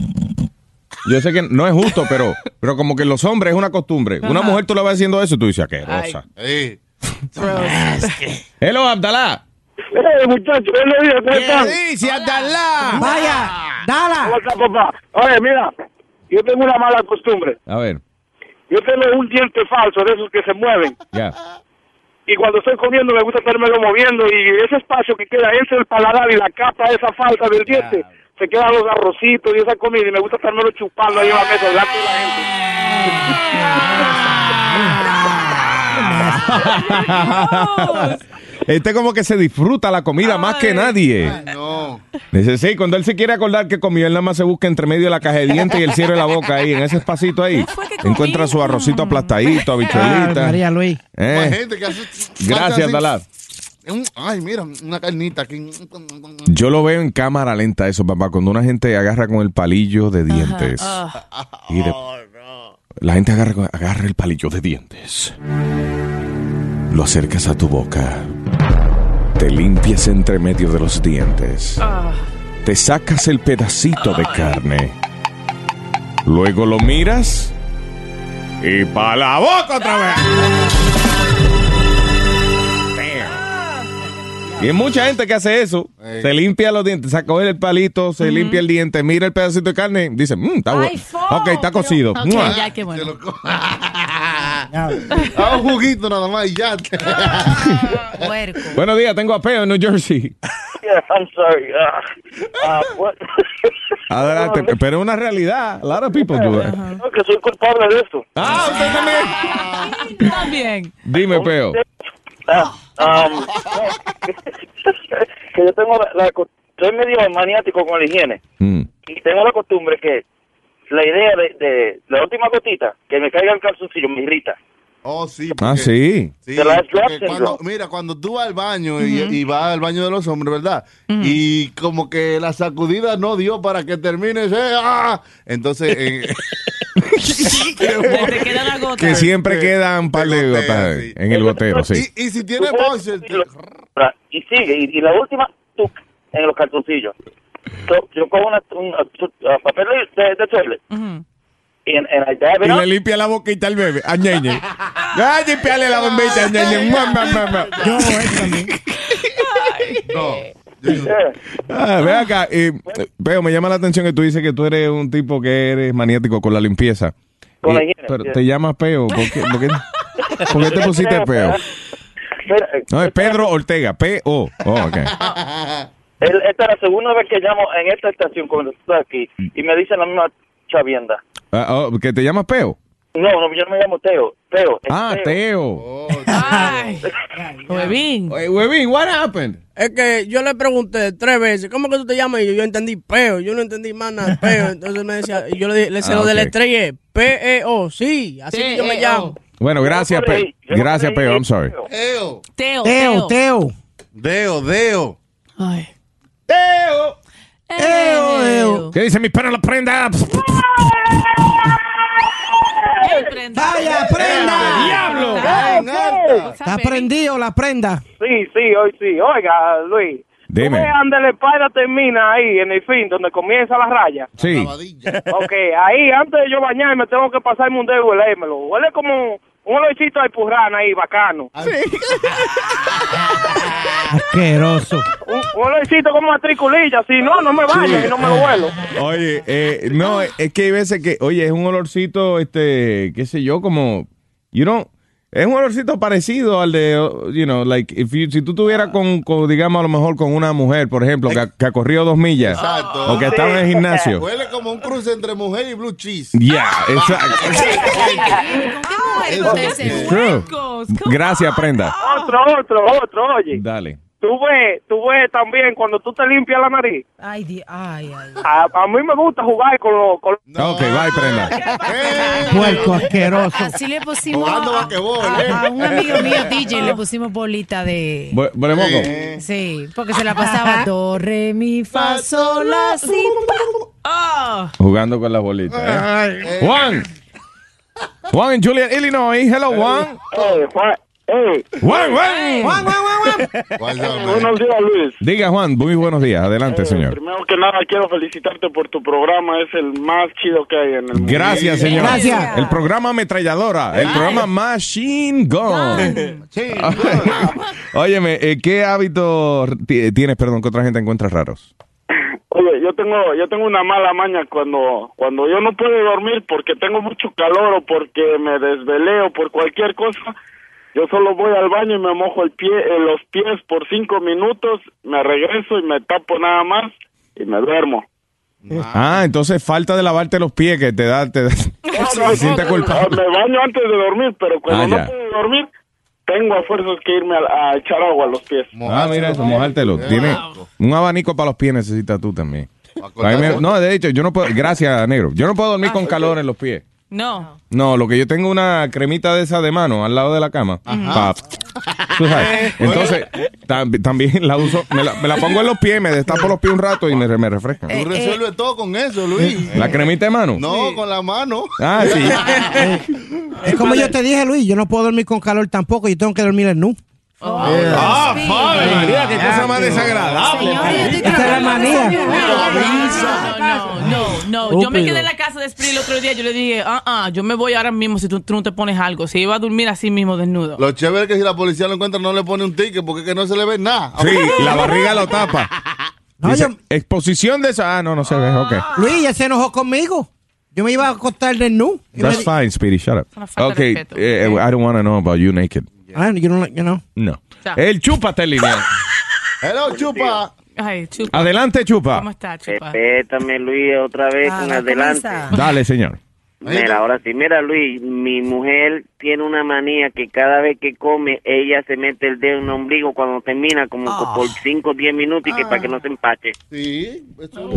[SPEAKER 3] Yo sé que no es justo, pero, pero como que los hombres es una costumbre. Una
[SPEAKER 7] Ajá.
[SPEAKER 3] mujer tú la vas haciendo eso y tú dices, "Ah, qué rosa.
[SPEAKER 7] Sí.
[SPEAKER 3] Hello, Abdalá.
[SPEAKER 5] Eh, muchachos, buenos días, ¿cómo
[SPEAKER 13] ¿Qué
[SPEAKER 5] están?
[SPEAKER 13] dice,
[SPEAKER 5] Adalá?
[SPEAKER 13] Vaya,
[SPEAKER 5] dala. ¿Cómo está, papá? Oye, mira, yo tengo una mala costumbre.
[SPEAKER 3] A ver,
[SPEAKER 5] Yo tengo un diente falso de esos que se mueven.
[SPEAKER 3] ya.
[SPEAKER 5] Y cuando estoy comiendo me gusta estármelo moviendo y ese espacio que queda entre el paladar y la capa, esa falta del diente, se quedan los arrocitos y esa comida y me gusta estármelo chupando ahí en la mesa delante de la gente.
[SPEAKER 3] este como que se disfruta la comida más que nadie.
[SPEAKER 7] No.
[SPEAKER 3] Dice, sí, cuando él se quiere acordar que comió, él nada más se busca entre medio de la caja de dientes y el cierre de la boca ahí, en ese espacito ahí. Encuentra su arrocito aplastadito,
[SPEAKER 9] Ay,
[SPEAKER 3] habichuelita.
[SPEAKER 9] María Luis.
[SPEAKER 3] Eh.
[SPEAKER 7] Hay gente que hace- hace
[SPEAKER 3] [LAUGHS] Gracias,
[SPEAKER 7] Pues así.
[SPEAKER 3] Dalá.
[SPEAKER 7] Un- Ay, mira, una carnita aquí.
[SPEAKER 3] Yo lo veo en cámara lenta eso, papá, cuando una gente agarra con el palillo de dientes. Y de- La gente agarra, con- agarra el palillo de dientes. Lo acercas a tu boca. Te limpias entre medio de los dientes. Te sacas el pedacito de carne. Luego lo miras. Y para la boca otra vez. Y hay mucha gente que hace eso. Se limpia los dientes, saca el palito, se limpia el diente, mira el pedacito de carne, dice, mmm, está bueno.
[SPEAKER 13] Ay, fo,
[SPEAKER 3] Ok, está cocido.
[SPEAKER 13] Ok,
[SPEAKER 3] Mua.
[SPEAKER 13] ya, qué bueno.
[SPEAKER 7] [LAUGHS] A un juguito nada más
[SPEAKER 13] [LAUGHS]
[SPEAKER 7] y ya.
[SPEAKER 3] Buenos días, tengo a Peo en New
[SPEAKER 13] [LAUGHS]
[SPEAKER 3] Jersey.
[SPEAKER 5] Yeah, I'm sorry. Uh, uh, what-
[SPEAKER 3] Adelante, pe- pero es una realidad. A lot of people do that.
[SPEAKER 5] [LAUGHS] No, que soy culpable de esto.
[SPEAKER 3] Ah, usted también.
[SPEAKER 5] también.
[SPEAKER 3] Dime, Peo.
[SPEAKER 5] Ah, um, [LAUGHS] que yo tengo la, la co- soy medio maniático con la higiene
[SPEAKER 3] Mm.
[SPEAKER 5] y tengo la costumbre que la idea de, de la última gotita que me caiga el calzoncillo me irrita.
[SPEAKER 7] Oh, sí.
[SPEAKER 3] Ah, sí.
[SPEAKER 7] Sí,
[SPEAKER 5] The last drop
[SPEAKER 7] porque cuando-
[SPEAKER 5] syndrome.
[SPEAKER 7] mira, cuando tú vas al baño y, y vas al baño de los hombres, ¿verdad? Y como que la sacudida no dio para que termines. eh, ah. Entonces,
[SPEAKER 3] [LAUGHS]
[SPEAKER 7] [LAUGHS] eh,
[SPEAKER 13] Te queda la gota.
[SPEAKER 3] Que siempre quedan un par de gotas en el gotero, sí.
[SPEAKER 7] y si tiene boxer,
[SPEAKER 5] y sigue y, y la última tuc, en los calzoncillos. So, yo cojo una, un uh, papel de, de toilet y en la dab it
[SPEAKER 3] Y
[SPEAKER 5] up.
[SPEAKER 3] le limpia la boquita al bebé, a ñeñe. Ah, limpiarle la bombita a ñeñe. Mua, mua, mua, mua. Ah, ve acá, eh, Peo, me llama la atención que tú dices que tú eres un tipo que eres maniático con la limpieza.
[SPEAKER 5] Con la
[SPEAKER 3] Eh,
[SPEAKER 5] higiene,
[SPEAKER 3] pero
[SPEAKER 5] sí.
[SPEAKER 3] te llamas Peo. ¿Por qué, por qué- por
[SPEAKER 5] [LAUGHS]
[SPEAKER 3] qué te pusiste Peo?
[SPEAKER 5] Mira, eh,
[SPEAKER 3] No, es Pedro Ortega, P-O. Oh, ok.
[SPEAKER 7] [LAUGHS]
[SPEAKER 5] el- esta es la segunda vez que llamo en esta estación cuando estoy aquí y me dicen la misma chavienda.
[SPEAKER 3] Ah, oh, ¿Que te llamas Peo?
[SPEAKER 5] No, no, yo no me llamo Teo. Teo. es
[SPEAKER 3] Ah, Teo.
[SPEAKER 5] [LAUGHS]
[SPEAKER 6] Huevín.
[SPEAKER 3] Huevín, what happened?
[SPEAKER 6] Es que yo le pregunté tres veces, ¿cómo que tú te llamas? Y yo, yo entendí peo, yo no entendí más nada, peo. Entonces me decía, y yo le dije, le decía
[SPEAKER 3] Ah,
[SPEAKER 6] lo de la
[SPEAKER 3] ok.
[SPEAKER 6] estrella, P-E-O, sí, así que yo me llamo.
[SPEAKER 3] Bueno, gracias, Peo. Gracias, Peo, I'm sorry.
[SPEAKER 7] Teo.
[SPEAKER 34] Teo.
[SPEAKER 9] Teo, Teo.
[SPEAKER 7] Deo, Deo.
[SPEAKER 3] Teo. ¿Qué dice mi perro la prenda?
[SPEAKER 9] ¡Vaya, prenda!
[SPEAKER 13] ¡Diablo!
[SPEAKER 9] Está prendido la prenda.
[SPEAKER 5] Sí, sí, hoy sí. Oiga, Luis.
[SPEAKER 9] Dime.
[SPEAKER 5] ¿tú ves Donde la espalda termina ahí, en el fin, donde comienza la
[SPEAKER 4] [LAUGHS]
[SPEAKER 5] raya.
[SPEAKER 3] Sí.
[SPEAKER 5] ok, ahí antes de yo bañarme tengo que pasarme un dedo y huelérmelo. Huele como un olorcito de purrana ahí, bacano.
[SPEAKER 4] Ah,
[SPEAKER 9] Asqueroso.
[SPEAKER 5] [LAUGHS] Un, un olorcito como a triculilla. Si no, no me baño
[SPEAKER 3] Sí.
[SPEAKER 5] y no me lo vuelo.
[SPEAKER 3] Oye, eh, no, es que hay veces que, oye, es un olorcito, este, qué sé yo, como, you know, es un olorcito parecido al de, you know, like, if you- si tú estuvieras con, con, digamos, a lo mejor con una mujer, por ejemplo, que, ha- que ha corrido dos millas,
[SPEAKER 7] Exacto.
[SPEAKER 3] o que estaba Ah, en el gimnasio.
[SPEAKER 7] Huele como un cruce entre mujer y blue cheese.
[SPEAKER 3] Ya, exacto.
[SPEAKER 7] Eso [LAUGHS] sí.
[SPEAKER 3] It's true. Gracias, prenda.
[SPEAKER 4] Ah.
[SPEAKER 5] Otro, otro, otro, oye.
[SPEAKER 3] Dale.
[SPEAKER 5] ¿Tú
[SPEAKER 25] tú ves, tú ves también cuando tú te limpias la nariz.
[SPEAKER 4] Ay, di- ay, ay.
[SPEAKER 25] A, a mí me gusta jugar con los... Con...
[SPEAKER 3] Ok, bye, prenda.
[SPEAKER 13] Puerco asqueroso.
[SPEAKER 4] Así le pusimos
[SPEAKER 7] Jugando
[SPEAKER 4] a,
[SPEAKER 7] basquetbol,
[SPEAKER 4] a-
[SPEAKER 7] ¿eh?
[SPEAKER 4] a un amigo
[SPEAKER 7] [LAUGHS]
[SPEAKER 4] mío DJ le pusimos bolita de
[SPEAKER 3] Bu- bueno, moco.
[SPEAKER 4] sí, porque se la pasaba [LAUGHS] do re mi fa sol la si
[SPEAKER 1] Ah,
[SPEAKER 4] pa.
[SPEAKER 3] Jugando con las bolitas. ¿eh? Juan. Juan en Juliet, Illinois. Hello, Juan.
[SPEAKER 5] Hey, Eh, Juan. Hey.
[SPEAKER 3] Juan, Juan.
[SPEAKER 5] Juan,
[SPEAKER 7] Juan,
[SPEAKER 5] Buenos días, Luis. Eh,
[SPEAKER 3] Diga, Juan. Muy buenos días. Adelante, señor.
[SPEAKER 5] Primero que nada, quiero felicitarte por tu programa. Es el más chido que hay en el mundo.
[SPEAKER 3] Gracias, señor. El programa ametralladora. El programa Machine [LAUGHS] Gun. Óyeme, eh, ¿qué hábitos ti- tienes, perdón, que otra gente encuentra raros?
[SPEAKER 5] Oye, yo tengo, yo tengo una mala maña cuando, cuando yo no puedo dormir porque tengo mucho calor o porque me desvelé o por cualquier cosa. Yo solo voy al baño y me mojo el pie, eh, los pies por cinco minutos, me regreso y me tapo nada más y me duermo.
[SPEAKER 3] Ah, entonces falta de lavarte los pies que te da, te da- se siente culpable.
[SPEAKER 5] Me baño antes de dormir, pero cuando
[SPEAKER 3] Ah,
[SPEAKER 5] no
[SPEAKER 3] ya.
[SPEAKER 5] puedo dormir, tengo a fuerzas que irme a, a echar agua a los pies.
[SPEAKER 3] Ah, mira eso, mojártelo. Tiene un abanico para los pies necesitas tú también. A mí me- no, de hecho, yo no puedo. Gracias, negro. Yo no puedo dormir con calor en los pies.
[SPEAKER 1] No.
[SPEAKER 3] No, lo que yo tengo una cremita de esa de mano al lado de la cama. Pa-
[SPEAKER 1] Ajá.
[SPEAKER 3] tú
[SPEAKER 1] [LAUGHS]
[SPEAKER 3] sabes. Entonces, tam- también la uso, me la, me la pongo en los pies, me destapo los pies un rato y me, re- me refresca.
[SPEAKER 13] Eh.
[SPEAKER 7] Tú resuelves todo con eso, Luis.
[SPEAKER 3] Eh, ¿La cremita de mano?
[SPEAKER 7] No, con la mano.
[SPEAKER 3] Ah, sí.
[SPEAKER 7] [LAUGHS]
[SPEAKER 13] Es como yo te dije, Luis, yo no puedo dormir con calor tampoco, yo tengo que dormir en nu.
[SPEAKER 7] Ah,
[SPEAKER 13] Sí.
[SPEAKER 7] Fabio, María, qué cosa más
[SPEAKER 13] desagradable.
[SPEAKER 7] desagradable.
[SPEAKER 13] Esta es la manía.
[SPEAKER 1] No, no, no. Yo me
[SPEAKER 13] Estúpido.
[SPEAKER 1] quedé en la casa de Spree el otro día. Yo le dije, ah, ah, yo me voy ahora mismo si tú, tú no te pones algo. Se iba a dormir así mismo desnudo.
[SPEAKER 7] Lo chévere es que si la policía lo encuentra no le pone un ticket porque es que no se le ve nada.
[SPEAKER 3] Sí, la barriga lo tapa. Dice, Exposición de esa. Ah, no, no se ve. Ok.
[SPEAKER 13] Luis, ya se enojó conmigo. Yo me iba a acostar de nu. Y me
[SPEAKER 3] That's
[SPEAKER 13] di-
[SPEAKER 3] fine, Speedy. Shut up.
[SPEAKER 13] Una falta de
[SPEAKER 3] Okay,
[SPEAKER 13] respeto,
[SPEAKER 3] eh, I don't want to know about you naked.
[SPEAKER 13] Ah, you don't like- you know.
[SPEAKER 3] No. El chupa está en
[SPEAKER 13] [LAUGHS]
[SPEAKER 3] línea.
[SPEAKER 7] Hello, chupa.
[SPEAKER 1] Ay, chupa.
[SPEAKER 3] Adelante, chupa.
[SPEAKER 1] está,
[SPEAKER 8] chupa? Respétame, Luis, otra vez
[SPEAKER 1] Ah,
[SPEAKER 8] con adelante.
[SPEAKER 3] Dale, señor.
[SPEAKER 8] Mira, ahora sí, mira, Luis, mi mujer tiene una manía que cada vez que come, ella se mete el dedo en el ombligo cuando termina, como
[SPEAKER 7] Ah.
[SPEAKER 8] por 5 o 10 minutos, y que para que no se empache.
[SPEAKER 7] Sí,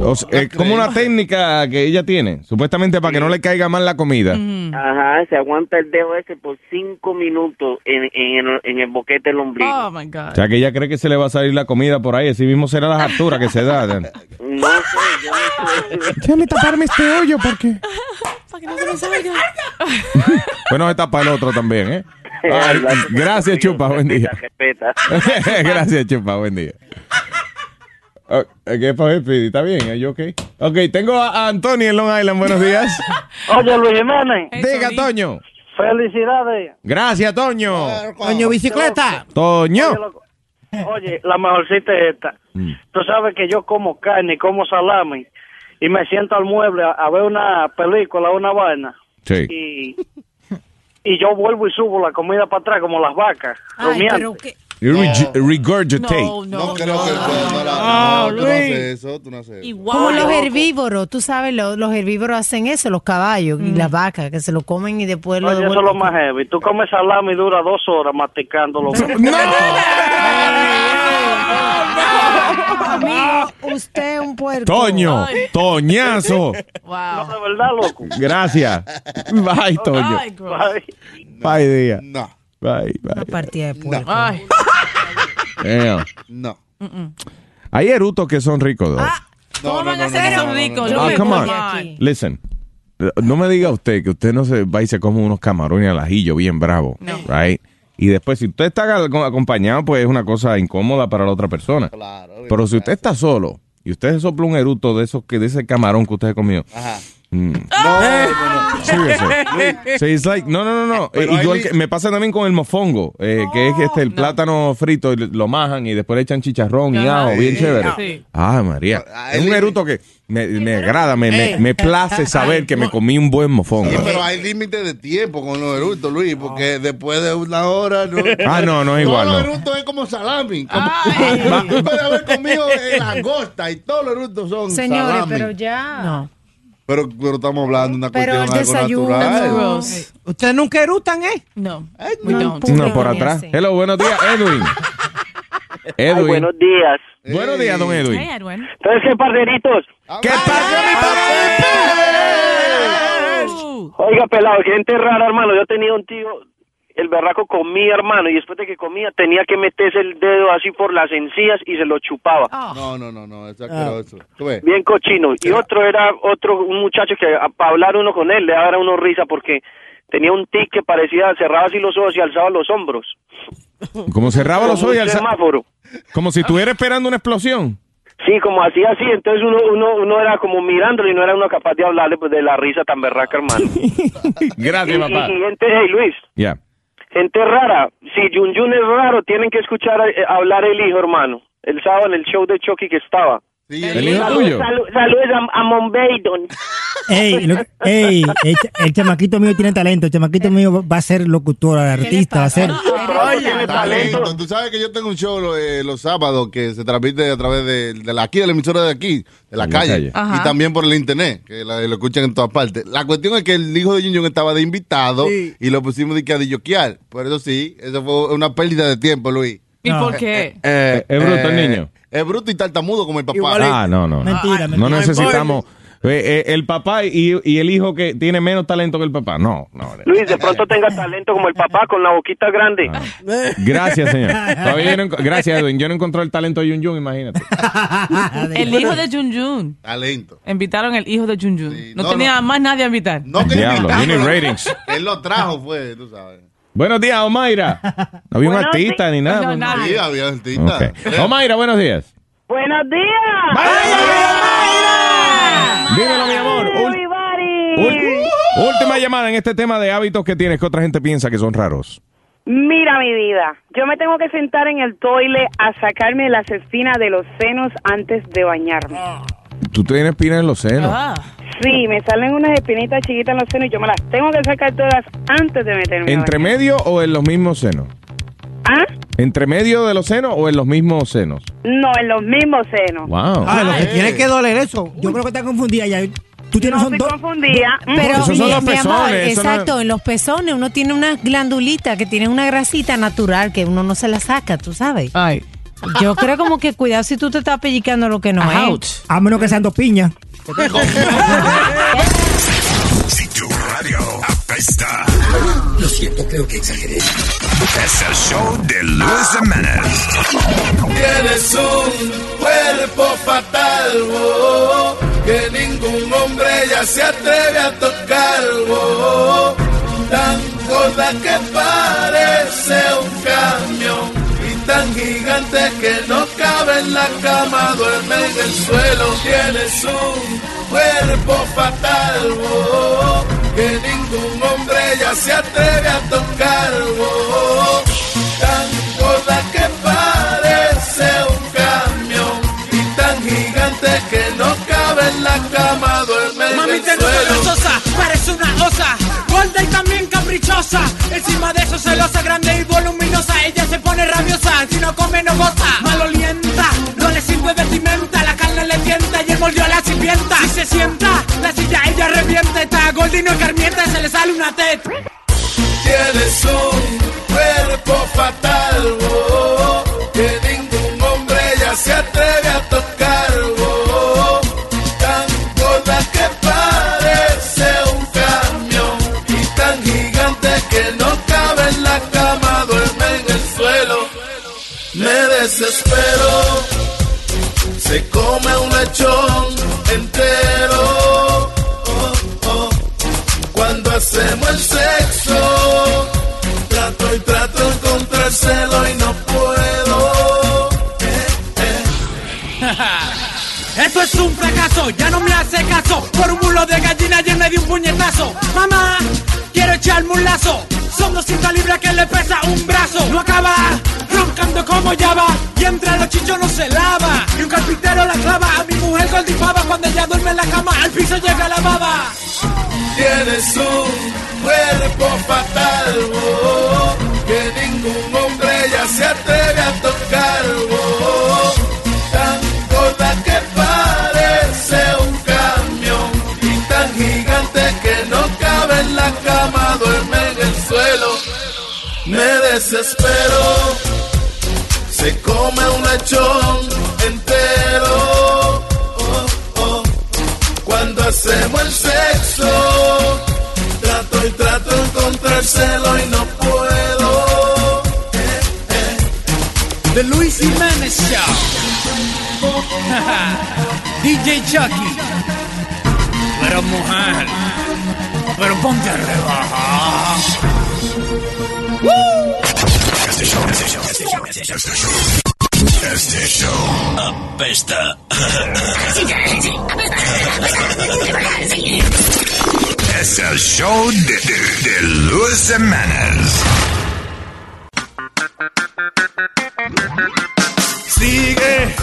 [SPEAKER 3] O sea, es como una técnica que ella tiene, supuestamente para que no le caiga mal la comida.
[SPEAKER 1] Mm.
[SPEAKER 8] Ajá, se aguanta el dedo ese por 5 minutos en, en, el, en el boquete del ombligo.
[SPEAKER 1] Oh, my God.
[SPEAKER 3] O sea, que ella cree que se le va a salir la comida por ahí, así mismo será las alturas que se dan.
[SPEAKER 8] No sé, yo no
[SPEAKER 3] [LAUGHS]
[SPEAKER 8] sé.
[SPEAKER 3] Déjame taparme este hoyo porque...
[SPEAKER 1] Para que no se me salga.
[SPEAKER 3] Bueno, se tapa el otro también, ¿eh? Ay, gracias, Chupa, buen día.
[SPEAKER 8] Respeta.
[SPEAKER 3] gracias, Chupa, buen día. Oh, ¿Qué pasó, Speedy? ¿Está bien? ¿Are you okay? Ok, tengo a a Antonio en Long Island, buenos días.
[SPEAKER 5] Oye, Luis Jiménez.
[SPEAKER 3] Diga, Toño.
[SPEAKER 5] Felicidades.
[SPEAKER 3] Gracias, Toño.
[SPEAKER 5] Toño Bicicleta.
[SPEAKER 3] Toño. Mm.
[SPEAKER 5] Oye, la mejorcita es esta. Tú sabes que yo como carne, como salami, y me siento al mueble a, a ver una película, una vaina.
[SPEAKER 3] Sí.
[SPEAKER 5] Y, y yo vuelvo y subo la comida para atrás, como las vacas. rumiante.
[SPEAKER 3] You reg- Regurgitate.
[SPEAKER 7] No creo que no,
[SPEAKER 5] Ah,
[SPEAKER 7] no, tú no
[SPEAKER 5] Luis.
[SPEAKER 7] haces eso, tú no haces eso.
[SPEAKER 4] Como los herbívoros, tú sabes, los, los herbívoros hacen eso, los caballos y las vacas, que se lo comen y después lo
[SPEAKER 5] Oye, eso es lo
[SPEAKER 4] devuelven.
[SPEAKER 5] más heavy. Tú comes salami y dura dos horas masticándolo.
[SPEAKER 4] Amigo, usted es un puerco.
[SPEAKER 3] Toño, Toñazo.
[SPEAKER 5] No, de verdad, loco.
[SPEAKER 3] Gracias. Bye, Toño.
[SPEAKER 5] Bye.
[SPEAKER 3] Bye, día.
[SPEAKER 7] No.
[SPEAKER 3] Bye, bye.
[SPEAKER 4] Partida de puerco.
[SPEAKER 1] Ay.
[SPEAKER 3] Damn.
[SPEAKER 7] No.
[SPEAKER 3] Hay erutos que son ricos, though.
[SPEAKER 1] ¿Cómo van a hacer eso rico? Yo
[SPEAKER 3] Ah,
[SPEAKER 1] me
[SPEAKER 3] come
[SPEAKER 1] voy
[SPEAKER 3] on.
[SPEAKER 1] de aquí.
[SPEAKER 3] Listen. No me diga usted que usted no se va y se come unos camarones al ajillo bien bravo. Right? Y después, si usted está ac- acompañado, pues es una cosa incómoda para la otra persona. Pero si usted está solo y usted se sopla un eruto de esos que de ese camarón que usted comió.
[SPEAKER 7] Ajá.
[SPEAKER 3] mm,
[SPEAKER 7] Luis. [LAUGHS]
[SPEAKER 3] Sí, it's like, no, no, no, no.
[SPEAKER 7] Pero
[SPEAKER 3] Eh,
[SPEAKER 7] hay
[SPEAKER 3] igual
[SPEAKER 7] li-
[SPEAKER 3] que me pasa también con el mofongo, eh, que es este el plátano frito, y lo majan y después le echan chicharrón y
[SPEAKER 7] Ajá.
[SPEAKER 3] ajo, bien
[SPEAKER 7] Ah, Sí.
[SPEAKER 3] chévere.
[SPEAKER 7] Sí.
[SPEAKER 3] Ah, María. Es un eruto que me, me agrada, me, me,
[SPEAKER 7] Eh.
[SPEAKER 3] me place saber que me comí un buen mofongo.
[SPEAKER 7] Sí, pero hay límite de tiempo con los eructos, Luis, porque después de una hora. No,
[SPEAKER 3] [LAUGHS] Ah, no, no es igual,
[SPEAKER 7] Todos
[SPEAKER 3] no.
[SPEAKER 7] los eructos es como salami. Como, tú puedes haber comido eh, langosta y todos los eructos son
[SPEAKER 4] Señores,
[SPEAKER 7] salami.
[SPEAKER 4] pero ya.
[SPEAKER 7] Pero, pero estamos hablando de una
[SPEAKER 4] Pero el
[SPEAKER 7] cuestión algo
[SPEAKER 4] desayuno.
[SPEAKER 7] natural.
[SPEAKER 13] Ustedes nunca erutan, ¿eh?
[SPEAKER 1] No.
[SPEAKER 3] No, por atrás. Hello, buenos días, Edwin. Edwin.
[SPEAKER 5] Ay, buenos días. Eh.
[SPEAKER 3] Buenos días, don Edwin.
[SPEAKER 5] Hey, Entonces, ¿qué, parceritos?
[SPEAKER 3] ¿Qué pasó, mi
[SPEAKER 5] Oiga, pelado, gente rara, hermano. Yo tenía un tío, el berraco comía, hermano, y después de que comía tenía que meterse el dedo así por las encías y se lo chupaba.
[SPEAKER 7] No, no, no, no, es asqueroso. Tú
[SPEAKER 3] pues.
[SPEAKER 7] ves.
[SPEAKER 5] Bien cochino. Y otro era otro un muchacho que a- para hablar uno con él le daba uno risa porque tenía un tic que parecía cerraba así los ojos y alzaba los hombros.
[SPEAKER 3] Como cerraba los
[SPEAKER 5] Como
[SPEAKER 3] ojos y
[SPEAKER 5] un
[SPEAKER 3] alza-
[SPEAKER 5] semáforo.
[SPEAKER 3] Como si estuviera esperando una explosión.
[SPEAKER 5] Sí, como así así, entonces uno uno uno era como mirándolo y no era uno capaz de hablarle pues, de la risa tan berraca, hermano.
[SPEAKER 3] Gracias,
[SPEAKER 5] Y-
[SPEAKER 3] papá.
[SPEAKER 5] Y, y gente, hey, Luis.
[SPEAKER 3] Ya.
[SPEAKER 5] Gente rara. Si Jun Jun es raro, tienen que escuchar eh, hablar el hijo, hermano. El sábado en el show de Chucky que estaba.
[SPEAKER 3] ¿El hijo tuyo?
[SPEAKER 5] Saludos a, a Mombaydon.
[SPEAKER 23] Ey, lo- ey, el, cha- el chamaquito mío tiene talento. El chamaquito mío va a ser locutor, artista, va a ser.
[SPEAKER 7] Talento. Tú sabes que yo tengo un show lo- eh, los sábados que se transmite a través de, de la, aquí, de la emisora de aquí, de la
[SPEAKER 3] En la calle.
[SPEAKER 7] calle,
[SPEAKER 3] Ajá.
[SPEAKER 7] y también por el internet, que la- lo escuchan en todas partes. La cuestión es que el hijo de Jun Jun estaba de invitado
[SPEAKER 35] Sí.
[SPEAKER 7] y lo pusimos de que a dilloquear. Por eso sí, eso fue una pérdida de tiempo, Luis.
[SPEAKER 1] ¿Y por qué?
[SPEAKER 3] Eh, es bruto el niño.
[SPEAKER 7] Es bruto y tartamudo como el papá.
[SPEAKER 3] Ah, no, no. no.
[SPEAKER 7] Mentira,
[SPEAKER 3] No
[SPEAKER 7] mentira.
[SPEAKER 3] necesitamos. eh, eh, el papá y, y el hijo que tiene menos talento que el papá. No, no.
[SPEAKER 5] Luis, de pronto tenga talento como el papá con la boquita grande.
[SPEAKER 3] Ah. Gracias, señor. Todavía no enco- gracias, Edwin. Yo no encontré el talento de Yun Yun, imagínate.
[SPEAKER 13] Ah,
[SPEAKER 1] El hijo de Jun Jun.
[SPEAKER 7] Talento.
[SPEAKER 1] Invitaron el hijo de Jun Jun. no,
[SPEAKER 7] no,
[SPEAKER 1] tenía más nadie a invitar.
[SPEAKER 3] Diablo, Juni ratings.
[SPEAKER 7] Él lo trajo, fue, tú sabes.
[SPEAKER 3] Buenos días, Omaira. No había un
[SPEAKER 7] Buenos
[SPEAKER 3] artista ni nada.
[SPEAKER 7] No, nadie. Sí, había artista.
[SPEAKER 3] Ok. Omaira, buenos días.
[SPEAKER 32] Buenos días.
[SPEAKER 3] Dímelo, mi amor. Ul-
[SPEAKER 32] Everybody.
[SPEAKER 3] ul- última llamada en este tema de hábitos que tienes que otra gente piensa que son raros.
[SPEAKER 32] Mira mi vida, yo me tengo que sentar en el toile a sacarme las espinas de los senos antes de bañarme.
[SPEAKER 3] Tú tienes espinas en los senos.
[SPEAKER 7] Ah,
[SPEAKER 32] Sí, me salen unas espinitas chiquitas en los senos y yo me las tengo que sacar todas antes de meterme. a
[SPEAKER 3] ¿Entre
[SPEAKER 32] bañar.
[SPEAKER 3] medio o en los mismos senos?
[SPEAKER 32] ¿Ah?
[SPEAKER 3] ¿Entre medio de los senos o en los mismos senos?
[SPEAKER 32] No, en los mismos senos.
[SPEAKER 3] Wow.
[SPEAKER 23] Ah, lo que tiene que doler eso. Yo creo que está confundida ya. Tú tienes
[SPEAKER 32] No
[SPEAKER 23] un
[SPEAKER 32] estoy
[SPEAKER 23] dos-
[SPEAKER 32] confundida.
[SPEAKER 5] Mm.
[SPEAKER 4] Pero
[SPEAKER 3] Esos son
[SPEAKER 4] mi-
[SPEAKER 3] los
[SPEAKER 4] mi amor,
[SPEAKER 3] pezones, eso no-
[SPEAKER 4] exacto, en los pezones uno tiene una glandulita que tiene una grasita natural que uno no se la saca, tú sabes.
[SPEAKER 1] Ay.
[SPEAKER 4] Yo creo como que cuidado si tú te estás pellicando lo que no
[SPEAKER 23] Ouch.
[SPEAKER 4] es. A menos que sean dos piñas.
[SPEAKER 2] Si tu radio apesta. Lo siento, creo que exageré. Es el show de Luis Jiménez.
[SPEAKER 27] Tienes un cuerpo fatal, oh, que ningún hombre ya se atreve a tocar, oh, tan gorda que parece un camión y tan gigante que no cabe en la cama, duerme en el suelo. Tienes un cuerpo fatal, oh, que ningún hombre ya se atreve a tocar, oh, tan gorda que parece un camión y tan gigante que no cabe en la cama, duerme en
[SPEAKER 9] Mami,
[SPEAKER 27] el
[SPEAKER 9] te una
[SPEAKER 27] suelo.
[SPEAKER 9] sosa, parece una osa, gorda y también caprichosa. Encima de eso, celosa, grande y voluminosa. Ella se pone rabiosa, si no come, no goza. Malolienta, no le sirve vestimenta, la carne le tienta y él mordió a la sirvienta. Si se sienta, la silla ella revienta, está gorda y no escarmienta, se le sale una teta.
[SPEAKER 27] Tienes un cuerpo fatal, oh, oh, que ningún hombre ya se atreve a tocar, oh, oh, tan gorda que parece un camión y tan gigante que no cabe en la cama, duerme en el suelo. Me desespero, se come un lechón entero. oh, oh cuando hacemos el sexo. Trato y trato de encontrárselo y no puedo.
[SPEAKER 9] [LAUGHS] Esto es un fracaso, ya no me hace caso. Por un mulo de gallina ayer me di un puñetazo. Mamá, quiero echarme un lazo. Son 200 libras que le pesa un brazo. No acaba, roncando como llava. Y entre los chichos no se lava. Y un carpintero la clava a mi mujer gordipava. Cuando ella duerme en la cama, al piso llega la baba.
[SPEAKER 27] Tienes un cuerpo fatal, oh, oh, que ningún hombre ya se atreve a tocar, oh, oh, tan gorda que parece un camión y tan gigante que no cabe en la cama, duerme en el suelo. Me desespero, se come un lechón entero. Oh, oh. Cuando hacemos el sexo, trato y trato de encontrárselo y no puedo.
[SPEAKER 10] The Luis Jimenez [LAUGHS] Show. DJ Chucky. Pero mujer, pero ponte a rebajar.
[SPEAKER 2] Este show, este show, este show, este show, este show. Este show apesta. Es el show de, de, de Luis Semanas.
[SPEAKER 27] Sigue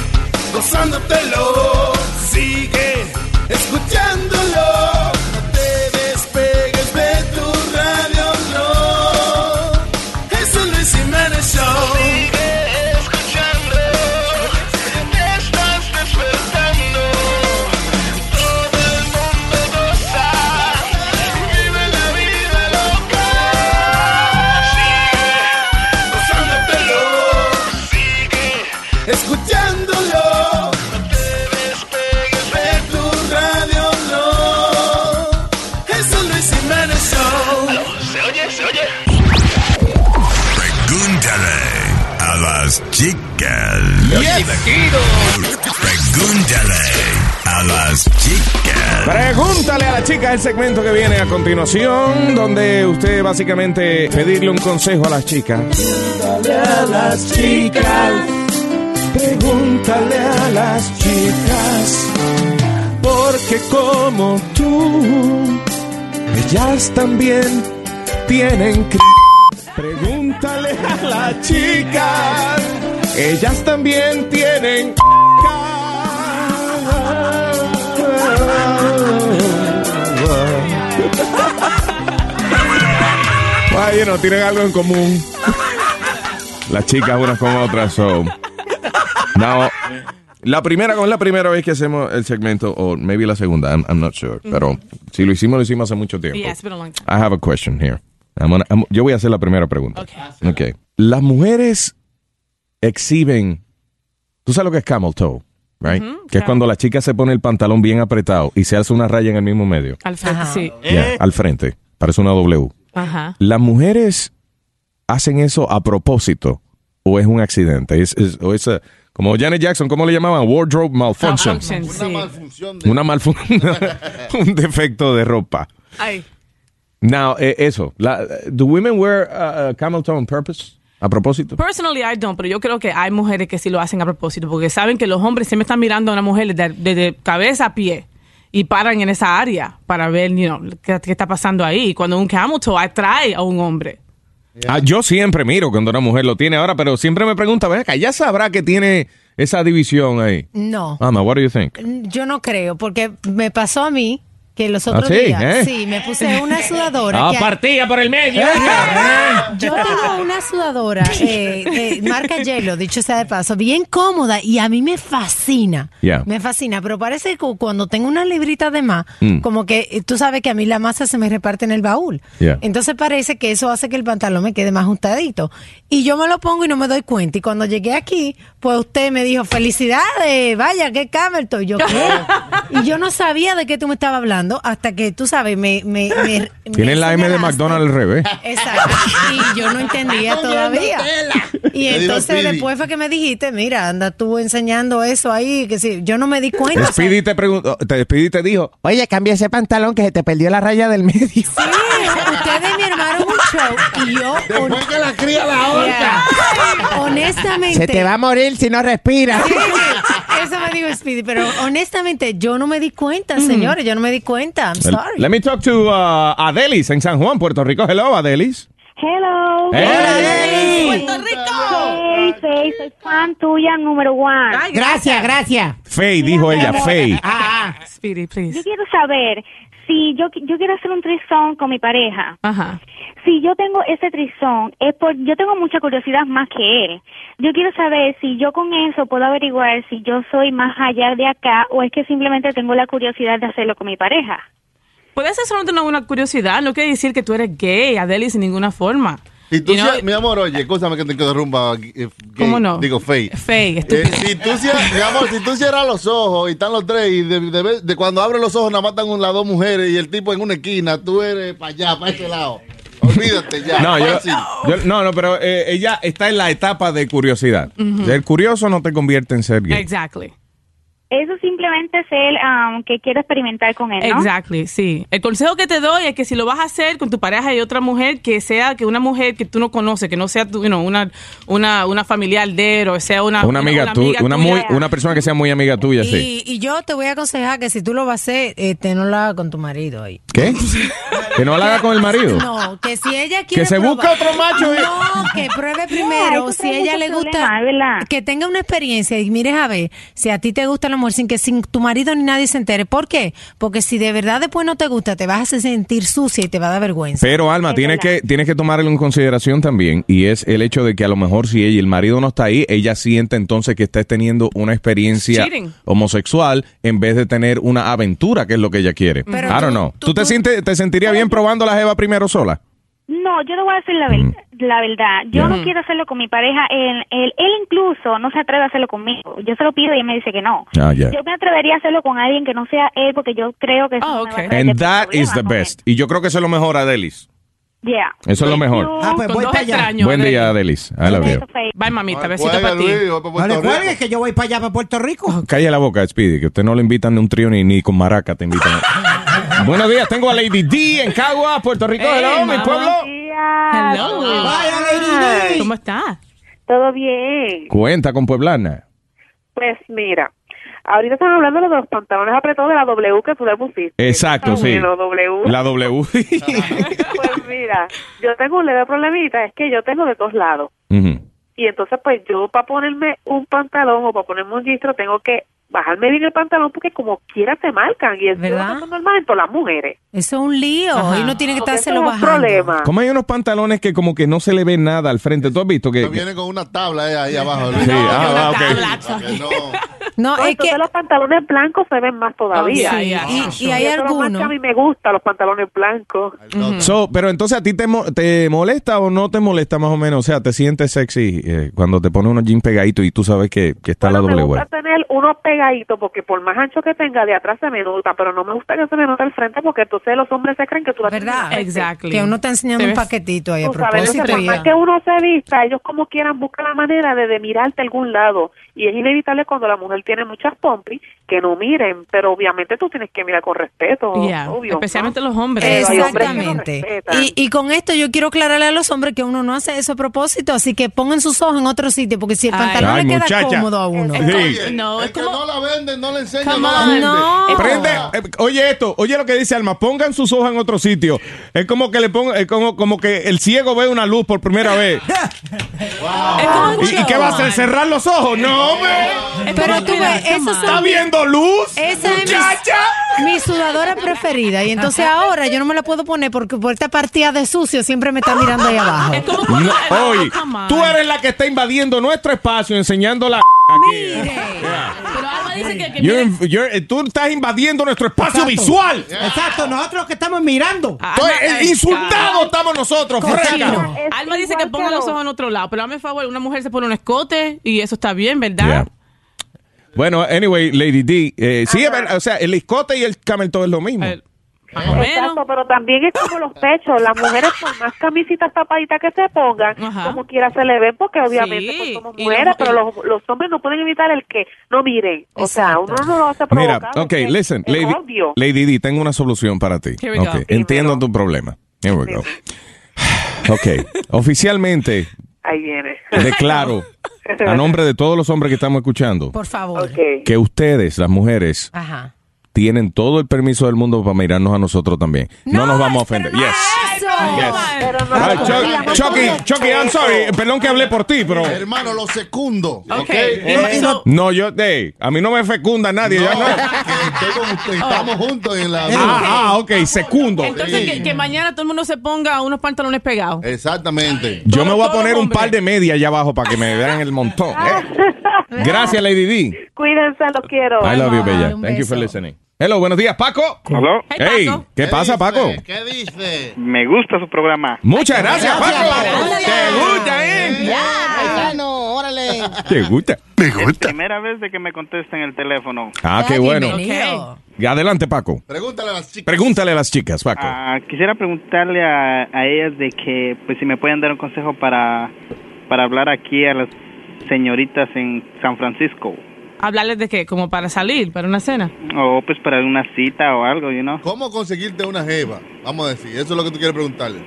[SPEAKER 27] gozándotelo, sigue escuchándolo. No te despegues de tu radio, no. Es el Luis Jiménez Show. Sigue escuchando, te estás despertando. Todo el mundo goza, vive la vida loca. Sigue gozándotelo escuchándolo. No te despegues de tu radio, no. Es el Luis Jiménez Show. Se oye, se oye.
[SPEAKER 2] Pregúntale a las chicas.
[SPEAKER 27] Yes.
[SPEAKER 2] Pregúntale a las chicas.
[SPEAKER 3] Pregúntale a la chica el segmento que viene a continuación, donde usted básicamente pedirle un consejo a las chicas.
[SPEAKER 27] Pregúntale a las chicas. Pregúntale a las chicas.
[SPEAKER 3] Porque como tú, ellas también tienen cr- Pregúntale a las chicas. Ellas también tienen [LAUGHS] Ay, no, tienen algo en común. Las chicas unas con otras son. No. La primera, como es la primera vez que hacemos el segmento, o maybe la segunda, I'm, I'm not sure.
[SPEAKER 1] Mm.
[SPEAKER 3] Pero si lo hicimos, lo hicimos hace mucho tiempo.
[SPEAKER 1] Yeah, it's been a long time.
[SPEAKER 3] I have a question here. I'm gonna- I'm- yo voy a hacer la primera pregunta. Okay. Las mujeres exhiben. Tú sabes lo que es camel toe, right?
[SPEAKER 1] Ujú,
[SPEAKER 3] que es
[SPEAKER 1] claro.
[SPEAKER 3] cuando la chica se pone el pantalón bien apretado y se hace una raya en el mismo medio.
[SPEAKER 1] Al frente, sí.
[SPEAKER 3] Yeah, al frente. Parece una W.
[SPEAKER 1] Ajá.
[SPEAKER 3] ¿Las mujeres hacen eso a propósito o es un accidente? Es, es- o es eh, como Janet Jackson, ¿cómo le llamaban? Wardrobe malfunction.
[SPEAKER 1] Una
[SPEAKER 7] malfunción.
[SPEAKER 3] Una malfunción. [LAUGHS] un defecto de ropa.
[SPEAKER 1] Ay.
[SPEAKER 3] Now, eh, eso. La, ¿Do women wear uh, uh, camel toe on purpose? A propósito.
[SPEAKER 1] Personally, I don't, pero yo creo que hay mujeres que sí lo hacen a propósito, porque saben que los hombres siempre están mirando a una mujer desde, desde cabeza a pie y paran en esa área para ver, you know, qué, qué está pasando ahí. Cuando un camel toe atrae a un hombre.
[SPEAKER 3] Ah, yo siempre miro cuando una mujer lo tiene ahora, pero siempre me pregunta, ven acá, ya sabrá que tiene esa división ahí.
[SPEAKER 4] No.
[SPEAKER 3] Ama, what do you think?
[SPEAKER 4] Yo no creo, porque me pasó a mí que los otros
[SPEAKER 3] Ah, sí,
[SPEAKER 4] días,
[SPEAKER 3] ¿eh? Ah,
[SPEAKER 4] sí, me puse una sudadora. que-
[SPEAKER 24] partida por el medio.
[SPEAKER 3] ¿Eh?
[SPEAKER 4] yo tengo una sudadora eh, eh, marca Yelo, dicho sea de paso, bien cómoda y a mí me fascina.
[SPEAKER 27] Yeah.
[SPEAKER 4] Me fascina, pero parece que cuando tengo una librita de más,
[SPEAKER 27] Mm.
[SPEAKER 4] como que eh, tú sabes que a mí la masa se me reparte en el baúl.
[SPEAKER 27] Yeah.
[SPEAKER 4] Entonces parece que eso hace que el pantalón me quede más ajustadito. Y yo me lo pongo y no me doy cuenta. Y cuando llegué aquí, pues usted me dijo, felicidades, vaya, qué Camelton. Y yo, ¿qué? y yo no sabía de qué tú me estabas hablando hasta que, tú sabes, me... me, me- me
[SPEAKER 3] Tienen la M de
[SPEAKER 4] señalaste.
[SPEAKER 3] McDonald's al revés.
[SPEAKER 4] Exacto. Y yo no entendía todavía. Y
[SPEAKER 3] Te digo,
[SPEAKER 4] entonces
[SPEAKER 3] Speedy.
[SPEAKER 4] después fue que me dijiste, mira, anda tú enseñando eso ahí, que sí, yo no me di cuenta. o sea,
[SPEAKER 3] Speedy te, preguntó, te, Speedy te dijo,
[SPEAKER 13] Oye, cambia ese pantalón que se te perdió la raya del medio.
[SPEAKER 4] ustedes me armaron un show y yo... Después
[SPEAKER 7] que la cría
[SPEAKER 27] la ahorca.
[SPEAKER 4] Honestamente...
[SPEAKER 13] Se te va a morir si no respiras.
[SPEAKER 4] Sí, sí, [LAUGHS] Eso me dijo Speedy, pero honestamente yo no me di cuenta, señores, yo no me di cuenta. I'm sorry.
[SPEAKER 3] let me talk to uh, Adelis en San Juan, Puerto Rico. Hello, Adelis.
[SPEAKER 5] Hello.
[SPEAKER 3] Hey.
[SPEAKER 5] ¡Puerto Rico! Soy, soy fan tuya número uno.
[SPEAKER 13] Gracias, gracias.
[SPEAKER 3] Fey, dijo ella, Fey.
[SPEAKER 5] Ah,
[SPEAKER 1] Speedy, please.
[SPEAKER 5] Yo quiero saber si yo, qui- yo quiero hacer un trisón con mi pareja.
[SPEAKER 1] Ajá.
[SPEAKER 5] Si yo tengo ese trisón, es por, yo tengo mucha curiosidad más que él. Yo quiero saber si yo con eso puedo averiguar si yo soy más allá de acá o es que simplemente tengo la curiosidad de hacerlo con mi pareja.
[SPEAKER 1] Puede ser solamente una, una curiosidad, no quiere decir que tú eres gay, Adeli, sin ninguna forma.
[SPEAKER 7] Y tú,
[SPEAKER 1] You know,
[SPEAKER 7] seas- mi amor, oye, escúchame que te interrumpa. eh, gay,
[SPEAKER 1] ¿Cómo no?
[SPEAKER 7] Digo, fake.
[SPEAKER 1] Fake,
[SPEAKER 7] Eh,
[SPEAKER 1] estúpido.
[SPEAKER 7] si tú cierras, mi amor, si tú cierras los ojos y están los tres y de, de vez- de cuando abres los ojos nada más están un- las dos mujeres y el tipo en una esquina, tú eres para allá, para este lado. Olvídate ya.
[SPEAKER 3] No, yo,
[SPEAKER 7] Fácil.
[SPEAKER 3] yo- no, no, pero eh, ella está en la etapa de curiosidad.
[SPEAKER 5] Ujú.
[SPEAKER 3] El curioso no te convierte en ser gay.
[SPEAKER 1] Exactly.
[SPEAKER 5] Eso simplemente es el um, que quiero experimentar con él, ¿no?
[SPEAKER 1] Exactly, sí. El consejo que te doy es que si lo vas a hacer con tu pareja y otra mujer, que sea que una mujer que tú no conoces, que no sea tu, you know, una, una, una familiar de él o sea una,
[SPEAKER 3] Una amiga, tu- una, muy,
[SPEAKER 1] tuya.
[SPEAKER 3] una persona que sea muy amiga tuya, sí.
[SPEAKER 4] Y, y yo te voy a aconsejar que si tú lo vas a hacer, este, no lo hagas con tu marido ahí.
[SPEAKER 3] ¿Qué? que no la haga con el marido.
[SPEAKER 4] No, que si ella quiere.
[SPEAKER 3] se
[SPEAKER 4] probar-
[SPEAKER 3] busque otro macho, eh.
[SPEAKER 4] No, que pruebe
[SPEAKER 5] Yeah,
[SPEAKER 4] primero.
[SPEAKER 5] eso
[SPEAKER 4] si
[SPEAKER 5] trae
[SPEAKER 4] ella
[SPEAKER 5] muchos
[SPEAKER 4] le gusta.
[SPEAKER 5] problemas, es verdad.
[SPEAKER 4] que tenga una experiencia y mires a ver si a ti te gusta el amor sin que sin tu marido ni nadie se entere. ¿Por qué? Porque si de verdad después no te gusta, te vas a sentir sucia y te va a dar vergüenza.
[SPEAKER 3] Pero Alma, tienes que, tienes que tomarlo en consideración también, y es el hecho de que a lo mejor si ella y el marido no está ahí, ella siente entonces que estás teniendo una experiencia
[SPEAKER 4] Cheating.
[SPEAKER 3] homosexual en vez de tener una aventura, que es lo que ella quiere.
[SPEAKER 5] Pero
[SPEAKER 3] I don't know. ¿Tú, te, sientes, te sentirías bien probando la jeva primero sola?
[SPEAKER 5] No, yo no voy a decir la, ver- la verdad. Yo
[SPEAKER 3] Mm.
[SPEAKER 5] no quiero hacerlo con mi pareja. Él, él, él incluso no se atreve a hacerlo conmigo. Yo se lo pido y él me dice que no.
[SPEAKER 3] Ah, ya.
[SPEAKER 5] Yo me atrevería a hacerlo con alguien que no sea él porque yo creo que eso no me va a traer
[SPEAKER 3] And that
[SPEAKER 5] problema
[SPEAKER 3] is the
[SPEAKER 5] con él.
[SPEAKER 3] best. Y yo creo que eso es lo mejor, Adelis.
[SPEAKER 5] Yeah.
[SPEAKER 3] Eso [LAUGHS] es lo mejor.
[SPEAKER 5] Ah, pues
[SPEAKER 1] Con
[SPEAKER 5] voy
[SPEAKER 1] dos
[SPEAKER 5] para allá.
[SPEAKER 1] extraños.
[SPEAKER 3] Buen
[SPEAKER 1] Adrián.
[SPEAKER 3] día, Adelis. Ahí la veo.
[SPEAKER 1] Bye, mamita. Besito
[SPEAKER 13] cuelga,
[SPEAKER 1] para ti.
[SPEAKER 13] Luis, No le cuelgues que yo voy para allá, para Puerto Rico.
[SPEAKER 3] Calla la boca, Speedy, que usted no le invitan de un trío ni, ni con maraca te invitan. Buenos días, tengo a Lady D en Cagua, Puerto Rico.
[SPEAKER 10] Hey,
[SPEAKER 3] Hello, mi
[SPEAKER 10] mamá.
[SPEAKER 3] pueblo.
[SPEAKER 1] Hello. ¿Cómo está?
[SPEAKER 11] Todo bien.
[SPEAKER 3] Cuenta con Pueblana.
[SPEAKER 11] Pues mira, ahorita están hablando de los pantalones apretados de la W que tú le pusiste.
[SPEAKER 3] Exacto,
[SPEAKER 11] Ah,
[SPEAKER 3] sí.
[SPEAKER 11] bueno, W.
[SPEAKER 3] La W.
[SPEAKER 11] [LAUGHS] Pues mira, yo tengo un leve problemita, es que yo tengo de dos lados.
[SPEAKER 3] Ujú.
[SPEAKER 11] Y entonces pues yo para ponerme un pantalón o para ponerme un gistro tengo que bajarme bien el pantalón porque como quiera te marcan y es
[SPEAKER 4] ¿Verdad?
[SPEAKER 11] una cosa normal en todas las mujeres.
[SPEAKER 4] Eso es un lío
[SPEAKER 11] Ajá.
[SPEAKER 4] y no tiene que
[SPEAKER 11] Porque
[SPEAKER 4] estárselo
[SPEAKER 11] eso es un
[SPEAKER 4] bajando.
[SPEAKER 11] problema.
[SPEAKER 3] Como hay unos pantalones que como que no se le ve nada al frente. ¿Tú has visto que...?
[SPEAKER 7] Viene con una tabla eh, ahí abajo. Luis.
[SPEAKER 3] Sí, ah,
[SPEAKER 7] ok.
[SPEAKER 3] ah,
[SPEAKER 7] Para que no-
[SPEAKER 4] No,
[SPEAKER 11] es que Pues los pantalones blancos se ven más todavía.
[SPEAKER 4] Oh, yeah, yeah. Y- y hay
[SPEAKER 11] eso es lo más
[SPEAKER 4] algunos-
[SPEAKER 11] que a mí me gustan los pantalones blancos.
[SPEAKER 3] ok. So, pero entonces a ti te, mo- te molesta o no te molesta más o menos. O sea, te sientes sexy eh, cuando te pones unos jeans pegaditos y tú sabes que, que está la
[SPEAKER 11] me
[SPEAKER 3] doble
[SPEAKER 11] gusta
[SPEAKER 3] vuelta.
[SPEAKER 11] tener unos pegaditos porque por más ancho que tenga de atrás se me nota, pero no me gusta que se me note el frente porque entonces los hombres se creen que tú la ¿Verdad?
[SPEAKER 1] Exactly.
[SPEAKER 4] Que uno está enseñando un paquetito ahí a
[SPEAKER 11] Tú sabes,
[SPEAKER 4] propósito.
[SPEAKER 11] entonces, por
[SPEAKER 4] y-
[SPEAKER 11] más que uno se vista, ellos como quieran buscan la manera de, de mirarte a algún lado. Y es inevitable cuando la mujer tiene muchas pompis que no miren, pero obviamente tú tienes que mirar con respeto,
[SPEAKER 1] Yeah.
[SPEAKER 11] obvio. ¿no?
[SPEAKER 1] Especialmente los hombres.
[SPEAKER 11] Pero hay hombres que no
[SPEAKER 4] Exactamente.
[SPEAKER 11] respetan.
[SPEAKER 4] Y, y con esto yo quiero aclararle a los hombres que uno no hace eso a propósito, así que pongan sus ojos en otro sitio, porque si el
[SPEAKER 1] Ay.
[SPEAKER 4] pantalón
[SPEAKER 3] Ay,
[SPEAKER 4] le queda
[SPEAKER 3] muchacha.
[SPEAKER 4] cómodo a uno.
[SPEAKER 3] Sí. Oye,
[SPEAKER 1] No, es como...
[SPEAKER 7] No la venden, no la enseñan.
[SPEAKER 1] Come
[SPEAKER 7] No la
[SPEAKER 1] on.
[SPEAKER 7] venden.
[SPEAKER 1] No. Es como-
[SPEAKER 3] Prende, eh, oye esto, oye lo que dice Alma, pongan sus ojos en otro sitio. Es como que le ponga, es como, como que el ciego ve una luz por primera vez. ¿Y, y qué va a hacer? ¿Cerrar los ojos? No, hombre.
[SPEAKER 4] Pero tú ves, eso
[SPEAKER 3] ¿Está viendo luz?
[SPEAKER 4] Esa es mi, mi sudadora preferida. Y entonces ahora yo no me la puedo poner porque por esta partida de sucio siempre me está mirando ahí abajo.
[SPEAKER 3] No, oye, tú eres la que está invadiendo nuestro espacio enseñando la aquí. You're in- you're- eh, tú estás invadiendo nuestro espacio
[SPEAKER 13] Exacto.
[SPEAKER 3] visual.
[SPEAKER 13] Exacto, nosotros que estamos mirando.
[SPEAKER 1] Ah,
[SPEAKER 3] Estoy- eh, insultados estamos nosotros, freca.
[SPEAKER 1] Cochino. Alma dice que ponga los ojos en otro lado, pero hazme favor, una mujer se pone un escote y eso está bien, ¿verdad?
[SPEAKER 3] Bueno, anyway, Lady D, eh, sí, es verdad, o sea, el escote y el camelto es lo mismo.
[SPEAKER 11] Exacto, pero también es como los pechos. Las mujeres, por más camisitas tapaditas que se pongan, como quiera se le ven, porque obviamente pues, somos
[SPEAKER 1] y
[SPEAKER 11] mujeres,
[SPEAKER 1] los-
[SPEAKER 11] pero los, los hombres no pueden evitar el que no miren. O sea, uno no lo hace provocar.
[SPEAKER 3] Mira, ok, listen,
[SPEAKER 11] es
[SPEAKER 3] Lady,
[SPEAKER 11] obvio.
[SPEAKER 3] Lady D, tengo una solución para ti.
[SPEAKER 11] Here we go.
[SPEAKER 3] Ok, Entiendo tu problema. Here we go. Ok, [LAUGHS] oficialmente
[SPEAKER 11] Ahí viene.
[SPEAKER 3] declaro a nombre de todos los hombres que estamos escuchando
[SPEAKER 4] Por favor.
[SPEAKER 3] que ustedes, las mujeres,
[SPEAKER 4] Ajá.
[SPEAKER 3] tienen todo el permiso del mundo para mirarnos a nosotros también. No, nos vamos a ofender. Yes.
[SPEAKER 11] Pero no
[SPEAKER 3] Ah,
[SPEAKER 11] lo
[SPEAKER 3] Chuck-
[SPEAKER 11] hacíamos con
[SPEAKER 3] Chucky,
[SPEAKER 11] respeto.
[SPEAKER 3] Chucky, I'm sorry. Perdón que hablé por ti, pero... Eh,
[SPEAKER 7] Hermano, lo secundo. Ok.
[SPEAKER 3] No, yo, hey, a mí no me fecunda nadie. yo no.
[SPEAKER 7] Estoy con
[SPEAKER 1] Oh.
[SPEAKER 7] usted, Estamos juntos en la.
[SPEAKER 3] Ah, ah, ok, secundo.
[SPEAKER 1] Entonces, que, que mañana todo el mundo se ponga unos pantalones pegados.
[SPEAKER 7] Exactamente.
[SPEAKER 3] Yo me voy a poner un par de medias allá abajo para que me vean el [LAUGHS] montón. ¿eh? Gracias, Lady D.
[SPEAKER 11] Cuídense, los quiero.
[SPEAKER 3] I love you, Bella. Thank you for listening. Hello, buenos días, Paco.
[SPEAKER 31] Hello.
[SPEAKER 3] Hey, ¿qué pasa, Paco?
[SPEAKER 31] ¿Qué dice? Me gusta su programa.
[SPEAKER 3] Muchas gracias, Paco.
[SPEAKER 31] Te gusta, ¿eh?
[SPEAKER 27] órale.
[SPEAKER 3] ¿Te [LAUGHS] gusta? Me
[SPEAKER 31] Es primera vez de que me contestan el teléfono.
[SPEAKER 3] Ah, qué bueno. Y Adelante, Paco.
[SPEAKER 31] Pregúntale a las chicas.
[SPEAKER 3] Pregúntale a las chicas, Paco.
[SPEAKER 31] Ah, quisiera preguntarle a, a ellas de que, pues, si me pueden dar un consejo para, para hablar aquí a las señoritas en San Francisco.
[SPEAKER 1] ¿Hablarles de qué? ¿Como para salir, para una cena?
[SPEAKER 31] O, pues, para una cita o algo, you know.
[SPEAKER 7] ¿Cómo conseguirte una jeva? Vamos a decir, eso es lo que tú quieres preguntarle.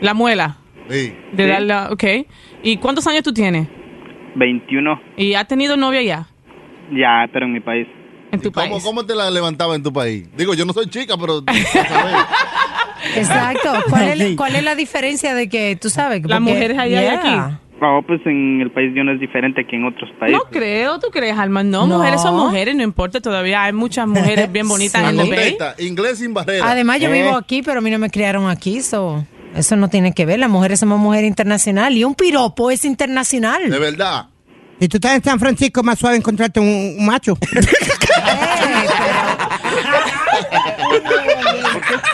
[SPEAKER 1] La muela.
[SPEAKER 7] Sí.
[SPEAKER 1] De la- la- ok. ¿Y cuántos años tú tienes?
[SPEAKER 31] 21,
[SPEAKER 1] ¿Y has tenido novia ya?
[SPEAKER 31] ya, pero en mi país.
[SPEAKER 1] En tu
[SPEAKER 7] ¿Cómo,
[SPEAKER 1] país.
[SPEAKER 7] ¿Cómo te la levantaba en tu país? Digo, yo no soy chica,
[SPEAKER 3] [LAUGHS]
[SPEAKER 7] pero...
[SPEAKER 4] Exacto. ¿Cuál es, la- cuál es la diferencia de que, tú sabes? que
[SPEAKER 1] Las
[SPEAKER 4] porque-
[SPEAKER 1] mujeres allá y aquí.
[SPEAKER 31] No, pues, en el país de uno es diferente que en otros países.
[SPEAKER 1] No creo, ¿tú crees, Alma? No,
[SPEAKER 4] No.
[SPEAKER 1] mujeres son mujeres, no importa. Todavía hay muchas mujeres
[SPEAKER 4] [LAUGHS]
[SPEAKER 1] bien bonitas en el Bay.
[SPEAKER 7] inglés sin barrera.
[SPEAKER 4] Además, yo
[SPEAKER 1] Eh.
[SPEAKER 4] vivo
[SPEAKER 7] [LAUGHS]
[SPEAKER 4] aquí, pero a mí no me criaron aquí, so, eso no tiene que ver. Las mujeres somos mujeres internacional y un piropo es internacional.
[SPEAKER 7] De verdad.
[SPEAKER 13] Si tú estás en San Francisco, es más suave encontrarte un, un
[SPEAKER 3] [LAUGHS]
[SPEAKER 13] macho.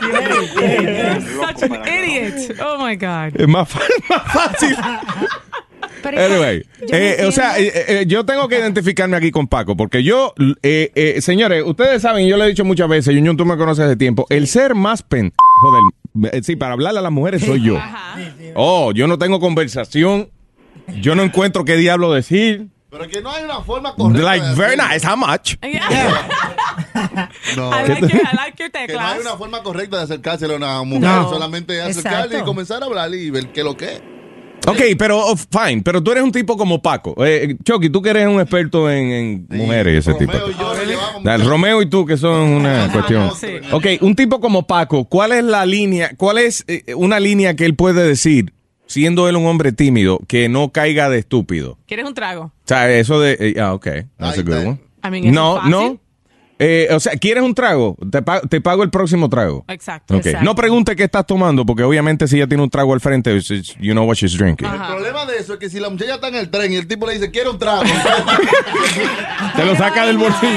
[SPEAKER 1] [LAUGHS] Such an idiot. Oh my God.
[SPEAKER 3] Es más, fa- más fácil. Anyway, eh, o sea, eh, eh, yo tengo que identificarme aquí con Paco, porque yo, eh, eh, señores, ustedes saben, yo le he dicho muchas veces, Junior, tú me conoces de tiempo, el ser más pendejo del... eh, Sí, para hablarle a las mujeres soy yo. Oh, yo no tengo conversación, yo no encuentro qué diablo decir.
[SPEAKER 7] Pero que no hay una forma correcta.
[SPEAKER 3] Like,
[SPEAKER 7] de
[SPEAKER 3] very
[SPEAKER 7] hacerlo.
[SPEAKER 3] nice, how much?
[SPEAKER 7] No.
[SPEAKER 3] [LAUGHS] I like it, I
[SPEAKER 7] que no hay una forma correcta de acercarse a una mujer.
[SPEAKER 3] No.
[SPEAKER 7] Solamente acercarle
[SPEAKER 3] Exacto.
[SPEAKER 7] y comenzar a hablar y ver qué lo que es.
[SPEAKER 3] Ok, pero oh, fine, pero tú eres un tipo como Paco. Eh, Chucky, tú que eres un experto en, en mujeres y ese tipo. de cosas. Dale, Romeo y tú que
[SPEAKER 1] [LAUGHS]
[SPEAKER 3] son una cuestión.
[SPEAKER 1] sí.
[SPEAKER 3] Ok, un tipo como Paco, ¿cuál es la línea, cuál es eh, una línea que él puede decir, siendo él un hombre tímido, que no caiga de estúpido?
[SPEAKER 1] [LAUGHS] ¿Quieres un trago?
[SPEAKER 3] O sea, eso de... eh, ah, ok, that's a good one.
[SPEAKER 1] I mean, eso
[SPEAKER 3] no,
[SPEAKER 1] es fácil.
[SPEAKER 3] no. Eh, o sea, ¿quieres un trago? Te, pa- te pago el próximo trago.
[SPEAKER 1] Exacto.
[SPEAKER 3] Ok, No pregunte qué estás tomando, porque obviamente si ella tiene un trago al frente, it's- it's- you know what she's drinking.
[SPEAKER 7] El problema de eso es que si la muchacha está en el tren y el tipo le dice, quiero
[SPEAKER 3] [LAUGHS]
[SPEAKER 7] un trago.
[SPEAKER 3] Te lo saca del bolsillo.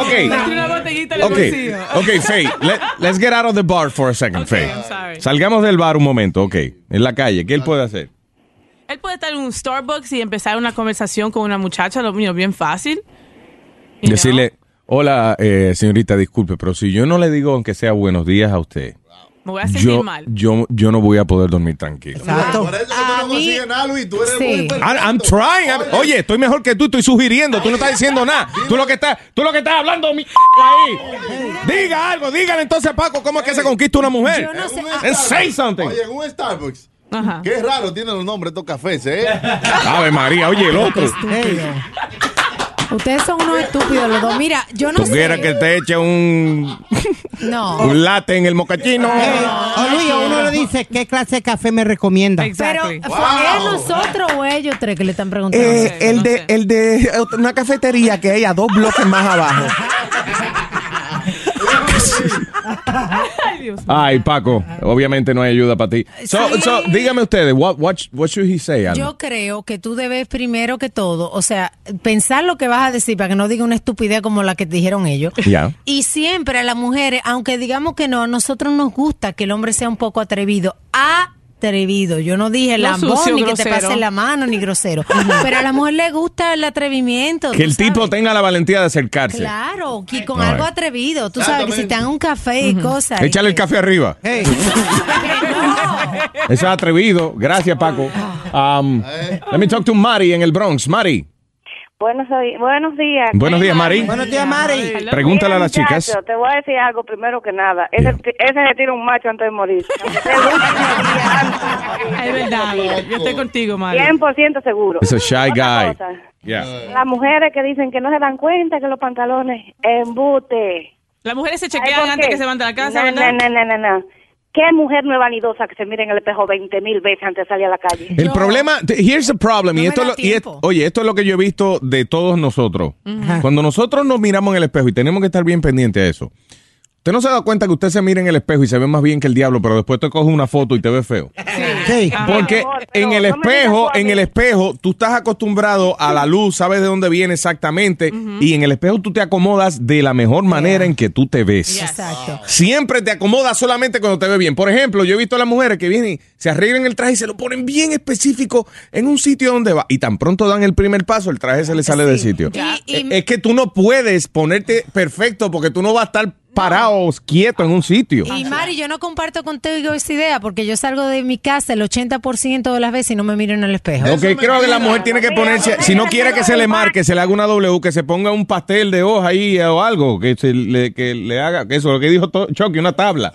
[SPEAKER 3] Ok.
[SPEAKER 1] Dale una botellita en el
[SPEAKER 3] Okay,
[SPEAKER 1] bolsillo.
[SPEAKER 3] okay, Faye, let, let's get out of the bar for a second, Faye.
[SPEAKER 1] I'm sorry.
[SPEAKER 3] Salgamos del bar un momento, ok. En la calle, ¿qué él puede hacer?
[SPEAKER 1] Él puede estar en un Starbucks y empezar una conversación con una muchacha, lo mío, bien fácil.
[SPEAKER 3] Decirle, hola, eh, señorita, disculpe, pero si yo no le digo aunque sea buenos días a usted,
[SPEAKER 1] Me voy a sentir
[SPEAKER 3] yo,
[SPEAKER 1] mal.
[SPEAKER 3] yo, yo no voy a poder dormir tranquilo.
[SPEAKER 7] Por eso que tú no consigues nada, Luis. Tú eres muy
[SPEAKER 3] I- I'm trying. I'm- oye, estoy mejor que tú, estoy sugiriendo, tú no estás diciendo nada. Tú lo que estás, tú lo que estás hablando mi [LAUGHS] ahí. Diga algo, dígale entonces, Paco, ¿cómo es que se conquista una mujer?
[SPEAKER 7] Yo no sé-
[SPEAKER 3] And say something.
[SPEAKER 7] Oye, en un Starbucks.
[SPEAKER 18] Ah.
[SPEAKER 7] Qué raro tienen los nombres estos cafés, ¿eh?
[SPEAKER 3] Ave María, [LAUGHS] oye, el otro.
[SPEAKER 4] Ustedes son unos estúpidos los dos. Mira, yo no
[SPEAKER 3] Tú quieras
[SPEAKER 4] sé.
[SPEAKER 3] que te eche un, [LAUGHS]
[SPEAKER 4] No.
[SPEAKER 3] un latte en el mocachino.
[SPEAKER 13] Eh, O Luis, a uno le dice, ¿qué clase de café me recomienda?
[SPEAKER 4] Pero fue a nosotros o ellos tres que le están preguntando.
[SPEAKER 32] Eh, el, de, el de una cafetería que hay a dos bloques más abajo.
[SPEAKER 3] Ay, Paco, obviamente no hay ayuda para ti. So,
[SPEAKER 4] Sí.
[SPEAKER 3] so, dígame ustedes, what, what, what should he say, Alma?
[SPEAKER 4] Yo creo que tú debes primero que todo, o sea, pensar lo que vas a decir para que no diga una estupidez como la que te dijeron ellos.
[SPEAKER 3] Ya.
[SPEAKER 4] Y siempre a las mujeres, aunque digamos que no, a nosotros nos gusta que el hombre sea un poco atrevido. Atrevido. Yo no dije
[SPEAKER 1] No
[SPEAKER 4] lambón,
[SPEAKER 1] sucio,
[SPEAKER 4] ni que te
[SPEAKER 1] grosero.
[SPEAKER 4] pase la mano, ni
[SPEAKER 1] [LAUGHS]
[SPEAKER 4] grosero. Pero a la mujer le gusta el atrevimiento.
[SPEAKER 3] que el
[SPEAKER 4] tú sabes.
[SPEAKER 3] tipo tenga la valentía de acercarse.
[SPEAKER 4] Claro, y con
[SPEAKER 3] All
[SPEAKER 4] algo
[SPEAKER 3] right.
[SPEAKER 4] atrevido. Tú sabes que si te dan un café y cosas.
[SPEAKER 3] eh. Échale el café arriba. Eso es atrevido. Gracias, Paco. Um, let me talk to Mari en el Bronx. Mari,
[SPEAKER 25] Buenos, di- buenos días.
[SPEAKER 3] Buenos días, Mari. Buenos
[SPEAKER 13] días, Mari.
[SPEAKER 3] Pregúntale a las
[SPEAKER 25] muchacho,
[SPEAKER 3] chicas.
[SPEAKER 25] Te voy a decir algo primero que nada. Ese, ti- ese se tira un macho antes
[SPEAKER 3] [LAUGHS]
[SPEAKER 25] de morir.
[SPEAKER 1] Es verdad, yo estoy contigo, Mari.
[SPEAKER 25] 100% seguro.
[SPEAKER 3] it's a shy guy.
[SPEAKER 25] Otra cosa,
[SPEAKER 3] Yeah.
[SPEAKER 25] Las mujeres que dicen que no se dan cuenta que los pantalones embute.
[SPEAKER 1] Las mujeres se
[SPEAKER 25] ¿Sabes
[SPEAKER 1] chequean
[SPEAKER 25] por
[SPEAKER 1] antes
[SPEAKER 25] qué?
[SPEAKER 1] que se van de la casa,
[SPEAKER 25] no,
[SPEAKER 1] ¿verdad?
[SPEAKER 25] No, no, no, no, no. ¿Qué mujer no es vanidosa que se mire en el espejo 20 mil veces antes de salir a la calle?
[SPEAKER 3] El problema, t- here's the problem. y esto es lo- y es- oye, esto es lo que yo he visto de todos nosotros.
[SPEAKER 25] Ujú.
[SPEAKER 3] Cuando nosotros nos miramos en el espejo y tenemos que estar bien pendiente a eso. Usted no se da cuenta que usted se mira en el espejo y se ve más bien que el diablo, pero después te coge una foto y te ve feo.
[SPEAKER 36] ok.
[SPEAKER 3] Porque en el espejo, en el espejo, tú estás acostumbrado a la luz, sabes de dónde viene exactamente, y en el espejo tú te acomodas de la mejor manera en que tú te ves.
[SPEAKER 4] Exacto.
[SPEAKER 3] Siempre te acomodas solamente cuando te ve bien. Por ejemplo, yo he visto a las mujeres que vienen, y se arreglan el traje y se lo ponen bien específico en un sitio donde va. Y tan pronto dan el primer paso, el traje se le sale del sitio. Eh, es que tú no puedes ponerte perfecto porque tú no vas a estar parado, quieto en un sitio.
[SPEAKER 4] Y Mari, yo no comparto contigo esa idea porque yo salgo de mi casa el 80% de las veces y no me miro en el espejo.
[SPEAKER 3] Lo que creo que la mujer tiene que ponerse, si no quiere que se le marque, se le haga una W, que se ponga un pastel de hoja ahí eh, o algo, que, se le, que le haga, que eso, lo que dijo To- Chucky, una tabla.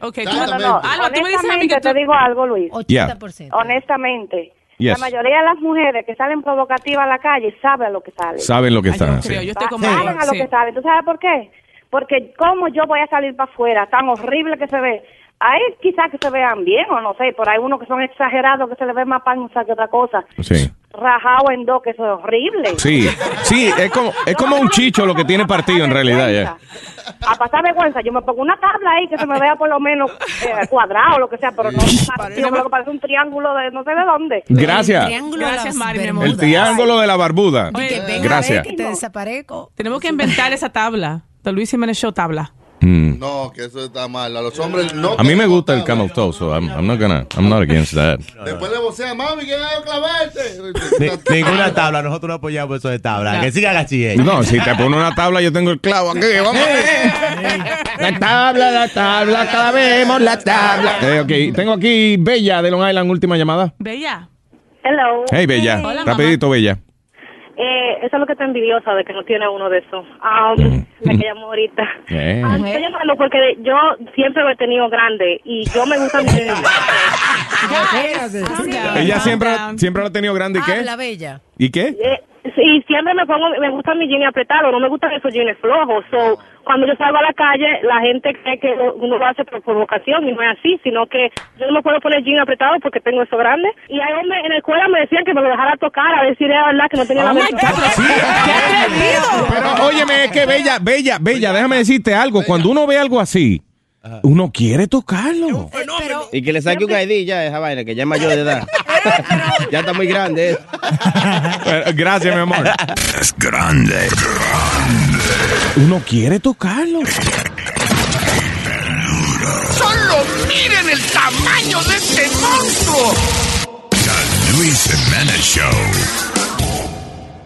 [SPEAKER 1] Ok, tú-
[SPEAKER 32] No, no, no.
[SPEAKER 1] Alba, tú me dices a mí
[SPEAKER 32] Honestamente,
[SPEAKER 1] que tú-
[SPEAKER 32] te digo algo, Luis.
[SPEAKER 3] Yeah.
[SPEAKER 32] Honestamente.
[SPEAKER 3] Yes.
[SPEAKER 32] La mayoría de las mujeres que salen provocativas a la calle saben lo que salen.
[SPEAKER 3] Saben lo que Ay, yo están creo, haciendo.
[SPEAKER 32] Saben
[SPEAKER 3] yo estoy con María,
[SPEAKER 32] a lo
[SPEAKER 3] sí.
[SPEAKER 32] que saben. ¿Tú sabes por qué? Porque cómo yo voy a salir para afuera, tan horrible que se ve. Hay quizás que se vean bien o no sé, por hay unos que son exagerados, que se les ve más panza que otra cosa.
[SPEAKER 3] Sí.
[SPEAKER 32] Rajado en dos, que eso es horrible.
[SPEAKER 3] Pues Sí, sí, es como, es como un chicho lo que tiene partido en realidad. ya.
[SPEAKER 32] A pasar vergüenza, yo me pongo una tabla ahí que se me vea por lo menos eh, cuadrado o lo que sea, pero no partido, pero que parece un triángulo de no sé de dónde.
[SPEAKER 3] Gracias.
[SPEAKER 1] Gracias, Mari, mi amor.
[SPEAKER 3] El triángulo de la barbuda. Gracias.
[SPEAKER 4] te desaparezco.
[SPEAKER 1] Tenemos que inventar esa tabla. De Luis Jiménez Show tabla.
[SPEAKER 7] No, que eso está mal. A los hombres no.
[SPEAKER 3] Mm. A mí me gusta el camel toe, so I'm, I'm not gonna, I'm not against that.
[SPEAKER 7] Después de vocear, mami, que hay
[SPEAKER 3] [LAUGHS]
[SPEAKER 7] clavarte.
[SPEAKER 37] Ni- ninguna tabla, nosotros no apoyamos eso de tabla. Que siga eh. la chile.
[SPEAKER 3] No, si te pone una tabla, yo tengo el clavo aquí. Vamos.
[SPEAKER 4] Eh.
[SPEAKER 3] La tabla, la tabla, cada vez vemos la tabla. Eh, ok, tengo aquí Bella de Long Island, última llamada.
[SPEAKER 32] Bella. Hello.
[SPEAKER 3] Hey, Bella.
[SPEAKER 32] Hola, mamá.
[SPEAKER 3] Rapidito, Bella.
[SPEAKER 32] Eh, eso es lo que está envidiosa de que no tiene uno de esos. Ah, la que llamó ahorita.
[SPEAKER 3] Eh.
[SPEAKER 32] Ah, estoy llamando porque yo siempre lo he tenido grande y yo me [LAUGHS] gusta mi
[SPEAKER 3] Ella siempre, siempre lo ha tenido grande, ¿y qué?
[SPEAKER 32] Habla, bella.
[SPEAKER 3] ¿Y qué?
[SPEAKER 32] Eh, sí, siempre me pongo, me gustan mis jeans apretados, no me gustan esos jeans flojos. So, cuando yo salgo a la calle, la gente cree que lo- uno lo hace por provocación y no es así, sino que yo no me puedo poner jeans apretados porque tengo eso grande. Y hay hombres en la escuela me decían que me lo dejara tocar, a ver si era verdad que no tenía la menor-
[SPEAKER 3] Pero óyeme, es que Bella, Bella, Bella, déjame decirte algo. Cuando uno ve algo así, uno quiere tocarlo.
[SPEAKER 13] Y que le saque un ID ya, esa vaina, que ya es mayor de edad. ya está muy grande eh. eso.
[SPEAKER 3] Gracias, mi
[SPEAKER 13] [LAUGHS]
[SPEAKER 3] amor.
[SPEAKER 2] Es grande.
[SPEAKER 3] Uno quiere tocarlo.
[SPEAKER 9] Solo miren el tamaño de este monstruo.
[SPEAKER 2] The Luis Jiménez Show.